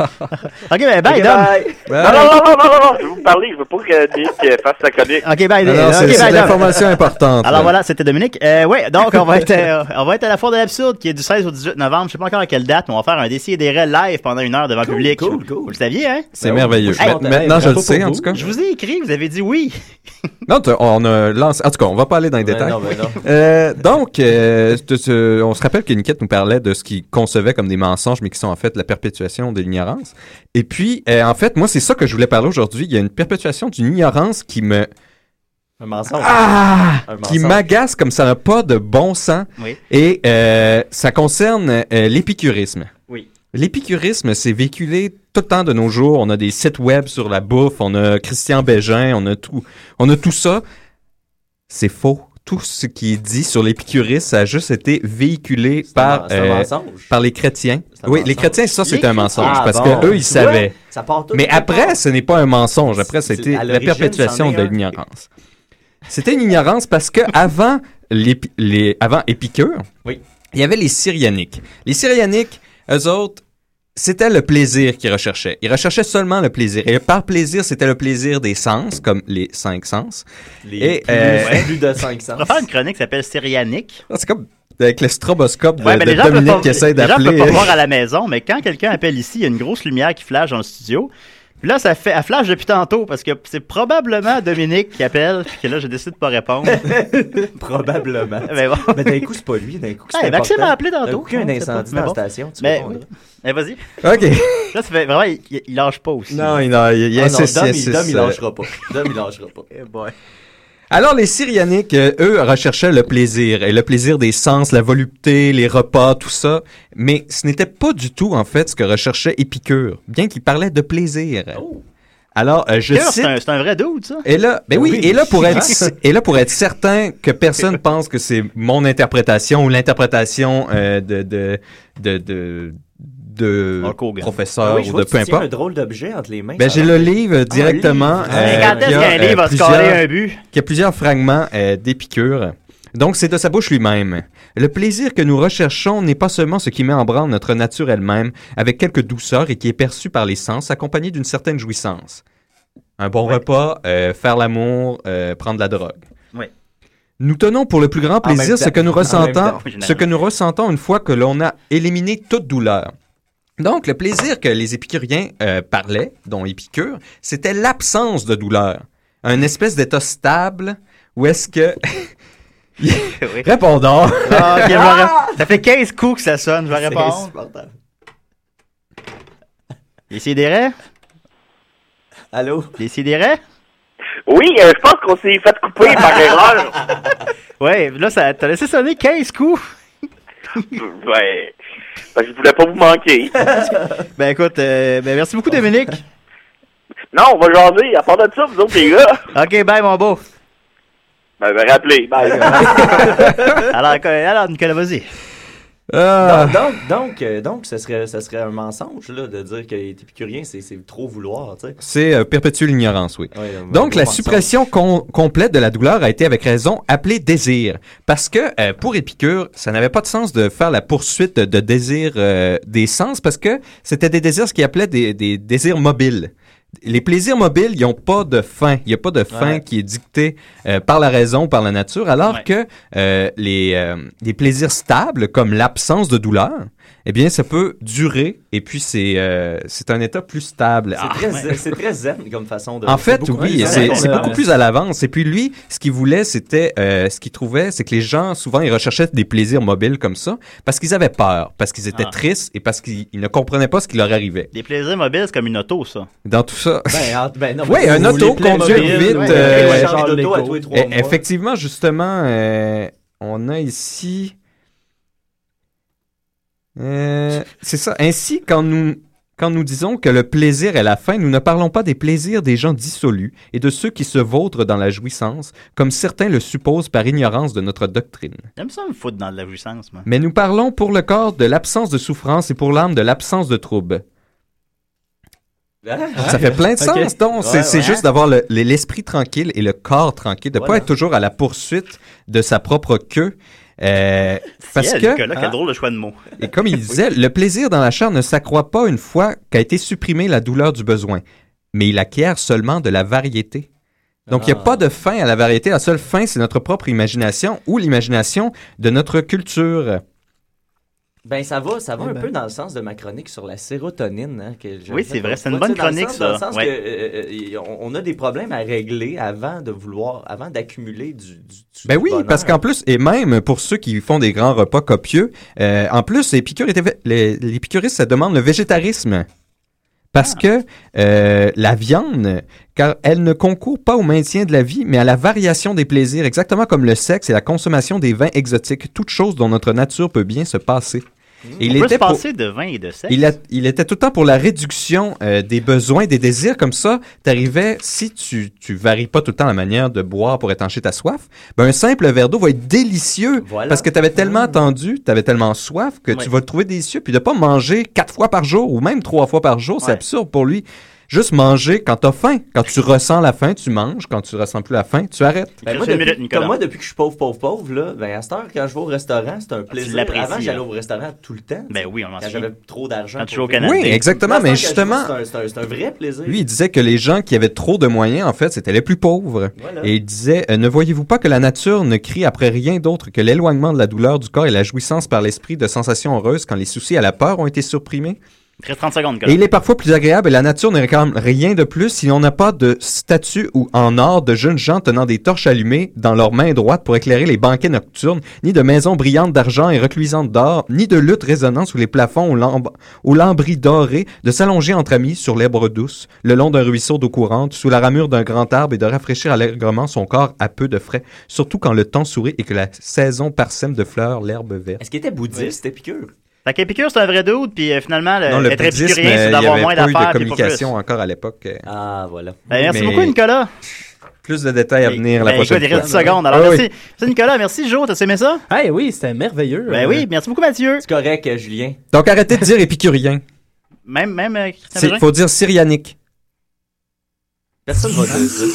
[SPEAKER 2] ok, ben, bye,
[SPEAKER 1] Ok,
[SPEAKER 2] Dom.
[SPEAKER 1] bye.
[SPEAKER 8] Non, non, non, non, non, non, non, je vais vous parler, je veux pas que Nick euh, fasse sa chronique.
[SPEAKER 2] Ok, bye,
[SPEAKER 3] Non, non,
[SPEAKER 2] ok,
[SPEAKER 3] c'est
[SPEAKER 2] bye,
[SPEAKER 3] c'est
[SPEAKER 2] Dom.
[SPEAKER 3] l'information importante.
[SPEAKER 2] Alors
[SPEAKER 3] là.
[SPEAKER 2] voilà, c'était Dominique. Euh, ouais, donc on va être euh, on va être à la foire de l'absurde qui est du 16 au 18 novembre, je sais pas encore à quelle date, mais on va faire un décis et des raies live pendant une heure devant le public.
[SPEAKER 1] cool,
[SPEAKER 2] Vous
[SPEAKER 1] cool.
[SPEAKER 2] le saviez, hein?
[SPEAKER 3] C'est
[SPEAKER 1] Ben oui,
[SPEAKER 3] merveilleux.
[SPEAKER 1] je suis content.
[SPEAKER 3] Maintenant, je le
[SPEAKER 1] Bravo pour
[SPEAKER 3] sais, en
[SPEAKER 1] vous.
[SPEAKER 3] tout cas.
[SPEAKER 2] Je vous ai écrit, vous avez dit oui.
[SPEAKER 3] Non, t'as- on a lancé. En tout cas, on va pas aller dans les
[SPEAKER 1] Ben
[SPEAKER 3] détails.
[SPEAKER 1] non, ben non.
[SPEAKER 3] Euh, donc, euh, tu- tu- on se rappelle que Niquette nous parlait de ce qu'il concevait comme des mensonges, mais qui sont en fait la perpétuation de l'ignorance. Et puis, euh, en fait, moi, c'est ça que je voulais parler aujourd'hui. Il y a une perpétuation d'une ignorance qui me,
[SPEAKER 1] Un mensonge.
[SPEAKER 3] ah,
[SPEAKER 1] Un
[SPEAKER 3] qui
[SPEAKER 1] mensonge.
[SPEAKER 3] m'agace comme ça n'a pas de bon sens.
[SPEAKER 2] Oui.
[SPEAKER 3] Et euh, ça concerne euh, l'épicurisme.
[SPEAKER 1] Oui.
[SPEAKER 3] L'épicurisme, c'est véhiculé tout le temps de nos jours. On a des sites web sur la bouffe, on a Christian Bégin, on a tout, on a tout ça. C'est faux. Tout ce qui est dit sur l'épicurisme, ça a juste été véhiculé
[SPEAKER 1] C'est un-
[SPEAKER 3] par,
[SPEAKER 1] c'est un
[SPEAKER 3] euh,
[SPEAKER 1] mensonge.
[SPEAKER 3] par les chrétiens.
[SPEAKER 1] C'est un
[SPEAKER 3] Oui, les
[SPEAKER 1] mensonge.
[SPEAKER 3] chrétiens, ça, c'est
[SPEAKER 2] Les
[SPEAKER 3] un mensonge
[SPEAKER 1] Ah,
[SPEAKER 3] parce
[SPEAKER 1] bon.
[SPEAKER 3] que eux, ils
[SPEAKER 1] Tu
[SPEAKER 3] savaient.
[SPEAKER 1] vois, Ça part tout
[SPEAKER 3] Mais
[SPEAKER 1] de quelque
[SPEAKER 3] après,
[SPEAKER 1] part.
[SPEAKER 3] ce n'est pas un mensonge. Après,
[SPEAKER 1] C'est-
[SPEAKER 3] c'était
[SPEAKER 1] à
[SPEAKER 3] la
[SPEAKER 1] l'origine,
[SPEAKER 3] perpétuation
[SPEAKER 1] c'en est
[SPEAKER 3] de
[SPEAKER 1] un.
[SPEAKER 3] l'ignorance. C'était une ignorance parce que avant, l'épi- les, avant Épicure,
[SPEAKER 1] Oui.
[SPEAKER 3] il y avait les Syrianiques. Les Syrianiques, eux autres, c'était le plaisir qu'il recherchait. Il recherchait seulement le plaisir. Et par plaisir, c'était le plaisir des sens, comme les cinq sens.
[SPEAKER 1] Les
[SPEAKER 3] Et,
[SPEAKER 1] plus-
[SPEAKER 3] euh,
[SPEAKER 1] plus de cinq
[SPEAKER 2] On
[SPEAKER 1] sens.
[SPEAKER 2] va faire une chronique qui s'appelle Syrianique.
[SPEAKER 3] Ah, C'est comme avec le stroboscope de,
[SPEAKER 2] Ouais, ben
[SPEAKER 3] Euh, de
[SPEAKER 2] les gens
[SPEAKER 3] Dominique
[SPEAKER 2] peuvent
[SPEAKER 3] qui
[SPEAKER 2] pas,
[SPEAKER 3] essaie
[SPEAKER 2] les gens peuvent
[SPEAKER 3] d'appeler.
[SPEAKER 2] pas voir à la maison, mais quand quelqu'un appelle ici, il y a une grosse lumière qui flash dans le studio. Puis là, ça fait, elle flash depuis tantôt parce que c'est probablement Dominique qui appelle, puis que là, je décide de pas répondre.
[SPEAKER 1] Probablement.
[SPEAKER 2] Mais bon.
[SPEAKER 1] Mais d'un coup, c'est pas lui. D'un coup, c'est
[SPEAKER 2] Ouais,
[SPEAKER 1] important.
[SPEAKER 2] Maxime m'a appelé
[SPEAKER 1] D'un
[SPEAKER 2] tantôt.
[SPEAKER 1] coup, il y a un
[SPEAKER 2] on sait pas.
[SPEAKER 1] incendie
[SPEAKER 2] Mais
[SPEAKER 1] dans la
[SPEAKER 2] bon.
[SPEAKER 1] station. Tu
[SPEAKER 2] Mais,
[SPEAKER 1] répondras.
[SPEAKER 2] oui. Mais vas-y.
[SPEAKER 3] OK.
[SPEAKER 2] Là, ça fait vraiment, il, il- il lâche pas aussi.
[SPEAKER 3] Non, il, non, il, il
[SPEAKER 1] Ah non,
[SPEAKER 3] insiste,
[SPEAKER 1] Dom,
[SPEAKER 3] il
[SPEAKER 1] il,
[SPEAKER 3] insiste,
[SPEAKER 1] Dom, il
[SPEAKER 3] euh.
[SPEAKER 1] lâchera pas. Dom, il lâchera pas.
[SPEAKER 2] Eh boy.
[SPEAKER 3] Alors, les Syrianiques, euh, eux, recherchaient le plaisir, et le plaisir des sens, la volupté, les repas, tout ça. Mais ce n'était pas du tout, en fait, ce que recherchait Épicure, bien qu'il parlait de plaisir.
[SPEAKER 1] Oh.
[SPEAKER 3] Alors, euh, je
[SPEAKER 2] Cœur, C'est
[SPEAKER 3] cite...
[SPEAKER 2] un, c'est un vrai doute, ça.
[SPEAKER 3] Et là, ben oui,
[SPEAKER 1] Oui.
[SPEAKER 3] et là pour être et là pour être certain que personne pense que c'est mon interprétation ou l'interprétation euh, de de de de, de
[SPEAKER 2] Hulk Hogan.
[SPEAKER 3] professeur
[SPEAKER 1] Ah oui, je
[SPEAKER 3] ou
[SPEAKER 1] vois
[SPEAKER 3] de
[SPEAKER 1] que tu
[SPEAKER 3] peu
[SPEAKER 1] tiens
[SPEAKER 3] importe.
[SPEAKER 1] un drôle d'objet entre les mains.
[SPEAKER 3] Ben
[SPEAKER 1] ça
[SPEAKER 3] j'ai
[SPEAKER 1] va.
[SPEAKER 3] le livre directement.
[SPEAKER 1] livre. Ah, Mais
[SPEAKER 3] euh,
[SPEAKER 2] quand est-ce
[SPEAKER 3] qui a,
[SPEAKER 2] qu'un
[SPEAKER 3] euh,
[SPEAKER 2] livre va
[SPEAKER 3] plusieurs-
[SPEAKER 2] scorer un but?
[SPEAKER 3] qui a plusieurs fragments euh, d'Épicure. Donc, c'est de sa bouche lui-même. Le plaisir que nous recherchons n'est pas seulement ce qui met en branle notre nature elle-même, avec quelque douceur et qui est perçu par les sens, accompagné d'une certaine jouissance. Un bon repas, euh, faire l'amour, euh, prendre de la drogue.
[SPEAKER 2] Oui.
[SPEAKER 3] Nous tenons pour le plus grand
[SPEAKER 1] même
[SPEAKER 3] plaisir ce
[SPEAKER 1] temps.
[SPEAKER 3] que nous
[SPEAKER 1] En même
[SPEAKER 3] ressentons,
[SPEAKER 1] temps,
[SPEAKER 2] généralement.
[SPEAKER 3] ce que nous ressentons une fois que l'on a éliminé toute douleur. Donc, le plaisir que les épicuriens euh, parlaient, dont Épicure, c'était l'absence de douleur. Un espèce d'état stable où est-ce que...
[SPEAKER 2] Oui.
[SPEAKER 3] Répondons.
[SPEAKER 2] Ah, ok, je vais rép- Ça fait 15 coups que ça sonne, je vais
[SPEAKER 1] C'est
[SPEAKER 2] répondre.
[SPEAKER 1] insupportable.
[SPEAKER 2] Décidérez,
[SPEAKER 1] Allô?
[SPEAKER 2] décidérez.
[SPEAKER 8] Oui, euh, je pense qu'on s'est fait couper par erreur.
[SPEAKER 2] Ouais, là, ça t'as laissé sonner 15 coups.
[SPEAKER 8] Ben, ben, je voulais pas vous manquer.
[SPEAKER 2] Ben écoute, euh, ben, merci beaucoup, Dominique.
[SPEAKER 8] Non, on va jaser. À part de ça, vous autres, les gars,
[SPEAKER 2] Ok, bye, mon beau.
[SPEAKER 8] ben, ben rappelez. Bye.
[SPEAKER 2] Alors, co- alors Nicolas, vas-y.
[SPEAKER 3] Ah.
[SPEAKER 1] Donc, donc, donc, euh, donc, ce serait, ce serait un mensonge là, de dire que les épicuriens, c'est c'est trop vouloir, tu sais.
[SPEAKER 3] C'est euh, perpétuer l'ignorance, oui.
[SPEAKER 1] Ouais, un
[SPEAKER 3] Donc,
[SPEAKER 1] euh, gros
[SPEAKER 3] la
[SPEAKER 1] mensonge.
[SPEAKER 3] suppression com- complète de la douleur a été avec raison appelée désir. Parce que euh, pour Épicure, ça n'avait pas de sens de faire la poursuite de désirs euh, des sens parce que c'était des désirs, ce qu'il appelait des, des désirs mobiles. Les plaisirs mobiles, ils n'ont pas de fin. Il n'y a pas de fin qui est dictée euh, par la raison ou par la nature, alors
[SPEAKER 2] Ouais.
[SPEAKER 3] que euh, les, euh, les plaisirs stables, comme l'absence de douleur, eh bien, ça peut durer et puis c'est euh, c'est un état plus stable. Ah,
[SPEAKER 1] C'est
[SPEAKER 2] Ah,
[SPEAKER 1] très, zen- c'est très zen comme façon de.
[SPEAKER 3] En fait,
[SPEAKER 5] beaucoup-
[SPEAKER 3] oui,
[SPEAKER 5] ouais,
[SPEAKER 3] c'est
[SPEAKER 5] c'est
[SPEAKER 3] c'est
[SPEAKER 5] bon,
[SPEAKER 3] beaucoup
[SPEAKER 5] euh,
[SPEAKER 3] plus à l'avance. Et puis lui, ce qu'il voulait, c'était, euh, ce qu'il trouvait, c'est que les gens, souvent, ils recherchaient des plaisirs mobiles comme ça parce qu'ils avaient peur, parce qu'ils étaient
[SPEAKER 2] Ah.
[SPEAKER 3] tristes et parce qu'ils ils ne comprenaient pas ce qui leur arrivait.
[SPEAKER 2] Des plaisirs mobiles, c'est comme une auto, ça.
[SPEAKER 3] Dans tout ça.
[SPEAKER 1] Ben, en- ben, non,
[SPEAKER 3] Ouais,
[SPEAKER 1] mais-
[SPEAKER 3] un
[SPEAKER 1] ou
[SPEAKER 3] auto
[SPEAKER 1] les plaies
[SPEAKER 3] conduire
[SPEAKER 1] mobiles,
[SPEAKER 3] vite,
[SPEAKER 1] ouais,
[SPEAKER 3] euh,
[SPEAKER 1] ouais,
[SPEAKER 5] ouais,
[SPEAKER 1] change
[SPEAKER 5] genre
[SPEAKER 1] d'auto à
[SPEAKER 5] Lego.
[SPEAKER 1] tous les trois
[SPEAKER 3] Eh,
[SPEAKER 1] mois.
[SPEAKER 3] effectivement, justement, euh, on a ici. Euh, c'est ça. Ainsi, quand nous, quand nous disons que le plaisir est la fin, nous ne parlons pas des plaisirs des gens dissolus et de ceux qui se vautrent dans la jouissance, comme certains le supposent par ignorance de notre doctrine.
[SPEAKER 2] J'aime ça me foutre dans de la jouissance, moi.
[SPEAKER 3] Mais nous parlons pour le corps de l'absence de souffrance et pour l'âme de l'absence de trouble.
[SPEAKER 1] Hein?
[SPEAKER 3] Ça fait plein de sens,
[SPEAKER 1] Ok.
[SPEAKER 3] donc. c'est
[SPEAKER 1] Ouais,
[SPEAKER 3] c'est
[SPEAKER 1] ouais.
[SPEAKER 3] juste d'avoir le- le- l'esprit tranquille et le corps tranquille, de ne pas
[SPEAKER 1] Voilà.
[SPEAKER 3] être toujours à la poursuite de sa propre queue. Euh, parce
[SPEAKER 2] Yeah,
[SPEAKER 3] que,
[SPEAKER 2] Nicolas, quel
[SPEAKER 1] Ah.
[SPEAKER 2] drôle de choix de mots.
[SPEAKER 3] et comme il disait, le plaisir dans la chair ne s'accroît pas une fois qu'a été supprimée la douleur du besoin, mais il acquiert seulement de la variété. Donc, il n'y a
[SPEAKER 1] Ah.
[SPEAKER 3] pas de fin à la variété. La seule fin, c'est notre propre imagination ou l'imagination de notre culture.
[SPEAKER 1] Ben, ça va, ça va
[SPEAKER 5] Eh
[SPEAKER 1] un
[SPEAKER 5] ben.
[SPEAKER 1] peu dans le sens de ma chronique sur la sérotonine. hein, que je-
[SPEAKER 2] Oui, c'est vrai, c'est une
[SPEAKER 1] Ouais,
[SPEAKER 2] bonne
[SPEAKER 1] tu sais, dans le
[SPEAKER 2] chronique,
[SPEAKER 1] sens- dans le
[SPEAKER 2] ça.
[SPEAKER 1] sens
[SPEAKER 2] Ouais.
[SPEAKER 1] que, euh, euh, on- on a des problèmes à régler avant de vouloir, avant d'accumuler du, du, du
[SPEAKER 3] Ben oui,
[SPEAKER 1] bonheur.
[SPEAKER 3] parce qu'en plus, et même pour ceux qui font des grands repas copieux, euh, en plus, l'épicure était fait- les- l'épicuriste, ça demande le végétarisme. Parce que euh, la viande, car elle ne concourt pas au maintien de la vie, mais à la variation des plaisirs, exactement comme le sexe et la consommation des vins exotiques, toute chose dont notre nature peut bien se passer. Et
[SPEAKER 2] Il On peut se
[SPEAKER 3] pour-
[SPEAKER 2] passer de vin et de sexe.
[SPEAKER 3] il, a- il était tout le temps pour la réduction euh, des besoins, des désirs. Comme ça, t'arrivais, si tu, tu varies pas tout le temps la manière de boire pour étancher ta soif, ben un simple verre d'eau va être délicieux.
[SPEAKER 1] Voilà. Mm. Mmh.
[SPEAKER 3] Parce que t'avais tellement attendu, t'avais tellement soif que
[SPEAKER 2] Ouais.
[SPEAKER 3] tu vas le trouver délicieux. Puis de pas manger quatre fois par jour ou même trois fois par jour, c'est
[SPEAKER 2] Ouais.
[SPEAKER 3] absurde pour lui. Juste manger quand t'as faim. Quand tu ressens la faim, tu manges. Quand tu ressens plus la faim, tu arrêtes.
[SPEAKER 1] Ben, moi, depuis, comme moi, depuis que je suis pauvre, pauvre, pauvre, là, ben, à cette heure, quand je vais au restaurant, c'est un plaisir.
[SPEAKER 2] Ah, l'apprécies,
[SPEAKER 1] Avant, j'allais
[SPEAKER 2] là.
[SPEAKER 1] au restaurant tout le temps.
[SPEAKER 2] Ben oui, on en
[SPEAKER 1] Quand
[SPEAKER 2] souvient.
[SPEAKER 1] j'avais trop d'argent.
[SPEAKER 2] Quand tu joues au
[SPEAKER 1] pour vivre.
[SPEAKER 2] Canada.
[SPEAKER 3] Oui, exactement,
[SPEAKER 1] Maintenant,
[SPEAKER 3] mais
[SPEAKER 1] quand je
[SPEAKER 3] justement-
[SPEAKER 1] joue, C'est un, c'est un- c'est un vrai plaisir.
[SPEAKER 3] Lui, il disait que les gens qui avaient trop de moyens, en fait, c'était les plus pauvres.
[SPEAKER 1] Voilà.
[SPEAKER 3] Et il disait euh, Ne voyez-vous pas que la nature ne crie après rien d'autre que l'éloignement de la douleur du corps et la jouissance par l'esprit de sensations heureuses quand les soucis à la peur ont été supprimés
[SPEAKER 2] Il reste 30 secondes,
[SPEAKER 3] Et il est parfois plus agréable et la nature ne réclame rien de plus si on n'a pas de statues ou en or de jeunes gens tenant des torches allumées dans leurs mains droites pour éclairer les banquets nocturnes, ni de maisons brillantes d'argent et reluisantes d'or, ni de luttes résonnantes sous les plafonds aux, lamb- aux lambris dorés, de s'allonger entre amis sur l'herbe douce, le long d'un ruisseau d'eau courante, sous la ramure d'un grand arbre et de rafraîchir allègrement son corps à peu de frais, surtout quand le temps sourit et que la saison parsème de fleurs l'herbe verte.
[SPEAKER 1] Est-ce qu'il était bouddhiste, Épicure?
[SPEAKER 2] Fait qu'Épicure, c'est un vrai doute, puis euh, finalement, le,
[SPEAKER 3] Non, le
[SPEAKER 2] être
[SPEAKER 3] bouddhisme,
[SPEAKER 2] épicurien,
[SPEAKER 3] euh,
[SPEAKER 2] c'est
[SPEAKER 3] il y
[SPEAKER 2] d'avoir
[SPEAKER 3] avait
[SPEAKER 2] moins
[SPEAKER 3] pas eu de
[SPEAKER 2] d'affaires, puis pas plus.
[SPEAKER 3] communication encore à l'époque. euh,
[SPEAKER 1] Ah, voilà.
[SPEAKER 2] Ben, merci beaucoup, Nicolas.
[SPEAKER 3] Plus de détails à venir la
[SPEAKER 2] Ben, écoute,
[SPEAKER 3] prochaine
[SPEAKER 2] il
[SPEAKER 3] fois.
[SPEAKER 2] reste 10 secondes. Alors,
[SPEAKER 3] Ah oui.
[SPEAKER 2] merci. Merci, Nicolas. Merci, Jo. T'as aimé ça?
[SPEAKER 5] Eh oui, c'était merveilleux.
[SPEAKER 2] Ben
[SPEAKER 5] Euh,
[SPEAKER 2] oui, merci beaucoup, Mathieu.
[SPEAKER 1] C'est correct, euh, Julien.
[SPEAKER 3] Donc arrêtez de dire épicurien.
[SPEAKER 2] Même, même, euh, Christian
[SPEAKER 3] Il
[SPEAKER 2] Bégin?
[SPEAKER 3] faut dire syrianique.
[SPEAKER 1] Personne va dire ça.